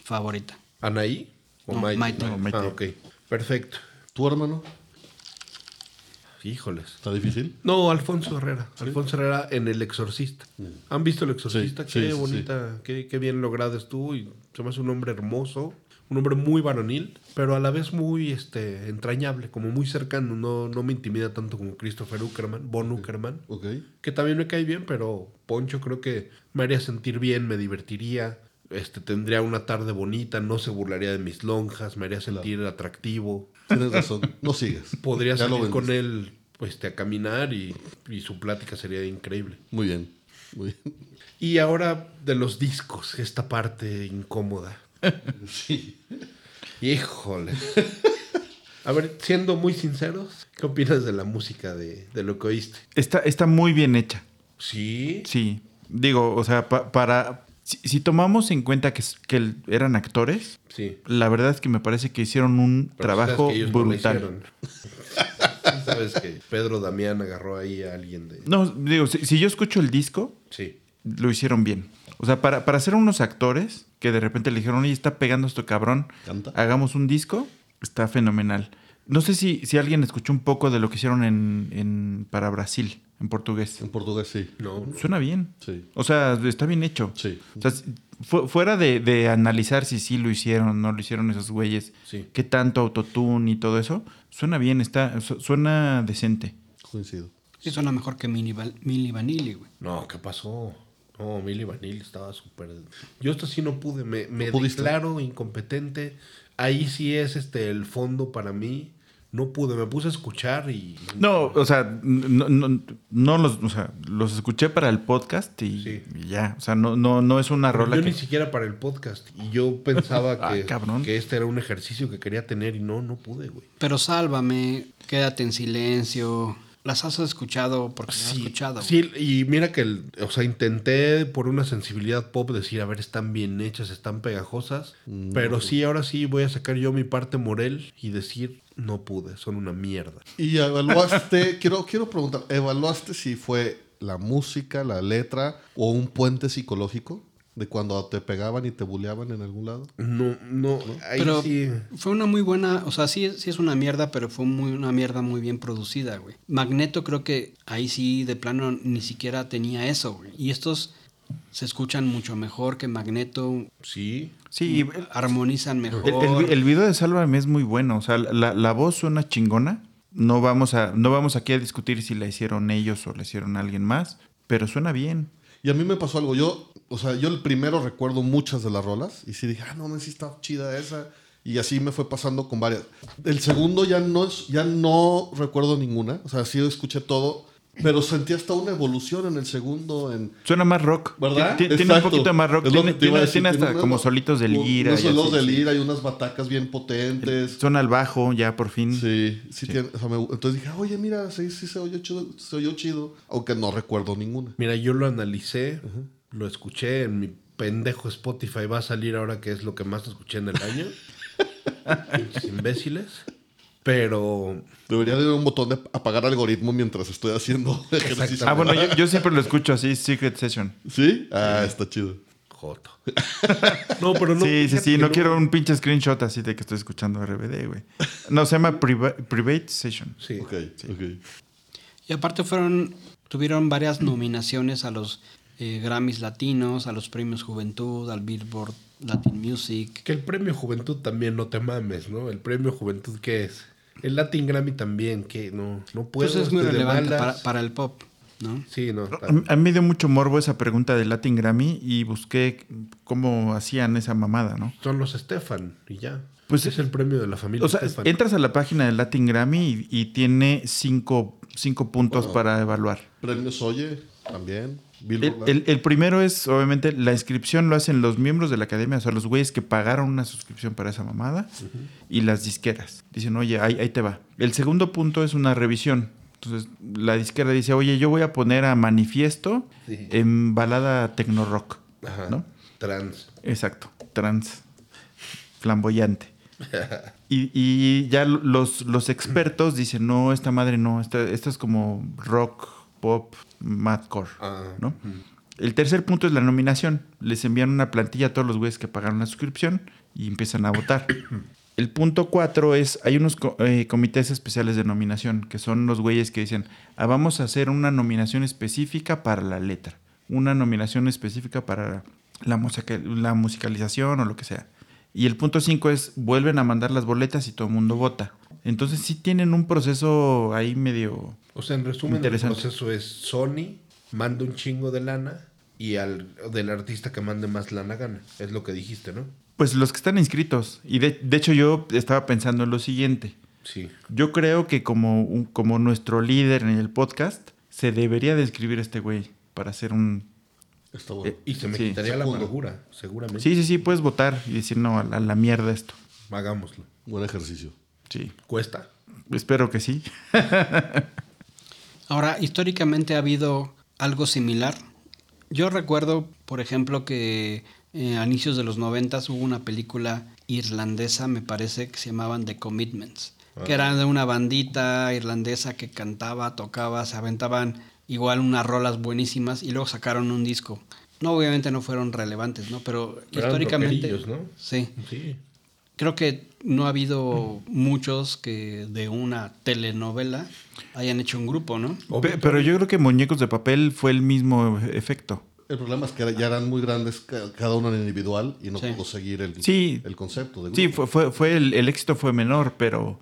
[SPEAKER 5] favorita.
[SPEAKER 1] ¿Anaí? ¿O
[SPEAKER 5] No,
[SPEAKER 1] Maite?
[SPEAKER 5] Maite.
[SPEAKER 3] No, Maite.
[SPEAKER 1] Ah, ok. Perfecto.
[SPEAKER 2] ¿Tu hermano?
[SPEAKER 1] Híjoles.
[SPEAKER 2] ¿Está difícil?
[SPEAKER 1] No, Alfonso Herrera. Alfonso Herrera en El Exorcista. ¿Han visto El Exorcista?
[SPEAKER 2] Sí, sí,
[SPEAKER 1] qué
[SPEAKER 2] sí,
[SPEAKER 1] bonita, Qué, qué bien logrado estuvo. Y se me hace un hombre hermoso, un hombre muy varonil, pero a la vez muy este, entrañable, como muy cercano. No, no me intimida tanto como Christopher Uckerman, Von Uckerman,
[SPEAKER 2] Ok.
[SPEAKER 1] que también me cae bien, pero Poncho creo que me haría sentir bien, me divertiría. Este, tendría una tarde bonita, no se burlaría de mis lonjas, me haría sentir atractivo
[SPEAKER 2] Tienes razón. No sigas.
[SPEAKER 1] podría
[SPEAKER 2] Ya lo
[SPEAKER 1] salir con
[SPEAKER 2] vendiste.
[SPEAKER 1] él este, a caminar y, y su plática sería increíble.
[SPEAKER 2] Muy bien. Muy bien.
[SPEAKER 1] Y ahora de los discos, esta parte incómoda.
[SPEAKER 2] Sí.
[SPEAKER 1] Híjole. A ver, siendo muy sinceros, ¿qué opinas de la música de, de lo que oíste?
[SPEAKER 3] Está, está muy bien hecha.
[SPEAKER 1] Sí.
[SPEAKER 3] Sí. Digo, o sea, pa- para. Si, si tomamos en cuenta que, s- que el- eran actores,
[SPEAKER 1] Sí.
[SPEAKER 3] la verdad es que me parece que hicieron un
[SPEAKER 1] Pero pues,
[SPEAKER 3] trabajo
[SPEAKER 1] sabes que ellos no la
[SPEAKER 3] brutal.
[SPEAKER 1] hicieron. sabes que Pedro Damián agarró ahí a alguien de...
[SPEAKER 3] No, digo, si, si yo escucho el disco,
[SPEAKER 1] Sí.
[SPEAKER 3] lo hicieron bien. O sea, para, para ser unos actores que de repente le dijeron, oye, está pegando esto cabrón,
[SPEAKER 2] Canta.
[SPEAKER 3] hagamos un disco, está fenomenal. No sé si, si alguien escuchó un poco de lo que hicieron en, en- para Brasil, en portugués.
[SPEAKER 2] En portugués sí.
[SPEAKER 1] No.
[SPEAKER 3] Suena bien.
[SPEAKER 2] Sí.
[SPEAKER 3] O sea, está bien hecho.
[SPEAKER 2] Sí.
[SPEAKER 3] O sea, si- fu- fuera de, de analizar si sí lo hicieron o no lo hicieron esos güeyes,
[SPEAKER 1] Sí.
[SPEAKER 3] qué tanto autotune y todo eso, suena bien, está, su- suena decente.
[SPEAKER 2] Coincido.
[SPEAKER 5] Sí, suena mejor que Mini, Val- Milli Vanilli, güey.
[SPEAKER 1] No, ¿qué pasó? No, Milly Vanilli estaba súper. Yo esto sí no pude, me, me
[SPEAKER 2] ¿No pudiste?
[SPEAKER 1] declaro incompetente. Ahí sí es este el fondo para mí. No pude, me puse a escuchar y.
[SPEAKER 3] No, o sea, n- no, no- no los, o sea, los escuché para el podcast y,
[SPEAKER 1] Sí.
[SPEAKER 3] y ya. O sea, no, no, no es una rola
[SPEAKER 1] yo
[SPEAKER 3] que.
[SPEAKER 1] ni siquiera para el podcast. Y yo pensaba
[SPEAKER 3] Ah,
[SPEAKER 1] que,
[SPEAKER 3] cabrón.
[SPEAKER 1] que este era un ejercicio que quería tener y no, no pude, güey.
[SPEAKER 5] Pero sálvame, quédate en silencio. Las has escuchado porque las has escuchado. güey.
[SPEAKER 1] sí, y mira que, el- o sea, intenté por una sensibilidad pop decir, a ver, están bien hechas, están pegajosas,
[SPEAKER 5] pues.
[SPEAKER 1] pero sí, ahora sí voy a sacar yo mi parte Morel y decir, no pude, son una mierda.
[SPEAKER 2] Y evaluaste, quiero, quiero preguntar, ¿evaluaste si fue la música, la letra o un puente psicológico de cuando te pegaban y te buleaban en algún lado?
[SPEAKER 1] No, no, ahí
[SPEAKER 5] Pero
[SPEAKER 1] sí.
[SPEAKER 5] fue una muy buena, o sea, sí, sí es una mierda, pero fue muy, una mierda muy bien producida, güey. Magneto creo que ahí sí de plano ni siquiera tenía eso, güey. Y estos se escuchan mucho mejor que Magneto,
[SPEAKER 1] Sí.
[SPEAKER 3] Sí, el,
[SPEAKER 5] armonizan mejor.
[SPEAKER 3] el- el video de Sálvame es muy bueno. O sea, la, la voz suena chingona. No vamos, a, no vamos aquí a discutir si la hicieron ellos o la hicieron alguien más, pero suena bien.
[SPEAKER 2] Y a mí me pasó algo. Yo, o sea, yo el primero recuerdo muchas de las rolas y sí dije, ah, no, no, sí está chida esa. Y así me fue pasando con varias. El segundo ya no, es- ya no recuerdo ninguna. O sea, sí escuché todo, pero sentí hasta una evolución en el segundo. En,
[SPEAKER 3] Suena más rock.
[SPEAKER 2] ¿Verdad?
[SPEAKER 3] Ti- ti- Tiene un
[SPEAKER 2] Exacto.
[SPEAKER 3] poquito de más rock.
[SPEAKER 2] Es lo
[SPEAKER 3] Tiene,
[SPEAKER 2] que te iba a
[SPEAKER 3] tiene-
[SPEAKER 2] decir,
[SPEAKER 3] tiene
[SPEAKER 2] tiene
[SPEAKER 3] hasta
[SPEAKER 2] unas-
[SPEAKER 3] como solitos de
[SPEAKER 2] un-
[SPEAKER 3] lira.
[SPEAKER 2] Unos
[SPEAKER 3] y así,
[SPEAKER 2] solos de
[SPEAKER 3] sí.
[SPEAKER 2] lira y unas batacas bien potentes.
[SPEAKER 3] Suena al bajo ya por fin.
[SPEAKER 2] Sí, sí, tiene- o sea, me- entonces dije, oye, mira, sí, sí se oyó chido, se oyó chido, aunque no recuerdo ninguna.
[SPEAKER 1] Mira, yo lo analicé, lo escuché en mi pendejo Spotify. Va a salir ahora que es lo que más escuché en el año. Pinches imbéciles. Pero
[SPEAKER 2] Debería de haber un botón de apagar algoritmo mientras estoy haciendo ejercicio.
[SPEAKER 3] Ah, bueno, yo, yo siempre lo escucho así, Secret Session.
[SPEAKER 2] ¿Sí? Ah, está chido.
[SPEAKER 1] Joto. No, pero no.
[SPEAKER 3] sí, sí,
[SPEAKER 1] fíjate
[SPEAKER 3] sí,
[SPEAKER 1] que
[SPEAKER 3] no quiero un pinche screenshot así de que estoy escuchando RBD, güey. No, se llama Priva- Private Session.
[SPEAKER 1] Sí.
[SPEAKER 2] Ok, ok.
[SPEAKER 5] Y aparte fueron, tuvieron varias nominaciones a los eh, Grammys latinos, a los premios Juventud, al Billboard Latin Music.
[SPEAKER 1] Que el premio Juventud también no te mames, ¿no? El premio Juventud, ¿qué es? El Latin Grammy también, que no, no puedo.
[SPEAKER 5] Pues es muy
[SPEAKER 1] estoy de
[SPEAKER 5] relevante
[SPEAKER 1] malas.
[SPEAKER 5] para, para el pop, ¿no?
[SPEAKER 1] Sí, no. está-
[SPEAKER 2] mm.
[SPEAKER 3] A mí me dio mucho morbo esa pregunta de Latin Grammy y busqué cómo hacían esa mamada, ¿no?
[SPEAKER 1] Son los Stefan y ya.
[SPEAKER 3] Pues-
[SPEAKER 1] Pues es el premio de la familia.
[SPEAKER 3] O sea,
[SPEAKER 1] Stefan.
[SPEAKER 3] entras a la página de Latin Grammy y, y tiene cinco, cinco puntos para evaluar.
[SPEAKER 2] Premios Oye, también.
[SPEAKER 3] El,
[SPEAKER 2] Billboard.
[SPEAKER 3] el- el primero es, obviamente, la inscripción lo hacen los miembros de la academia, o sea, los güeyes que pagaron una suscripción para esa mamada, y las disqueras. Dicen, oye, ahí, ahí te va. El segundo punto es una revisión. Entonces la izquierda dice, oye, yo voy a poner a Manifiesto
[SPEAKER 1] Sí.
[SPEAKER 3] en balada tecno-rock.
[SPEAKER 1] Ajá.
[SPEAKER 3] ¿no?
[SPEAKER 1] Trans.
[SPEAKER 3] Exacto, trans, flamboyante. Y, y ya los, los expertos dicen, no, esta madre no, esta- esto es como rock, pop, madcore,
[SPEAKER 1] Ah,
[SPEAKER 3] ¿no? El tercer punto es la nominación. Les envían una plantilla a todos los güeyes que pagaron la suscripción y empiezan a votar. El punto cuatro es, hay unos co- eh, comités especiales de nominación, que son los güeyes que dicen, "Ah, vamos a hacer una nominación específica para la letra, una nominación específica para la, musica- la musicalización o lo que sea. Y el punto 5 es, vuelven a mandar las boletas y todo el mundo vota. Entonces sí tienen un proceso ahí medio...
[SPEAKER 1] O sea, en resumen, el
[SPEAKER 3] Interesante.
[SPEAKER 1] proceso es Sony manda un chingo de lana y al del artista que mande más lana gana. Es lo que dijiste, ¿no?
[SPEAKER 3] Pues los que están inscritos. Y de, de hecho yo estaba pensando en lo siguiente.
[SPEAKER 1] Sí.
[SPEAKER 3] Yo creo que como, un- como nuestro líder en el podcast, se debería describir este güey para hacer un...
[SPEAKER 2] Está bueno.
[SPEAKER 3] Eh,
[SPEAKER 1] Y se me
[SPEAKER 3] Sí,
[SPEAKER 1] quitaría la
[SPEAKER 2] segundo.
[SPEAKER 1] amargura, seguramente.
[SPEAKER 3] Sí, sí, sí, puedes votar y decir no, a la, a la mierda esto.
[SPEAKER 1] Hagámoslo.
[SPEAKER 2] Buen ejercicio.
[SPEAKER 3] Sí.
[SPEAKER 1] ¿Cuesta?
[SPEAKER 3] Espero que sí.
[SPEAKER 5] Ahora, históricamente ha habido algo similar. Yo recuerdo, por ejemplo, que eh, a inicios de los noventas hubo una película irlandesa, me parece, que se llamaban The Commitments,
[SPEAKER 1] Ah.
[SPEAKER 5] que era de una bandita irlandesa que cantaba, tocaba, se aventaban igual unas rolas buenísimas y luego sacaron un disco. No, obviamente no fueron relevantes, ¿no? Pero
[SPEAKER 1] Eran
[SPEAKER 5] históricamente...
[SPEAKER 1] rockerillos, ¿no?
[SPEAKER 5] Sí.
[SPEAKER 1] Sí.
[SPEAKER 5] Creo que no ha habido muchos que de una telenovela hayan hecho un grupo, ¿no?
[SPEAKER 1] Obvio,
[SPEAKER 3] Pe- pero yo creo que Muñecos de Papel fue el mismo efecto.
[SPEAKER 2] El problema es que era- ya eran muy grandes ca- cada uno en individual y no
[SPEAKER 5] Sí.
[SPEAKER 2] pudo seguir el,
[SPEAKER 3] Sí.
[SPEAKER 2] el concepto. De
[SPEAKER 3] Sí,
[SPEAKER 2] grupo.
[SPEAKER 3] fue, fue, fue el, el éxito fue menor, pero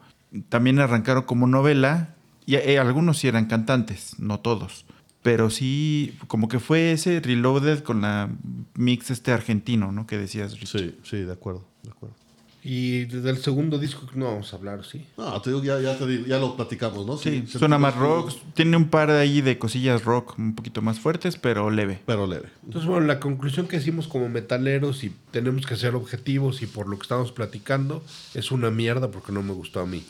[SPEAKER 3] también arrancaron como novela y eh, algunos sí eran cantantes, no todos. Pero sí, como que fue ese reloaded con la mix este argentino, ¿no? Que decías, Rich.
[SPEAKER 2] sí, sí, de acuerdo, de acuerdo.
[SPEAKER 1] Y del segundo disco no vamos a hablar, ¿sí?
[SPEAKER 2] No, te digo, ya, ya, te digo, ya lo platicamos, ¿no?
[SPEAKER 3] Sí,
[SPEAKER 2] Sí,
[SPEAKER 3] suena
[SPEAKER 2] sentimos
[SPEAKER 3] más
[SPEAKER 2] que-
[SPEAKER 3] rock, tiene un par de ahí de cosillas rock un poquito más fuertes, pero leve.
[SPEAKER 2] Pero leve.
[SPEAKER 1] Entonces, bueno, la conclusión que hicimos como metaleros y tenemos que ser objetivos y por lo que estamos platicando es una mierda porque no me gustó a mí.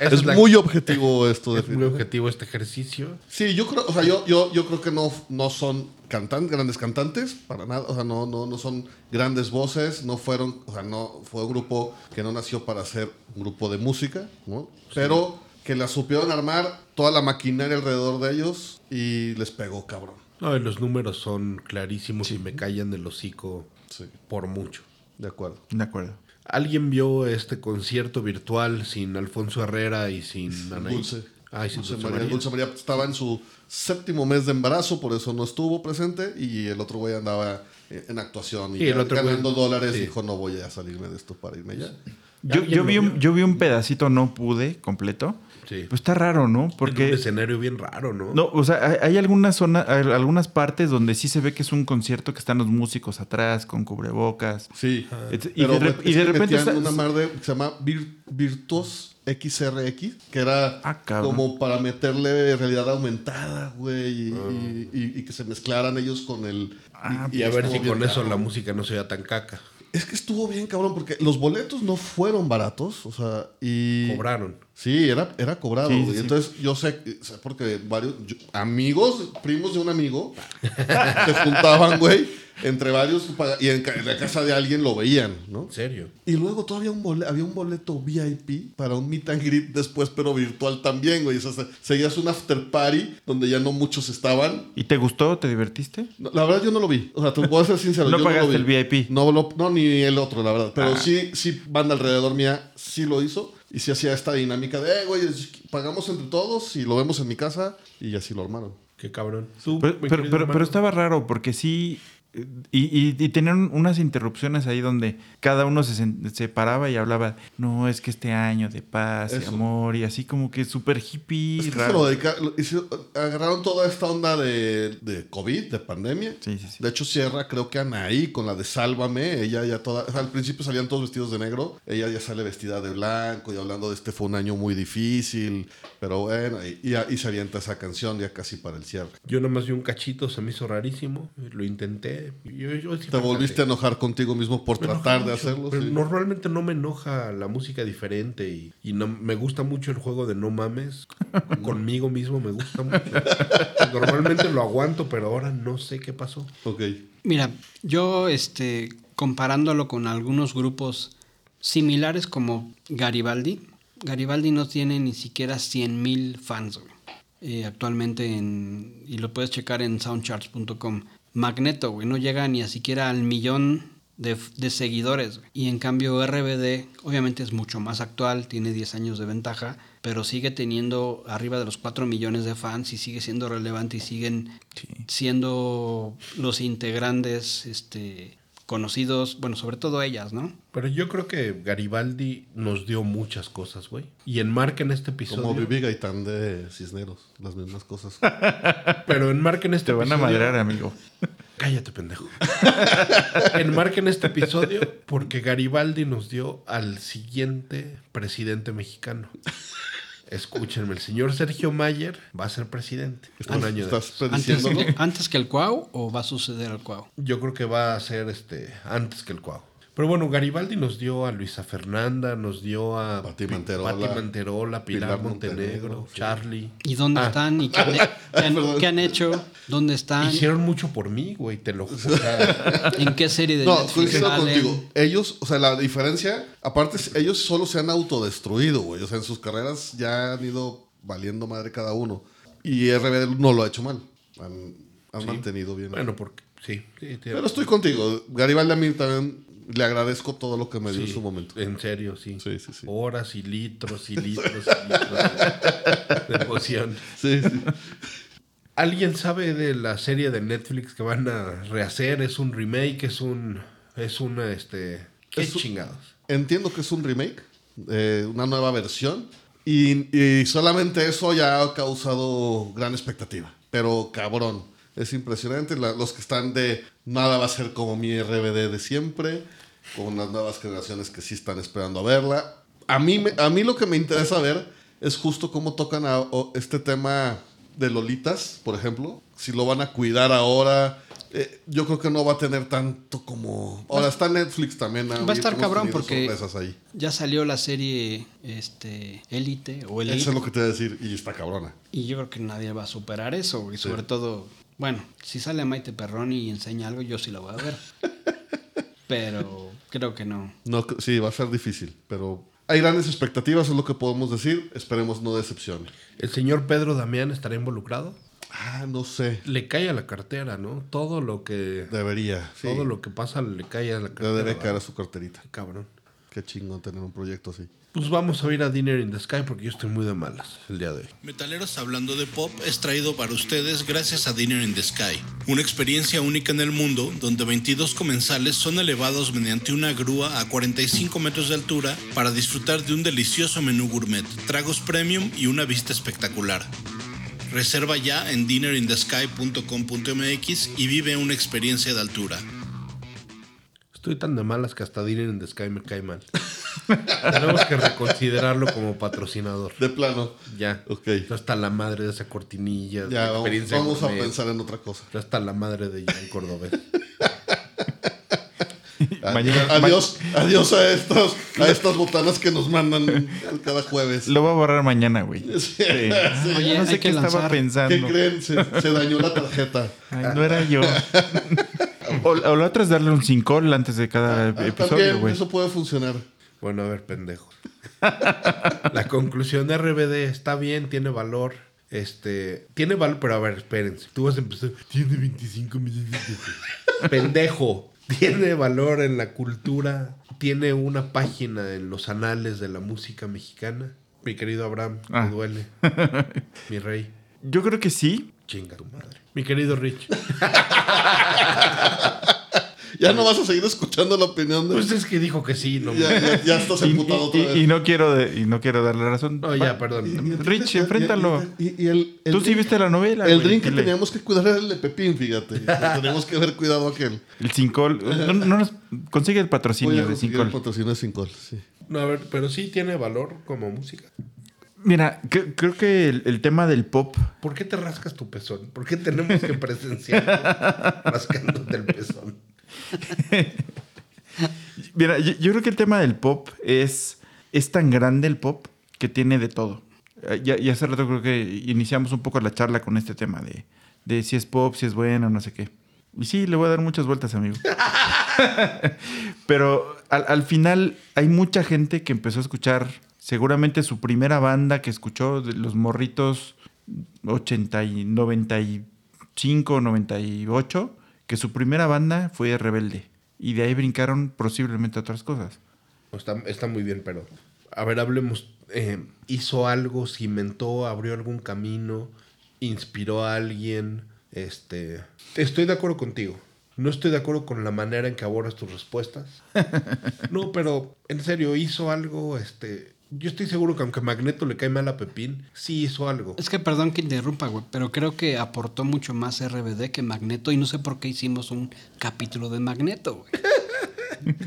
[SPEAKER 1] Esa
[SPEAKER 2] Es
[SPEAKER 1] la-
[SPEAKER 2] muy objetivo esto.
[SPEAKER 1] es
[SPEAKER 2] de
[SPEAKER 1] muy objetivo este ejercicio.
[SPEAKER 2] Sí, yo creo, o sea, yo, yo, yo creo que no, no son cantan- grandes cantantes, para nada, o sea, no, no, no son grandes voces, no fueron, o sea, no fue un grupo que no nació para ser un grupo de música, ¿no? Pero que la supieron armar toda la maquinaria alrededor de ellos y les pegó, cabrón.
[SPEAKER 1] No, y los números son clarísimos y me callan el hocico
[SPEAKER 2] Sí,
[SPEAKER 1] por mucho.
[SPEAKER 2] de acuerdo.
[SPEAKER 3] De acuerdo.
[SPEAKER 1] ¿Alguien vio este concierto virtual sin Alfonso Herrera y sin Anaí?
[SPEAKER 2] Dulce.
[SPEAKER 1] Ay, sin
[SPEAKER 2] Dulce
[SPEAKER 1] Dulce
[SPEAKER 2] María.
[SPEAKER 1] María.
[SPEAKER 2] Dulce María estaba en su séptimo mes de embarazo, por eso no estuvo presente y el otro güey andaba eh, en actuación y,
[SPEAKER 1] Sí, el otro güey-
[SPEAKER 2] ganando dólares
[SPEAKER 1] sí.
[SPEAKER 2] dijo no voy a salirme de esto para irme ya.
[SPEAKER 3] Yo,
[SPEAKER 1] ¿Alguien
[SPEAKER 3] yo,
[SPEAKER 1] lo
[SPEAKER 3] vi
[SPEAKER 1] vio?
[SPEAKER 3] un, yo vi un pedacito, no pude completo.
[SPEAKER 1] Sí.
[SPEAKER 3] Pues está raro, ¿no?
[SPEAKER 1] Porque... Un
[SPEAKER 3] Porque
[SPEAKER 1] escenario bien raro, ¿no?
[SPEAKER 3] No, o sea, hay, hay algunas zonas, hay algunas partes donde sí se ve que es un concierto que están los músicos atrás con cubrebocas.
[SPEAKER 2] Sí.
[SPEAKER 1] Ah.
[SPEAKER 3] Et- y,
[SPEAKER 2] Pero
[SPEAKER 3] de, rep-
[SPEAKER 2] es
[SPEAKER 3] y de
[SPEAKER 2] que
[SPEAKER 3] repente
[SPEAKER 2] metían
[SPEAKER 3] está-
[SPEAKER 2] una mar de- que se llama Vir- Virtuos XRX, que era
[SPEAKER 3] Ah, cabrón.
[SPEAKER 2] como para meterle realidad aumentada, güey,
[SPEAKER 1] Ah.
[SPEAKER 2] y, y- y- y que se mezclaran ellos con el...
[SPEAKER 3] Ah,
[SPEAKER 1] y pues, a ver si
[SPEAKER 2] estuvo
[SPEAKER 1] con
[SPEAKER 2] bien
[SPEAKER 1] eso la
[SPEAKER 2] cabrón.
[SPEAKER 1] música no se vea tan caca.
[SPEAKER 2] Es que estuvo bien, cabrón, porque los boletos no fueron baratos, o sea, y...
[SPEAKER 1] Cobraron.
[SPEAKER 2] Sí, era, era cobrado.
[SPEAKER 3] Sí, sí,
[SPEAKER 2] güey.
[SPEAKER 3] sí.
[SPEAKER 2] Entonces, yo sé, sé porque varios yo- amigos, primos de un amigo, se juntaban, güey, entre varios, para- y en, ca- en la casa de alguien lo veían, ¿no?
[SPEAKER 1] En serio.
[SPEAKER 2] Y luego todavía un bole- había un boleto VIP para un meet and greet después, pero virtual también, güey. O sea, se- seguías un after party donde ya no muchos estaban.
[SPEAKER 3] ¿Y te gustó? ¿Te divertiste?
[SPEAKER 2] No, la verdad, yo no lo vi. O sea, te voy a ser sincero.
[SPEAKER 3] No
[SPEAKER 2] yo
[SPEAKER 3] pagaste
[SPEAKER 2] lo vi.
[SPEAKER 3] el VIP.
[SPEAKER 2] No, lo- no, ni el otro, la verdad. Pero
[SPEAKER 3] Ah.
[SPEAKER 2] sí, sí, banda alrededor mía sí lo hizo. Y sí hacía esta dinámica de, eh, güey, es- pagamos entre todos y lo vemos en mi casa. Y así lo armaron.
[SPEAKER 1] Qué cabrón. Tú,
[SPEAKER 3] Pero,
[SPEAKER 1] mi
[SPEAKER 3] pero-
[SPEAKER 1] querido
[SPEAKER 3] pero-
[SPEAKER 1] hermano.
[SPEAKER 3] pero estaba raro porque sí... eh, Y, y- y tenían unas interrupciones ahí donde cada uno se, sen- se paraba y hablaba, no, es que este año de paz y
[SPEAKER 2] Eso.
[SPEAKER 3] amor y así como que súper hippie.
[SPEAKER 2] Es que se
[SPEAKER 3] raro.
[SPEAKER 2] lo dedica- lo hizo- agarraron toda esta onda de, de COVID, de pandemia.
[SPEAKER 3] Sí, sí, sí.
[SPEAKER 2] De hecho, cierra, creo que Anaí con la de Sálvame. Ella ya toda. o sea, al principio salían todos vestidos de negro. Ella ya sale vestida de blanco y hablando de este fue un año muy difícil. Pero bueno, y, y- y se avienta esa canción ya casi para el cierre.
[SPEAKER 1] Yo nomás vi un cachito, se me hizo rarísimo. Lo intenté, sé. yo- yo sí
[SPEAKER 2] Te
[SPEAKER 1] me
[SPEAKER 2] volviste a
[SPEAKER 1] enojé.
[SPEAKER 2] enojar contigo mismo por
[SPEAKER 1] Me
[SPEAKER 2] tratar
[SPEAKER 1] enojé
[SPEAKER 2] de
[SPEAKER 1] mucho,
[SPEAKER 2] hacerlo.
[SPEAKER 1] pero
[SPEAKER 2] sí.
[SPEAKER 1] Normalmente no me enoja la música diferente y, y no, me gusta mucho el juego de no mames. Conmigo mismo me gusta mucho. normalmente lo aguanto, pero ahora no sé qué pasó.
[SPEAKER 2] Ok.
[SPEAKER 5] Mira, yo este comparándolo con algunos grupos similares como Garibaldi, Garibaldi no tiene ni siquiera 100.000 fans güey. Eh, actualmente en y lo puedes checar en soundcharts.com. Magneto, güey, no llega ni a siquiera al millón de, f- de seguidores. güey. Y en cambio RBD obviamente es mucho más actual, tiene 10 años de ventaja, pero sigue teniendo arriba de los 4 millones de fans y sigue siendo relevante y siguen siendo los integrantes este, conocidos, bueno, sobre todo ellas, ¿no?
[SPEAKER 1] Pero yo creo que Garibaldi nos dio muchas cosas, güey. Y enmarca en este episodio.
[SPEAKER 2] Como Vivi Gaitán de Cisneros, las mismas cosas.
[SPEAKER 1] Pero enmarca en este
[SPEAKER 3] Te van a
[SPEAKER 1] episodio-
[SPEAKER 3] madrear, amigo.
[SPEAKER 1] Cállate, pendejo. Enmarquen este episodio porque Garibaldi nos dio al siguiente presidente mexicano. Escúchenme, el señor Sergio Mayer va a ser presidente. Un año de-
[SPEAKER 2] ¿Estás
[SPEAKER 5] Antes eh,
[SPEAKER 2] prediciéndolo?
[SPEAKER 5] que, antes que el Cuau o va a suceder al Cuau.
[SPEAKER 1] Yo creo que va a ser este antes que el Cuau. Pero bueno, Garibaldi nos dio a Luisa Fernanda, nos dio a
[SPEAKER 2] Pati
[SPEAKER 1] Pi-
[SPEAKER 2] Manterola,
[SPEAKER 1] Pati Manterola, Pilar,
[SPEAKER 2] Pilar
[SPEAKER 1] Montenegro,
[SPEAKER 2] Montenegro, sí.
[SPEAKER 1] Charlie.
[SPEAKER 5] ¿Y dónde
[SPEAKER 1] Ah.
[SPEAKER 5] están? ¿Y qué han, qué han-
[SPEAKER 2] Perdón.
[SPEAKER 5] qué han hecho? ¿Dónde están?
[SPEAKER 1] Hicieron mucho por mí, güey, te lo juro. O sea,
[SPEAKER 5] ¿En qué serie de
[SPEAKER 2] No,
[SPEAKER 5] Netflix
[SPEAKER 2] coincido
[SPEAKER 5] salen?
[SPEAKER 2] contigo. Ellos, o sea, la diferencia, aparte, es- ellos solo se han autodestruido, güey. O sea, en sus carreras ya han ido valiendo madre cada uno. Y RBD no lo ha hecho mal. Han, han mantenido bien.
[SPEAKER 1] bueno, porque sí. sí, tiene-
[SPEAKER 2] Pero estoy contigo. Garibaldi a mí también le agradezco todo lo que me dio
[SPEAKER 1] Sí,
[SPEAKER 2] en su momento.
[SPEAKER 1] En serio, sí.
[SPEAKER 2] Sí, sí, sí.
[SPEAKER 1] Horas y litros y litros y litros de, de emoción.
[SPEAKER 2] Sí, sí.
[SPEAKER 1] ¿Alguien sabe de la serie de Netflix que van a rehacer? ¿Es un remake? ¿Es un. Es un. Este, ¿Qué
[SPEAKER 2] Es un-
[SPEAKER 1] chingados?
[SPEAKER 2] Entiendo que es un remake, eh, una nueva versión. Y, y solamente eso ya ha causado gran expectativa. Pero cabrón, es impresionante. la- los que están de nada va a ser como mi RBD de siempre, con las nuevas generaciones que sí están esperando a verla. A mí, me- a mí lo que me interesa ver es justo cómo tocan a, o- este tema de Lolitas, por ejemplo. Si lo van a cuidar ahora. eh, yo creo que no va a tener tanto como... Ahora está Netflix también.
[SPEAKER 5] Va a estar
[SPEAKER 2] Hemos
[SPEAKER 5] cabrón
[SPEAKER 2] tenido
[SPEAKER 5] porque-
[SPEAKER 2] sorpresas ahí.
[SPEAKER 5] Ya salió la serie este, Élite o Elite.
[SPEAKER 2] Eso es lo que te voy a decir. Y está cabrona.
[SPEAKER 5] Y yo creo que nadie va a superar eso. Y sobre todo, bueno, si sale Maite Perroni y enseña algo, yo sí lo voy a ver. Pero creo que no.
[SPEAKER 2] No, cre- sí, va a ser difícil, pero hay grandes expectativas, es lo que podemos decir. Esperemos no decepcione.
[SPEAKER 1] ¿El señor Pedro Damián estará involucrado?
[SPEAKER 2] Ah, no sé.
[SPEAKER 1] Le cae a la cartera, ¿no? Todo lo que.
[SPEAKER 2] Debería. sí.
[SPEAKER 1] Todo lo que pasa le cae a la
[SPEAKER 2] Le
[SPEAKER 1] cartera.
[SPEAKER 2] debe
[SPEAKER 1] ¿va?
[SPEAKER 2] caer a su carterita.
[SPEAKER 1] Cabrón.
[SPEAKER 2] Qué chingón tener un proyecto así.
[SPEAKER 1] Pues vamos a ir a Dinner in the Sky porque yo estoy muy de malas el día de hoy.
[SPEAKER 4] Metaleros Hablando de Pop es traído para ustedes gracias a Dinner in the Sky, una experiencia única en el mundo donde 22 comensales son elevados mediante una grúa a 45 metros de altura para disfrutar de un delicioso menú gourmet, tragos premium y una vista espectacular. Reserva ya en dinnerinthesky.com.mx y vive una experiencia de altura.
[SPEAKER 1] Estoy tan de malas que hasta Dinner in the Sky me cae mal. Tenemos que reconsiderarlo como patrocinador.
[SPEAKER 2] De plano.
[SPEAKER 1] Ya.
[SPEAKER 2] Ok.
[SPEAKER 1] Está hasta la madre de esa cortinilla. de
[SPEAKER 2] Ya, vamos,
[SPEAKER 1] experiencia
[SPEAKER 2] vamos a
[SPEAKER 1] gourmet.
[SPEAKER 2] pensar en otra cosa.
[SPEAKER 1] Está hasta la madre de Jan Cordobés.
[SPEAKER 3] Va a llegar- va-
[SPEAKER 2] Adiós, adiós a estas, a estas botanas que nos mandan cada jueves.
[SPEAKER 3] Lo voy a borrar mañana, güey.
[SPEAKER 2] Sí,
[SPEAKER 3] Sí.
[SPEAKER 2] sí.
[SPEAKER 5] Oye,
[SPEAKER 3] no sé
[SPEAKER 5] hay que
[SPEAKER 3] qué estaba
[SPEAKER 5] lanzar.
[SPEAKER 2] ¿Qué
[SPEAKER 3] pensando.
[SPEAKER 2] creen? Se, se dañó la tarjeta.
[SPEAKER 3] Ay, no era yo. Ah. o, o la otra es darle un cincol antes de cada
[SPEAKER 2] Ah,
[SPEAKER 3] episodio,
[SPEAKER 2] También
[SPEAKER 3] güey.
[SPEAKER 2] eso puede funcionar.
[SPEAKER 1] Bueno, a ver, pendejos. La conclusión de RBD está bien, tiene valor. Este, tiene valor, pero a ver, espérense. Tú vas a empezar. Tiene 25 millones de pesos. Pendejo. Tiene valor en la cultura. Tiene una página en los anales de la música mexicana. Mi querido Abraham,
[SPEAKER 3] Ah.
[SPEAKER 1] me duele. Mi rey,
[SPEAKER 3] Yo creo que sí.
[SPEAKER 1] chinga tu madre. Mi querido Rich.
[SPEAKER 3] Pues,
[SPEAKER 2] Ya no vas a seguir escuchando la opinión de.
[SPEAKER 1] Pues es que dijo que sí, no.
[SPEAKER 2] Ya,
[SPEAKER 1] mames.
[SPEAKER 2] ya, ya estás
[SPEAKER 3] Y,
[SPEAKER 2] emputado
[SPEAKER 3] y-
[SPEAKER 2] otra vez.
[SPEAKER 3] y no quiero de- y no quiero darle razón.
[SPEAKER 1] No, ya, perdón.
[SPEAKER 3] Rich, enfréntalo.
[SPEAKER 2] Y, y el, el
[SPEAKER 3] Tú sí
[SPEAKER 2] drink-
[SPEAKER 3] viste la novela.
[SPEAKER 2] El
[SPEAKER 3] güey,
[SPEAKER 2] drink que
[SPEAKER 3] dile.
[SPEAKER 2] teníamos que cuidar era el de Pepín, fíjate. teníamos que haber cuidado aquel.
[SPEAKER 3] El cincol. No, no nos consigue el
[SPEAKER 2] Voy a
[SPEAKER 3] patrocinio de
[SPEAKER 2] conseguir el
[SPEAKER 3] cincol.
[SPEAKER 2] patrocinio de Cincol, sí.
[SPEAKER 1] No, a ver, pero sí tiene valor como música.
[SPEAKER 3] Mira, cre- creo que el, el tema del pop,
[SPEAKER 1] ¿Por qué te rascas tu pezón? ¿Por qué tenemos que presenciar rascándote el pezón?
[SPEAKER 3] mira, yo, yo creo que el tema del pop es, es tan grande el pop que tiene de todo. Eh, Ya, ya hace rato creo que iniciamos un poco la charla con este tema de, de si es pop, si es bueno, no sé qué. Y sí, le voy a dar muchas vueltas, amigo. Pero al, al final hay mucha gente que empezó a escuchar, seguramente su primera banda que escuchó, de los morritos 80 y 95, 98, que su primera banda fue Rebelde. Y de ahí brincaron posiblemente a otras cosas.
[SPEAKER 1] Está, está muy bien, pero. A ver, hablemos. eh, ¿Hizo algo? ¿Cimentó? ¿Abrió algún camino? ¿Inspiró a alguien? Este. Estoy de acuerdo contigo. No estoy de acuerdo con la manera en que abordas tus respuestas. No, pero en serio, hizo algo. Este. Yo estoy seguro que aunque a Magneto le cae mal a Pepín, sí hizo algo.
[SPEAKER 5] Es que perdón que interrumpa, güey, pero creo que aportó mucho más RBD que Magneto y no sé por qué hicimos un capítulo de Magneto, güey.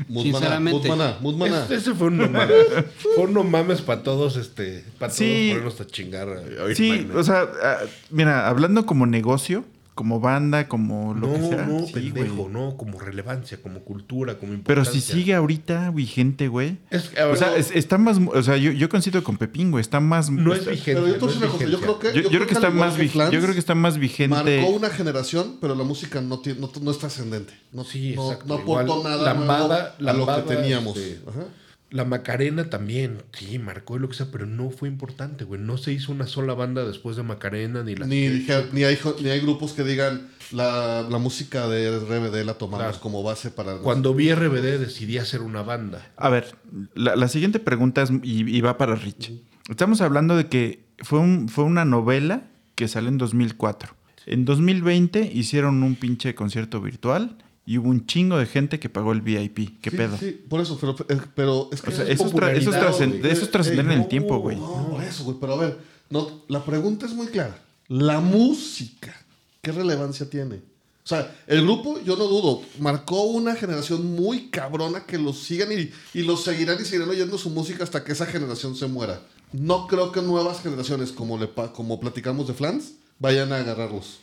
[SPEAKER 5] Sinceramente.
[SPEAKER 2] Mudmana,
[SPEAKER 3] Pues,
[SPEAKER 2] Mudmana.
[SPEAKER 1] Es- ese fue un no mames. fue un no mames para todos, este. Para todos
[SPEAKER 3] Sí.
[SPEAKER 1] ponernos hasta chingar. a- a oír
[SPEAKER 3] Sí,
[SPEAKER 1] Magneto.
[SPEAKER 3] o sea, ah, mira, hablando como negocio, como banda, como lo
[SPEAKER 1] No,
[SPEAKER 3] que sea.
[SPEAKER 1] no,
[SPEAKER 3] sí, güey.
[SPEAKER 1] pendejo, no, como relevancia, como cultura, como
[SPEAKER 3] Pero
[SPEAKER 1] importancia.
[SPEAKER 3] si sigue ahorita vigente, güey.
[SPEAKER 1] Es que, a
[SPEAKER 3] O
[SPEAKER 1] ver,
[SPEAKER 3] sea,
[SPEAKER 1] no,
[SPEAKER 3] es- está más. O sea, yo, yo coincido con Pepín, güey. Está más.
[SPEAKER 1] no es
[SPEAKER 3] está-
[SPEAKER 1] vigente.
[SPEAKER 2] Pero
[SPEAKER 1] no
[SPEAKER 2] yo
[SPEAKER 1] es
[SPEAKER 2] entonces una cosa, yo
[SPEAKER 1] vigencia.
[SPEAKER 2] creo que.
[SPEAKER 3] Yo, yo creo que está
[SPEAKER 2] al igual
[SPEAKER 3] más
[SPEAKER 2] que
[SPEAKER 3] vig-
[SPEAKER 2] Flans,
[SPEAKER 3] yo creo que está más vigente.
[SPEAKER 2] Marcó una generación, pero la música no, tiene- no, no es trascendente. No,
[SPEAKER 1] Sí,
[SPEAKER 2] no,
[SPEAKER 1] exacto,
[SPEAKER 2] no aportó
[SPEAKER 1] igual
[SPEAKER 2] nada
[SPEAKER 1] la
[SPEAKER 2] nuevo
[SPEAKER 1] amada- la
[SPEAKER 2] a lo que
[SPEAKER 1] amada,
[SPEAKER 2] teníamos.
[SPEAKER 1] este,
[SPEAKER 2] Ajá.
[SPEAKER 1] La Macarena también, sí, marcó y lo que sea, pero no fue importante, güey. No se hizo una sola banda después de Macarena ni la.
[SPEAKER 2] Ni, dije- ni, hay, jo- ni hay grupos que digan la, la música de RBD la tomamos
[SPEAKER 1] Claro.
[SPEAKER 2] como base para.
[SPEAKER 1] Cuando vi RBD decidí hacer una banda.
[SPEAKER 3] A ver, la, la siguiente pregunta es, y, y va para Rich. Estamos hablando de que fue, un- fue una novela que salió en 2004. En 2020 hicieron un pinche concierto virtual y hubo un chingo de gente que pagó el VIP. ¿Qué
[SPEAKER 2] Sí,
[SPEAKER 3] pedo?
[SPEAKER 2] sí, por eso, pero, eh, pero es que.
[SPEAKER 3] O sea,
[SPEAKER 2] es
[SPEAKER 3] eso es, tra- eso es
[SPEAKER 2] popularidad,
[SPEAKER 3] trascend-
[SPEAKER 2] güey.
[SPEAKER 3] eso es trascender en el tiempo, güey.
[SPEAKER 2] No, por eso, güey. Pero a ver, no, la pregunta es muy clara. La música, ¿qué relevancia tiene? O sea, el grupo, yo no dudo, marcó una generación muy cabrona que los sigan y, y los seguirán y seguirán oyendo su música hasta que esa generación se muera. No creo que nuevas generaciones, como, le, pa- como platicamos de Flans, vayan a agarrarlos.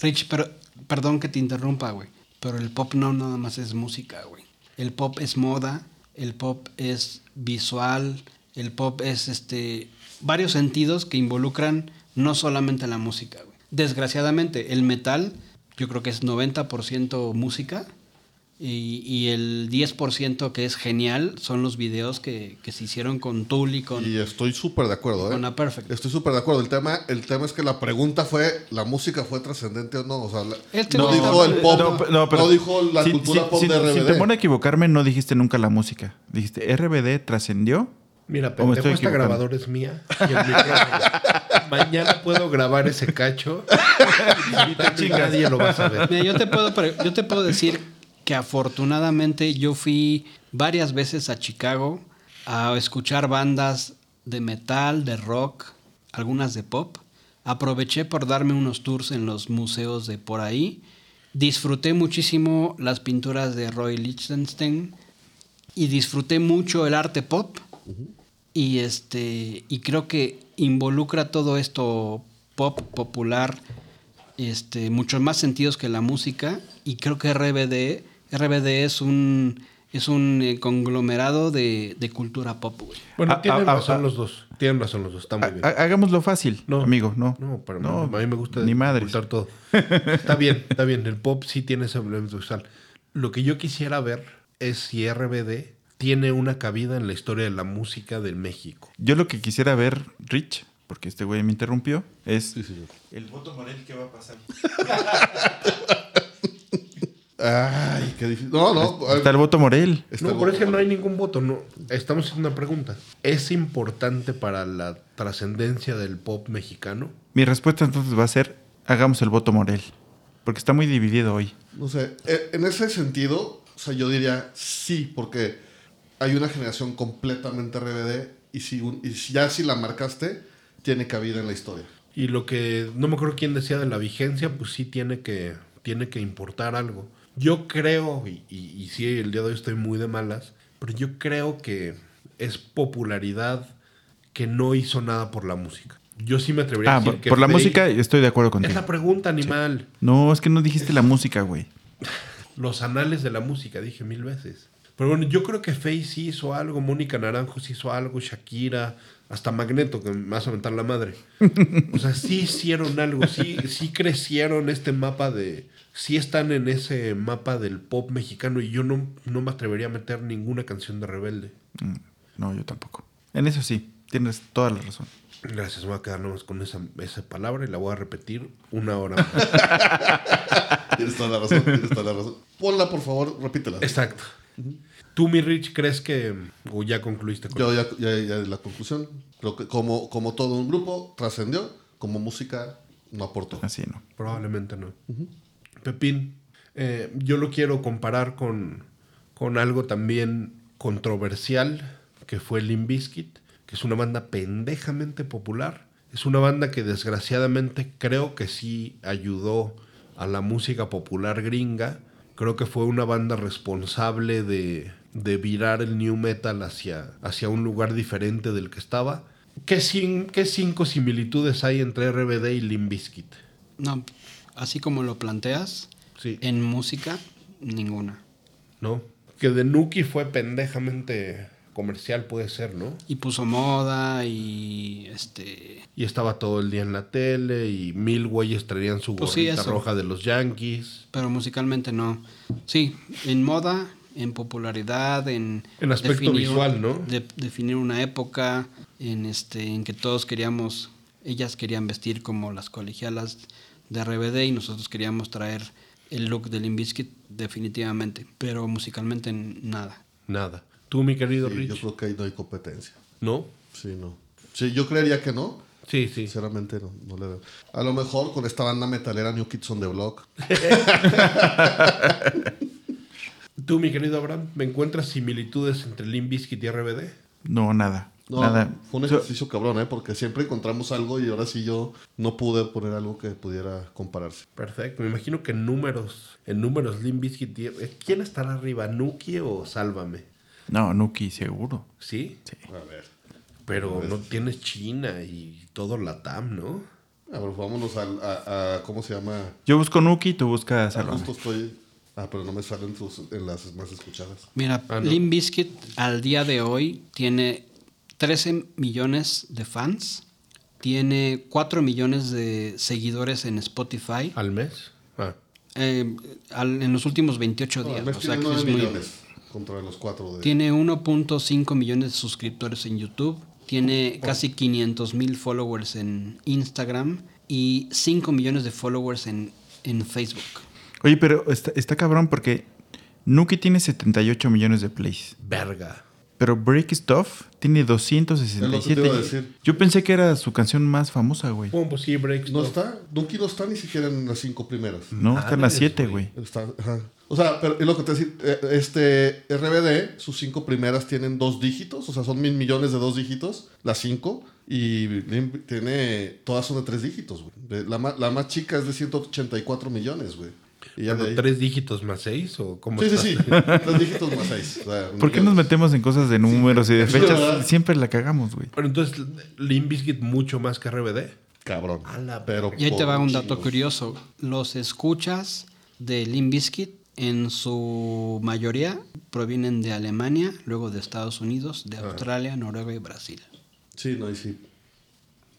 [SPEAKER 5] Rich, pero perdón que te interrumpa, güey, pero el pop no nada más es música, güey. El pop es moda, el pop es visual, el pop es este varios sentidos que involucran no solamente la música, güey. Desgraciadamente, el metal yo creo que es 90% música y, y el 10% que es genial son los videos que, que se hicieron con Tully, con...
[SPEAKER 2] Y estoy súper de acuerdo, ¿eh?
[SPEAKER 5] Con la Perfect.
[SPEAKER 2] Estoy súper de acuerdo. El tema, el tema es que la pregunta fue, ¿la música fue trascendente o no? O sea, la-
[SPEAKER 5] Este
[SPEAKER 2] no
[SPEAKER 5] güey está-
[SPEAKER 2] dijo el pop,
[SPEAKER 3] No,
[SPEAKER 2] no,
[SPEAKER 3] pe- no, pero
[SPEAKER 2] dijo la
[SPEAKER 3] si-
[SPEAKER 2] cultura
[SPEAKER 3] si-
[SPEAKER 2] pop
[SPEAKER 3] si-
[SPEAKER 2] de
[SPEAKER 3] Si
[SPEAKER 2] RBD.
[SPEAKER 3] te pone a equivocarme, no dijiste nunca la música. Dijiste, ¿RBD trascendió?
[SPEAKER 1] Mira,
[SPEAKER 3] ¿O me
[SPEAKER 1] pendejo,
[SPEAKER 3] estoy
[SPEAKER 1] esta
[SPEAKER 3] equivocando?
[SPEAKER 1] grabadora es mía y el micrófono. Mañana puedo grabar ese cacho y nadie lo va a saber.
[SPEAKER 5] Mira, yo te puedo, pre- yo te puedo decir que afortunadamente yo fui varias veces a Chicago a escuchar bandas de metal, de rock, algunas de pop. Aproveché por darme unos tours en los museos de por ahí. Disfruté muchísimo las pinturas de Roy Lichtenstein y disfruté mucho el arte pop. Y este y creo que involucra todo esto pop popular este muchos más sentidos que la música y creo que RBD RBD es un es un eh, conglomerado de, de cultura pop. güey.
[SPEAKER 1] Bueno,
[SPEAKER 3] Ah,
[SPEAKER 1] tienen
[SPEAKER 3] ah,
[SPEAKER 1] razón
[SPEAKER 3] ah,
[SPEAKER 1] los dos. Tienen razón los dos. Está muy bien.
[SPEAKER 3] Ha- Hagámoslo fácil, amigo, no.
[SPEAKER 1] No, pero a mí me gusta
[SPEAKER 3] Ni madre.
[SPEAKER 1] ocultar todo. Está bien, está bien. El pop sí tiene ese elemento visual. Lo que yo quisiera ver es si RBD tiene una cabida en la historia de la música del México.
[SPEAKER 3] Yo lo que quisiera ver, Rich, porque este güey me interrumpió, es el voto Morel que va a pasar.
[SPEAKER 2] Ay, qué difícil. No, no.
[SPEAKER 3] Está el voto Morel.
[SPEAKER 2] está
[SPEAKER 1] No,
[SPEAKER 2] el
[SPEAKER 1] pero es
[SPEAKER 2] voto.
[SPEAKER 1] que no hay ningún voto. No. Estamos haciendo una pregunta. ¿Es importante para la trascendencia del pop mexicano?
[SPEAKER 3] Mi respuesta entonces va a ser, hagamos el voto Morel. Porque está muy dividido hoy.
[SPEAKER 2] No sé, eh, en ese sentido, o sea, yo diría sí, porque hay una generación completamente RBD y, si un- y si ya si la marcaste, tiene cabida en la historia.
[SPEAKER 1] Y lo que no me acuerdo quién decía de la vigencia, pues sí tiene que, tiene que importar algo. Yo creo, y, y, y sí, el día de hoy estoy muy de malas, pero yo creo que es popularidad que no hizo nada por la música. Yo sí me atrevería
[SPEAKER 3] Ah,
[SPEAKER 1] a decir
[SPEAKER 3] por,
[SPEAKER 1] que
[SPEAKER 3] por la
[SPEAKER 1] Drake-
[SPEAKER 3] música estoy de acuerdo
[SPEAKER 1] Es
[SPEAKER 3] contigo.
[SPEAKER 1] la pregunta, animal.
[SPEAKER 3] No, es que no dijiste la música, güey.
[SPEAKER 1] Los anales de la música, dije mil veces. Pero bueno, yo creo que Faye sí hizo algo, Mónica Naranjo sí hizo algo, Shakira, hasta Magneto, que me vas a mentar la madre. O sea, sí hicieron algo, sí, sí crecieron este mapa de. Sí están en ese mapa del pop mexicano y yo no, no me atrevería a meter ninguna canción de Rebelde.
[SPEAKER 3] Mm, No, yo tampoco. En eso sí, tienes toda la razón.
[SPEAKER 1] Gracias, me voy a quedar nomás con esa, esa palabra y la voy a repetir una hora más.
[SPEAKER 2] Tienes toda la razón, tienes toda la razón. Ponla, por favor, repítela.
[SPEAKER 1] Exacto. ¿Tú, mi Rich, crees que. o ya concluiste con
[SPEAKER 2] Yo ya, ya, ya la conclusión. Creo que como, como todo un grupo trascendió, como música no aportó.
[SPEAKER 3] Así no.
[SPEAKER 1] Probablemente no. Pepín, eh, yo lo quiero comparar con, con algo también controversial, que fue Limp Bizkit, que es una banda pendejamente popular. Es una banda que desgraciadamente creo que sí ayudó a la música popular gringa. Creo que fue una banda responsable de, de virar el new metal hacia, hacia un lugar diferente del que estaba. ¿Qué, cin- qué cinco similitudes hay entre RBD y Limp Bizkit?
[SPEAKER 5] No, así como lo planteas,
[SPEAKER 1] Sí.
[SPEAKER 5] en música, ninguna.
[SPEAKER 1] ¿no? Que de Nuki fue pendejamente comercial, puede ser, ¿no?
[SPEAKER 5] Y puso moda y este
[SPEAKER 1] Y estaba todo el día en la tele y mil güeyes traían su
[SPEAKER 5] Pues sí,
[SPEAKER 1] gorrita
[SPEAKER 5] eso.
[SPEAKER 1] roja de los Yankees.
[SPEAKER 5] pero musicalmente no. Sí, en moda, en popularidad, en
[SPEAKER 1] En aspecto visual, ¿no?
[SPEAKER 5] de- definir una época en este en que todos queríamos ellas querían vestir como las colegialas de RBD y nosotros queríamos traer el look del Limbiskit definitivamente, pero musicalmente n- nada.
[SPEAKER 1] Nada. Tú, mi querido
[SPEAKER 2] Sí,
[SPEAKER 1] Rich,
[SPEAKER 2] yo creo que ahí no hay competencia.
[SPEAKER 1] ¿no?
[SPEAKER 2] Sí, no. Sí, yo creería que no.
[SPEAKER 1] Sí, sí.
[SPEAKER 2] Sinceramente no, no le veo. A lo mejor con esta banda metalera New Kids on the Block.
[SPEAKER 1] Tú, mi querido Abraham, ¿me encuentras similitudes entre Limp Bizkit y RBD?
[SPEAKER 3] No, nada.
[SPEAKER 2] No,
[SPEAKER 3] nada.
[SPEAKER 2] fue un
[SPEAKER 3] So-
[SPEAKER 2] ejercicio cabrón, ¿eh? Porque siempre encontramos algo y ahora sí yo no pude poner algo que pudiera compararse.
[SPEAKER 1] Perfecto. Me imagino que en números, en números Limp Bizkit... y- eh, ¿Quién estará arriba, Nuki o Sálvame?
[SPEAKER 3] No, Nuki, seguro.
[SPEAKER 1] ¿Sí?
[SPEAKER 3] Sí.
[SPEAKER 2] A ver.
[SPEAKER 1] Pero
[SPEAKER 2] Pues
[SPEAKER 1] no tienes China y todo Latam, ¿no?
[SPEAKER 2] A ver, vámonos al- a, a- ¿Cómo se llama?
[SPEAKER 3] Yo busco Nuki, tú buscas
[SPEAKER 2] Ah,
[SPEAKER 3] Salvame.
[SPEAKER 2] Justo estoy. Ah, pero no me salen tus, en las más escuchadas.
[SPEAKER 5] Mira,
[SPEAKER 1] Ah, no.
[SPEAKER 5] Limp Bizkit al día de hoy tiene 13 millones de fans, tiene 4 millones de seguidores en Spotify
[SPEAKER 1] ¿Al mes? Ah.
[SPEAKER 5] eh, al- en los últimos 28
[SPEAKER 2] No,
[SPEAKER 5] días.
[SPEAKER 2] al mes
[SPEAKER 5] o sea,
[SPEAKER 2] tiene
[SPEAKER 5] que
[SPEAKER 2] 9
[SPEAKER 5] es muy-
[SPEAKER 2] millones contra los 4 de.
[SPEAKER 5] tiene 1.5 millones de suscriptores en YouTube, tiene casi 500 mil followers en Instagram y 5 millones de followers en, en Facebook.
[SPEAKER 3] Oye, pero está, está cabrón porque Nuki tiene 78 millones de plays.
[SPEAKER 1] Verga.
[SPEAKER 3] Pero Break Stuff tiene
[SPEAKER 2] Es lo que te iba a
[SPEAKER 3] 267.
[SPEAKER 2] decir.
[SPEAKER 3] Yo pensé que era su canción más famosa, güey.
[SPEAKER 1] Bueno, pues sí, Breaks
[SPEAKER 2] No
[SPEAKER 1] no.
[SPEAKER 2] está. Nuki no está ni siquiera en las 5 primeras.
[SPEAKER 3] No, está en las
[SPEAKER 1] Madres,
[SPEAKER 3] 7, güey.
[SPEAKER 2] Está, ajá. O sea, pero es lo que te decía. Este RBD, sus cinco primeras tienen dos dígitos, o sea, son mil millones de dos dígitos, las cinco, y Limp tiene, todas son de tres dígitos, güey. De- La, ma- la más chica es de 184 millones, güey. Y ya de ahí-
[SPEAKER 1] Bueno, ¿Tres dígitos más seis? ¿O cómo
[SPEAKER 2] Sí, sí,
[SPEAKER 1] estás?
[SPEAKER 2] sí, tres dígitos más seis. o sea,
[SPEAKER 3] ¿Por qué nos
[SPEAKER 2] millones.
[SPEAKER 3] metemos en cosas de números y de
[SPEAKER 2] Sí, ¿verdad?
[SPEAKER 3] fechas? Siempre la cagamos, güey.
[SPEAKER 1] Pero entonces, Limp Bizkit mucho más que RBD.
[SPEAKER 2] Cabrón.
[SPEAKER 1] A la
[SPEAKER 2] Pero
[SPEAKER 5] Y ahí te
[SPEAKER 2] por
[SPEAKER 5] va un
[SPEAKER 2] chingo.
[SPEAKER 5] dato curioso. Los escuchas de Limp Bizkit en su mayoría provienen de Alemania, luego de Estados Unidos, de Australia, Noruega y Brasil.
[SPEAKER 2] Sí, no, y sí.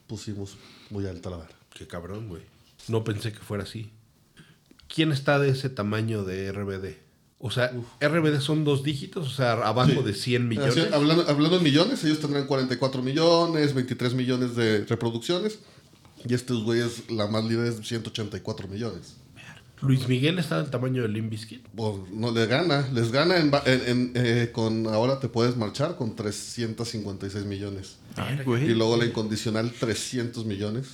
[SPEAKER 2] Pusimos muy alta la vara.
[SPEAKER 1] Qué cabrón, güey. No pensé que fuera así. ¿Quién está de ese tamaño de RBD? O sea, RBD son dos dígitos, o sea, abajo
[SPEAKER 2] Sí. ah.
[SPEAKER 1] de 100 millones.
[SPEAKER 2] Así, hablando, hablando en millones, ellos tendrán 44 millones, 23 millones de reproducciones. Y estos güeyes, la más libre es 184 millones.
[SPEAKER 1] Luis Miguel está del tamaño de Limp Bizkit.
[SPEAKER 2] O no le gana, les gana en, ba- en- en, eh, con ahora te puedes marchar con 356 millones.
[SPEAKER 3] Ay,
[SPEAKER 2] Y
[SPEAKER 3] güey.
[SPEAKER 2] luego la incondicional 300 millones.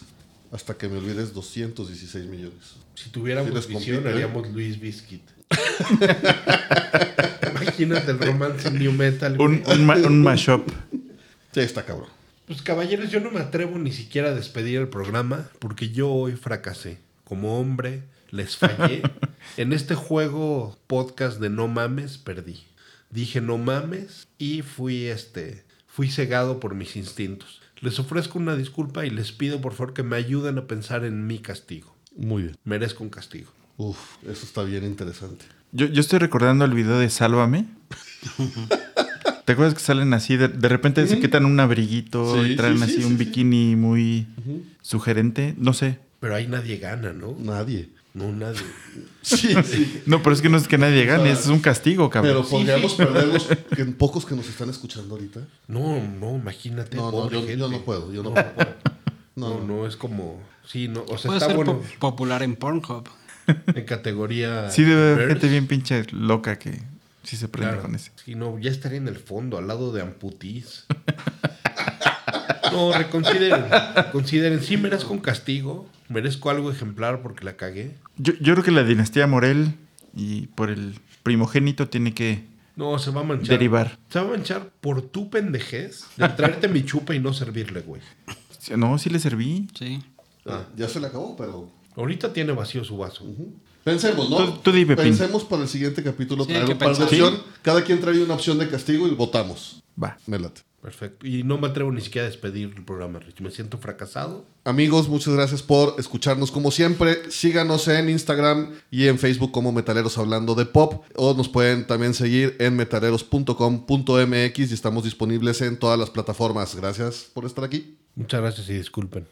[SPEAKER 2] Hasta que me olvides 216 millones.
[SPEAKER 1] Si tuviéramos
[SPEAKER 2] Sí les
[SPEAKER 1] visión,
[SPEAKER 2] compite, ¿eh?
[SPEAKER 1] haríamos Luis Bizkit. Imagínate el romance new metal. güey.
[SPEAKER 3] Un, un, ma- un mashup.
[SPEAKER 2] Sí, está cabrón.
[SPEAKER 1] Pues caballeros, yo no me atrevo ni siquiera a despedir el programa porque yo hoy fracasé. Como hombre, les fallé. en este juego podcast de no mames, perdí. Dije no mames y fui este. Fui cegado por mis instintos. Les ofrezco una disculpa y les pido por favor que me ayuden a pensar en mi castigo.
[SPEAKER 2] Muy bien.
[SPEAKER 1] Merezco un castigo.
[SPEAKER 2] Uf, eso está bien interesante.
[SPEAKER 3] Yo, yo estoy recordando el video de Sálvame. ¿Te acuerdas que salen así? De, de repente se quitan un abriguito
[SPEAKER 2] Sí,
[SPEAKER 3] y traen
[SPEAKER 2] sí, sí,
[SPEAKER 3] así
[SPEAKER 2] sí,
[SPEAKER 3] un
[SPEAKER 2] sí.
[SPEAKER 3] bikini muy sugerente. No sé.
[SPEAKER 1] Pero ahí nadie gana, ¿no?
[SPEAKER 2] Nadie.
[SPEAKER 1] No, nadie.
[SPEAKER 2] Sí, sí.
[SPEAKER 3] No, pero es que no es que nadie gane, es un castigo, cabrón.
[SPEAKER 2] Pero podríamos perder los que- pocos que nos están escuchando ahorita.
[SPEAKER 1] No, no, imagínate.
[SPEAKER 2] No, no,
[SPEAKER 1] pobre
[SPEAKER 2] yo,
[SPEAKER 1] gente.
[SPEAKER 2] yo no puedo. Yo no,
[SPEAKER 1] No.
[SPEAKER 2] puedo.
[SPEAKER 1] No,
[SPEAKER 2] No,
[SPEAKER 1] no, es como. Sí, no, o sea,
[SPEAKER 5] Puede
[SPEAKER 1] está
[SPEAKER 5] ser
[SPEAKER 1] bueno
[SPEAKER 5] po- popular en Pornhub.
[SPEAKER 1] en categoría.
[SPEAKER 3] Sí, debe haber
[SPEAKER 1] girls,
[SPEAKER 3] gente bien pinche loca que sí se prende
[SPEAKER 1] claro.
[SPEAKER 3] con ese.
[SPEAKER 1] Sí, no, ya estaría en el fondo, al lado de Amputis. no, reconsideren. Consideren, sí, merezco un castigo. Merezco algo ejemplar porque la cagué.
[SPEAKER 3] Yo, yo creo que la dinastía Morel y por el primogénito tiene que.
[SPEAKER 1] No, se va a manchar.
[SPEAKER 3] Derivar.
[SPEAKER 1] Se va a manchar por tu pendejez de traerte mi chupa y no servirle, güey.
[SPEAKER 3] No, sí le serví.
[SPEAKER 5] Sí.
[SPEAKER 2] Ah, ya se le acabó, pero.
[SPEAKER 1] Ahorita tiene vacío su vaso.
[SPEAKER 2] Pensemos, ¿no?
[SPEAKER 3] Tú- tú dime, Pin.
[SPEAKER 2] Pensemos para el siguiente capítulo.
[SPEAKER 5] Sí,
[SPEAKER 2] traer
[SPEAKER 5] hay que
[SPEAKER 2] un par de
[SPEAKER 5] pensar.
[SPEAKER 2] opción. Cada quien trae una opción de castigo y votamos.
[SPEAKER 3] Va.
[SPEAKER 2] Me late.
[SPEAKER 1] Perfecto. Y no me atrevo ni siquiera a despedir el programa, Rich. Me siento fracasado.
[SPEAKER 2] Amigos, muchas gracias por escucharnos como siempre. Síganos en Instagram y en Facebook como Metaleros Hablando de Pop. O nos pueden también seguir en metaleros.com.mx y estamos disponibles en todas las plataformas. Gracias por estar aquí.
[SPEAKER 1] Muchas gracias y disculpen.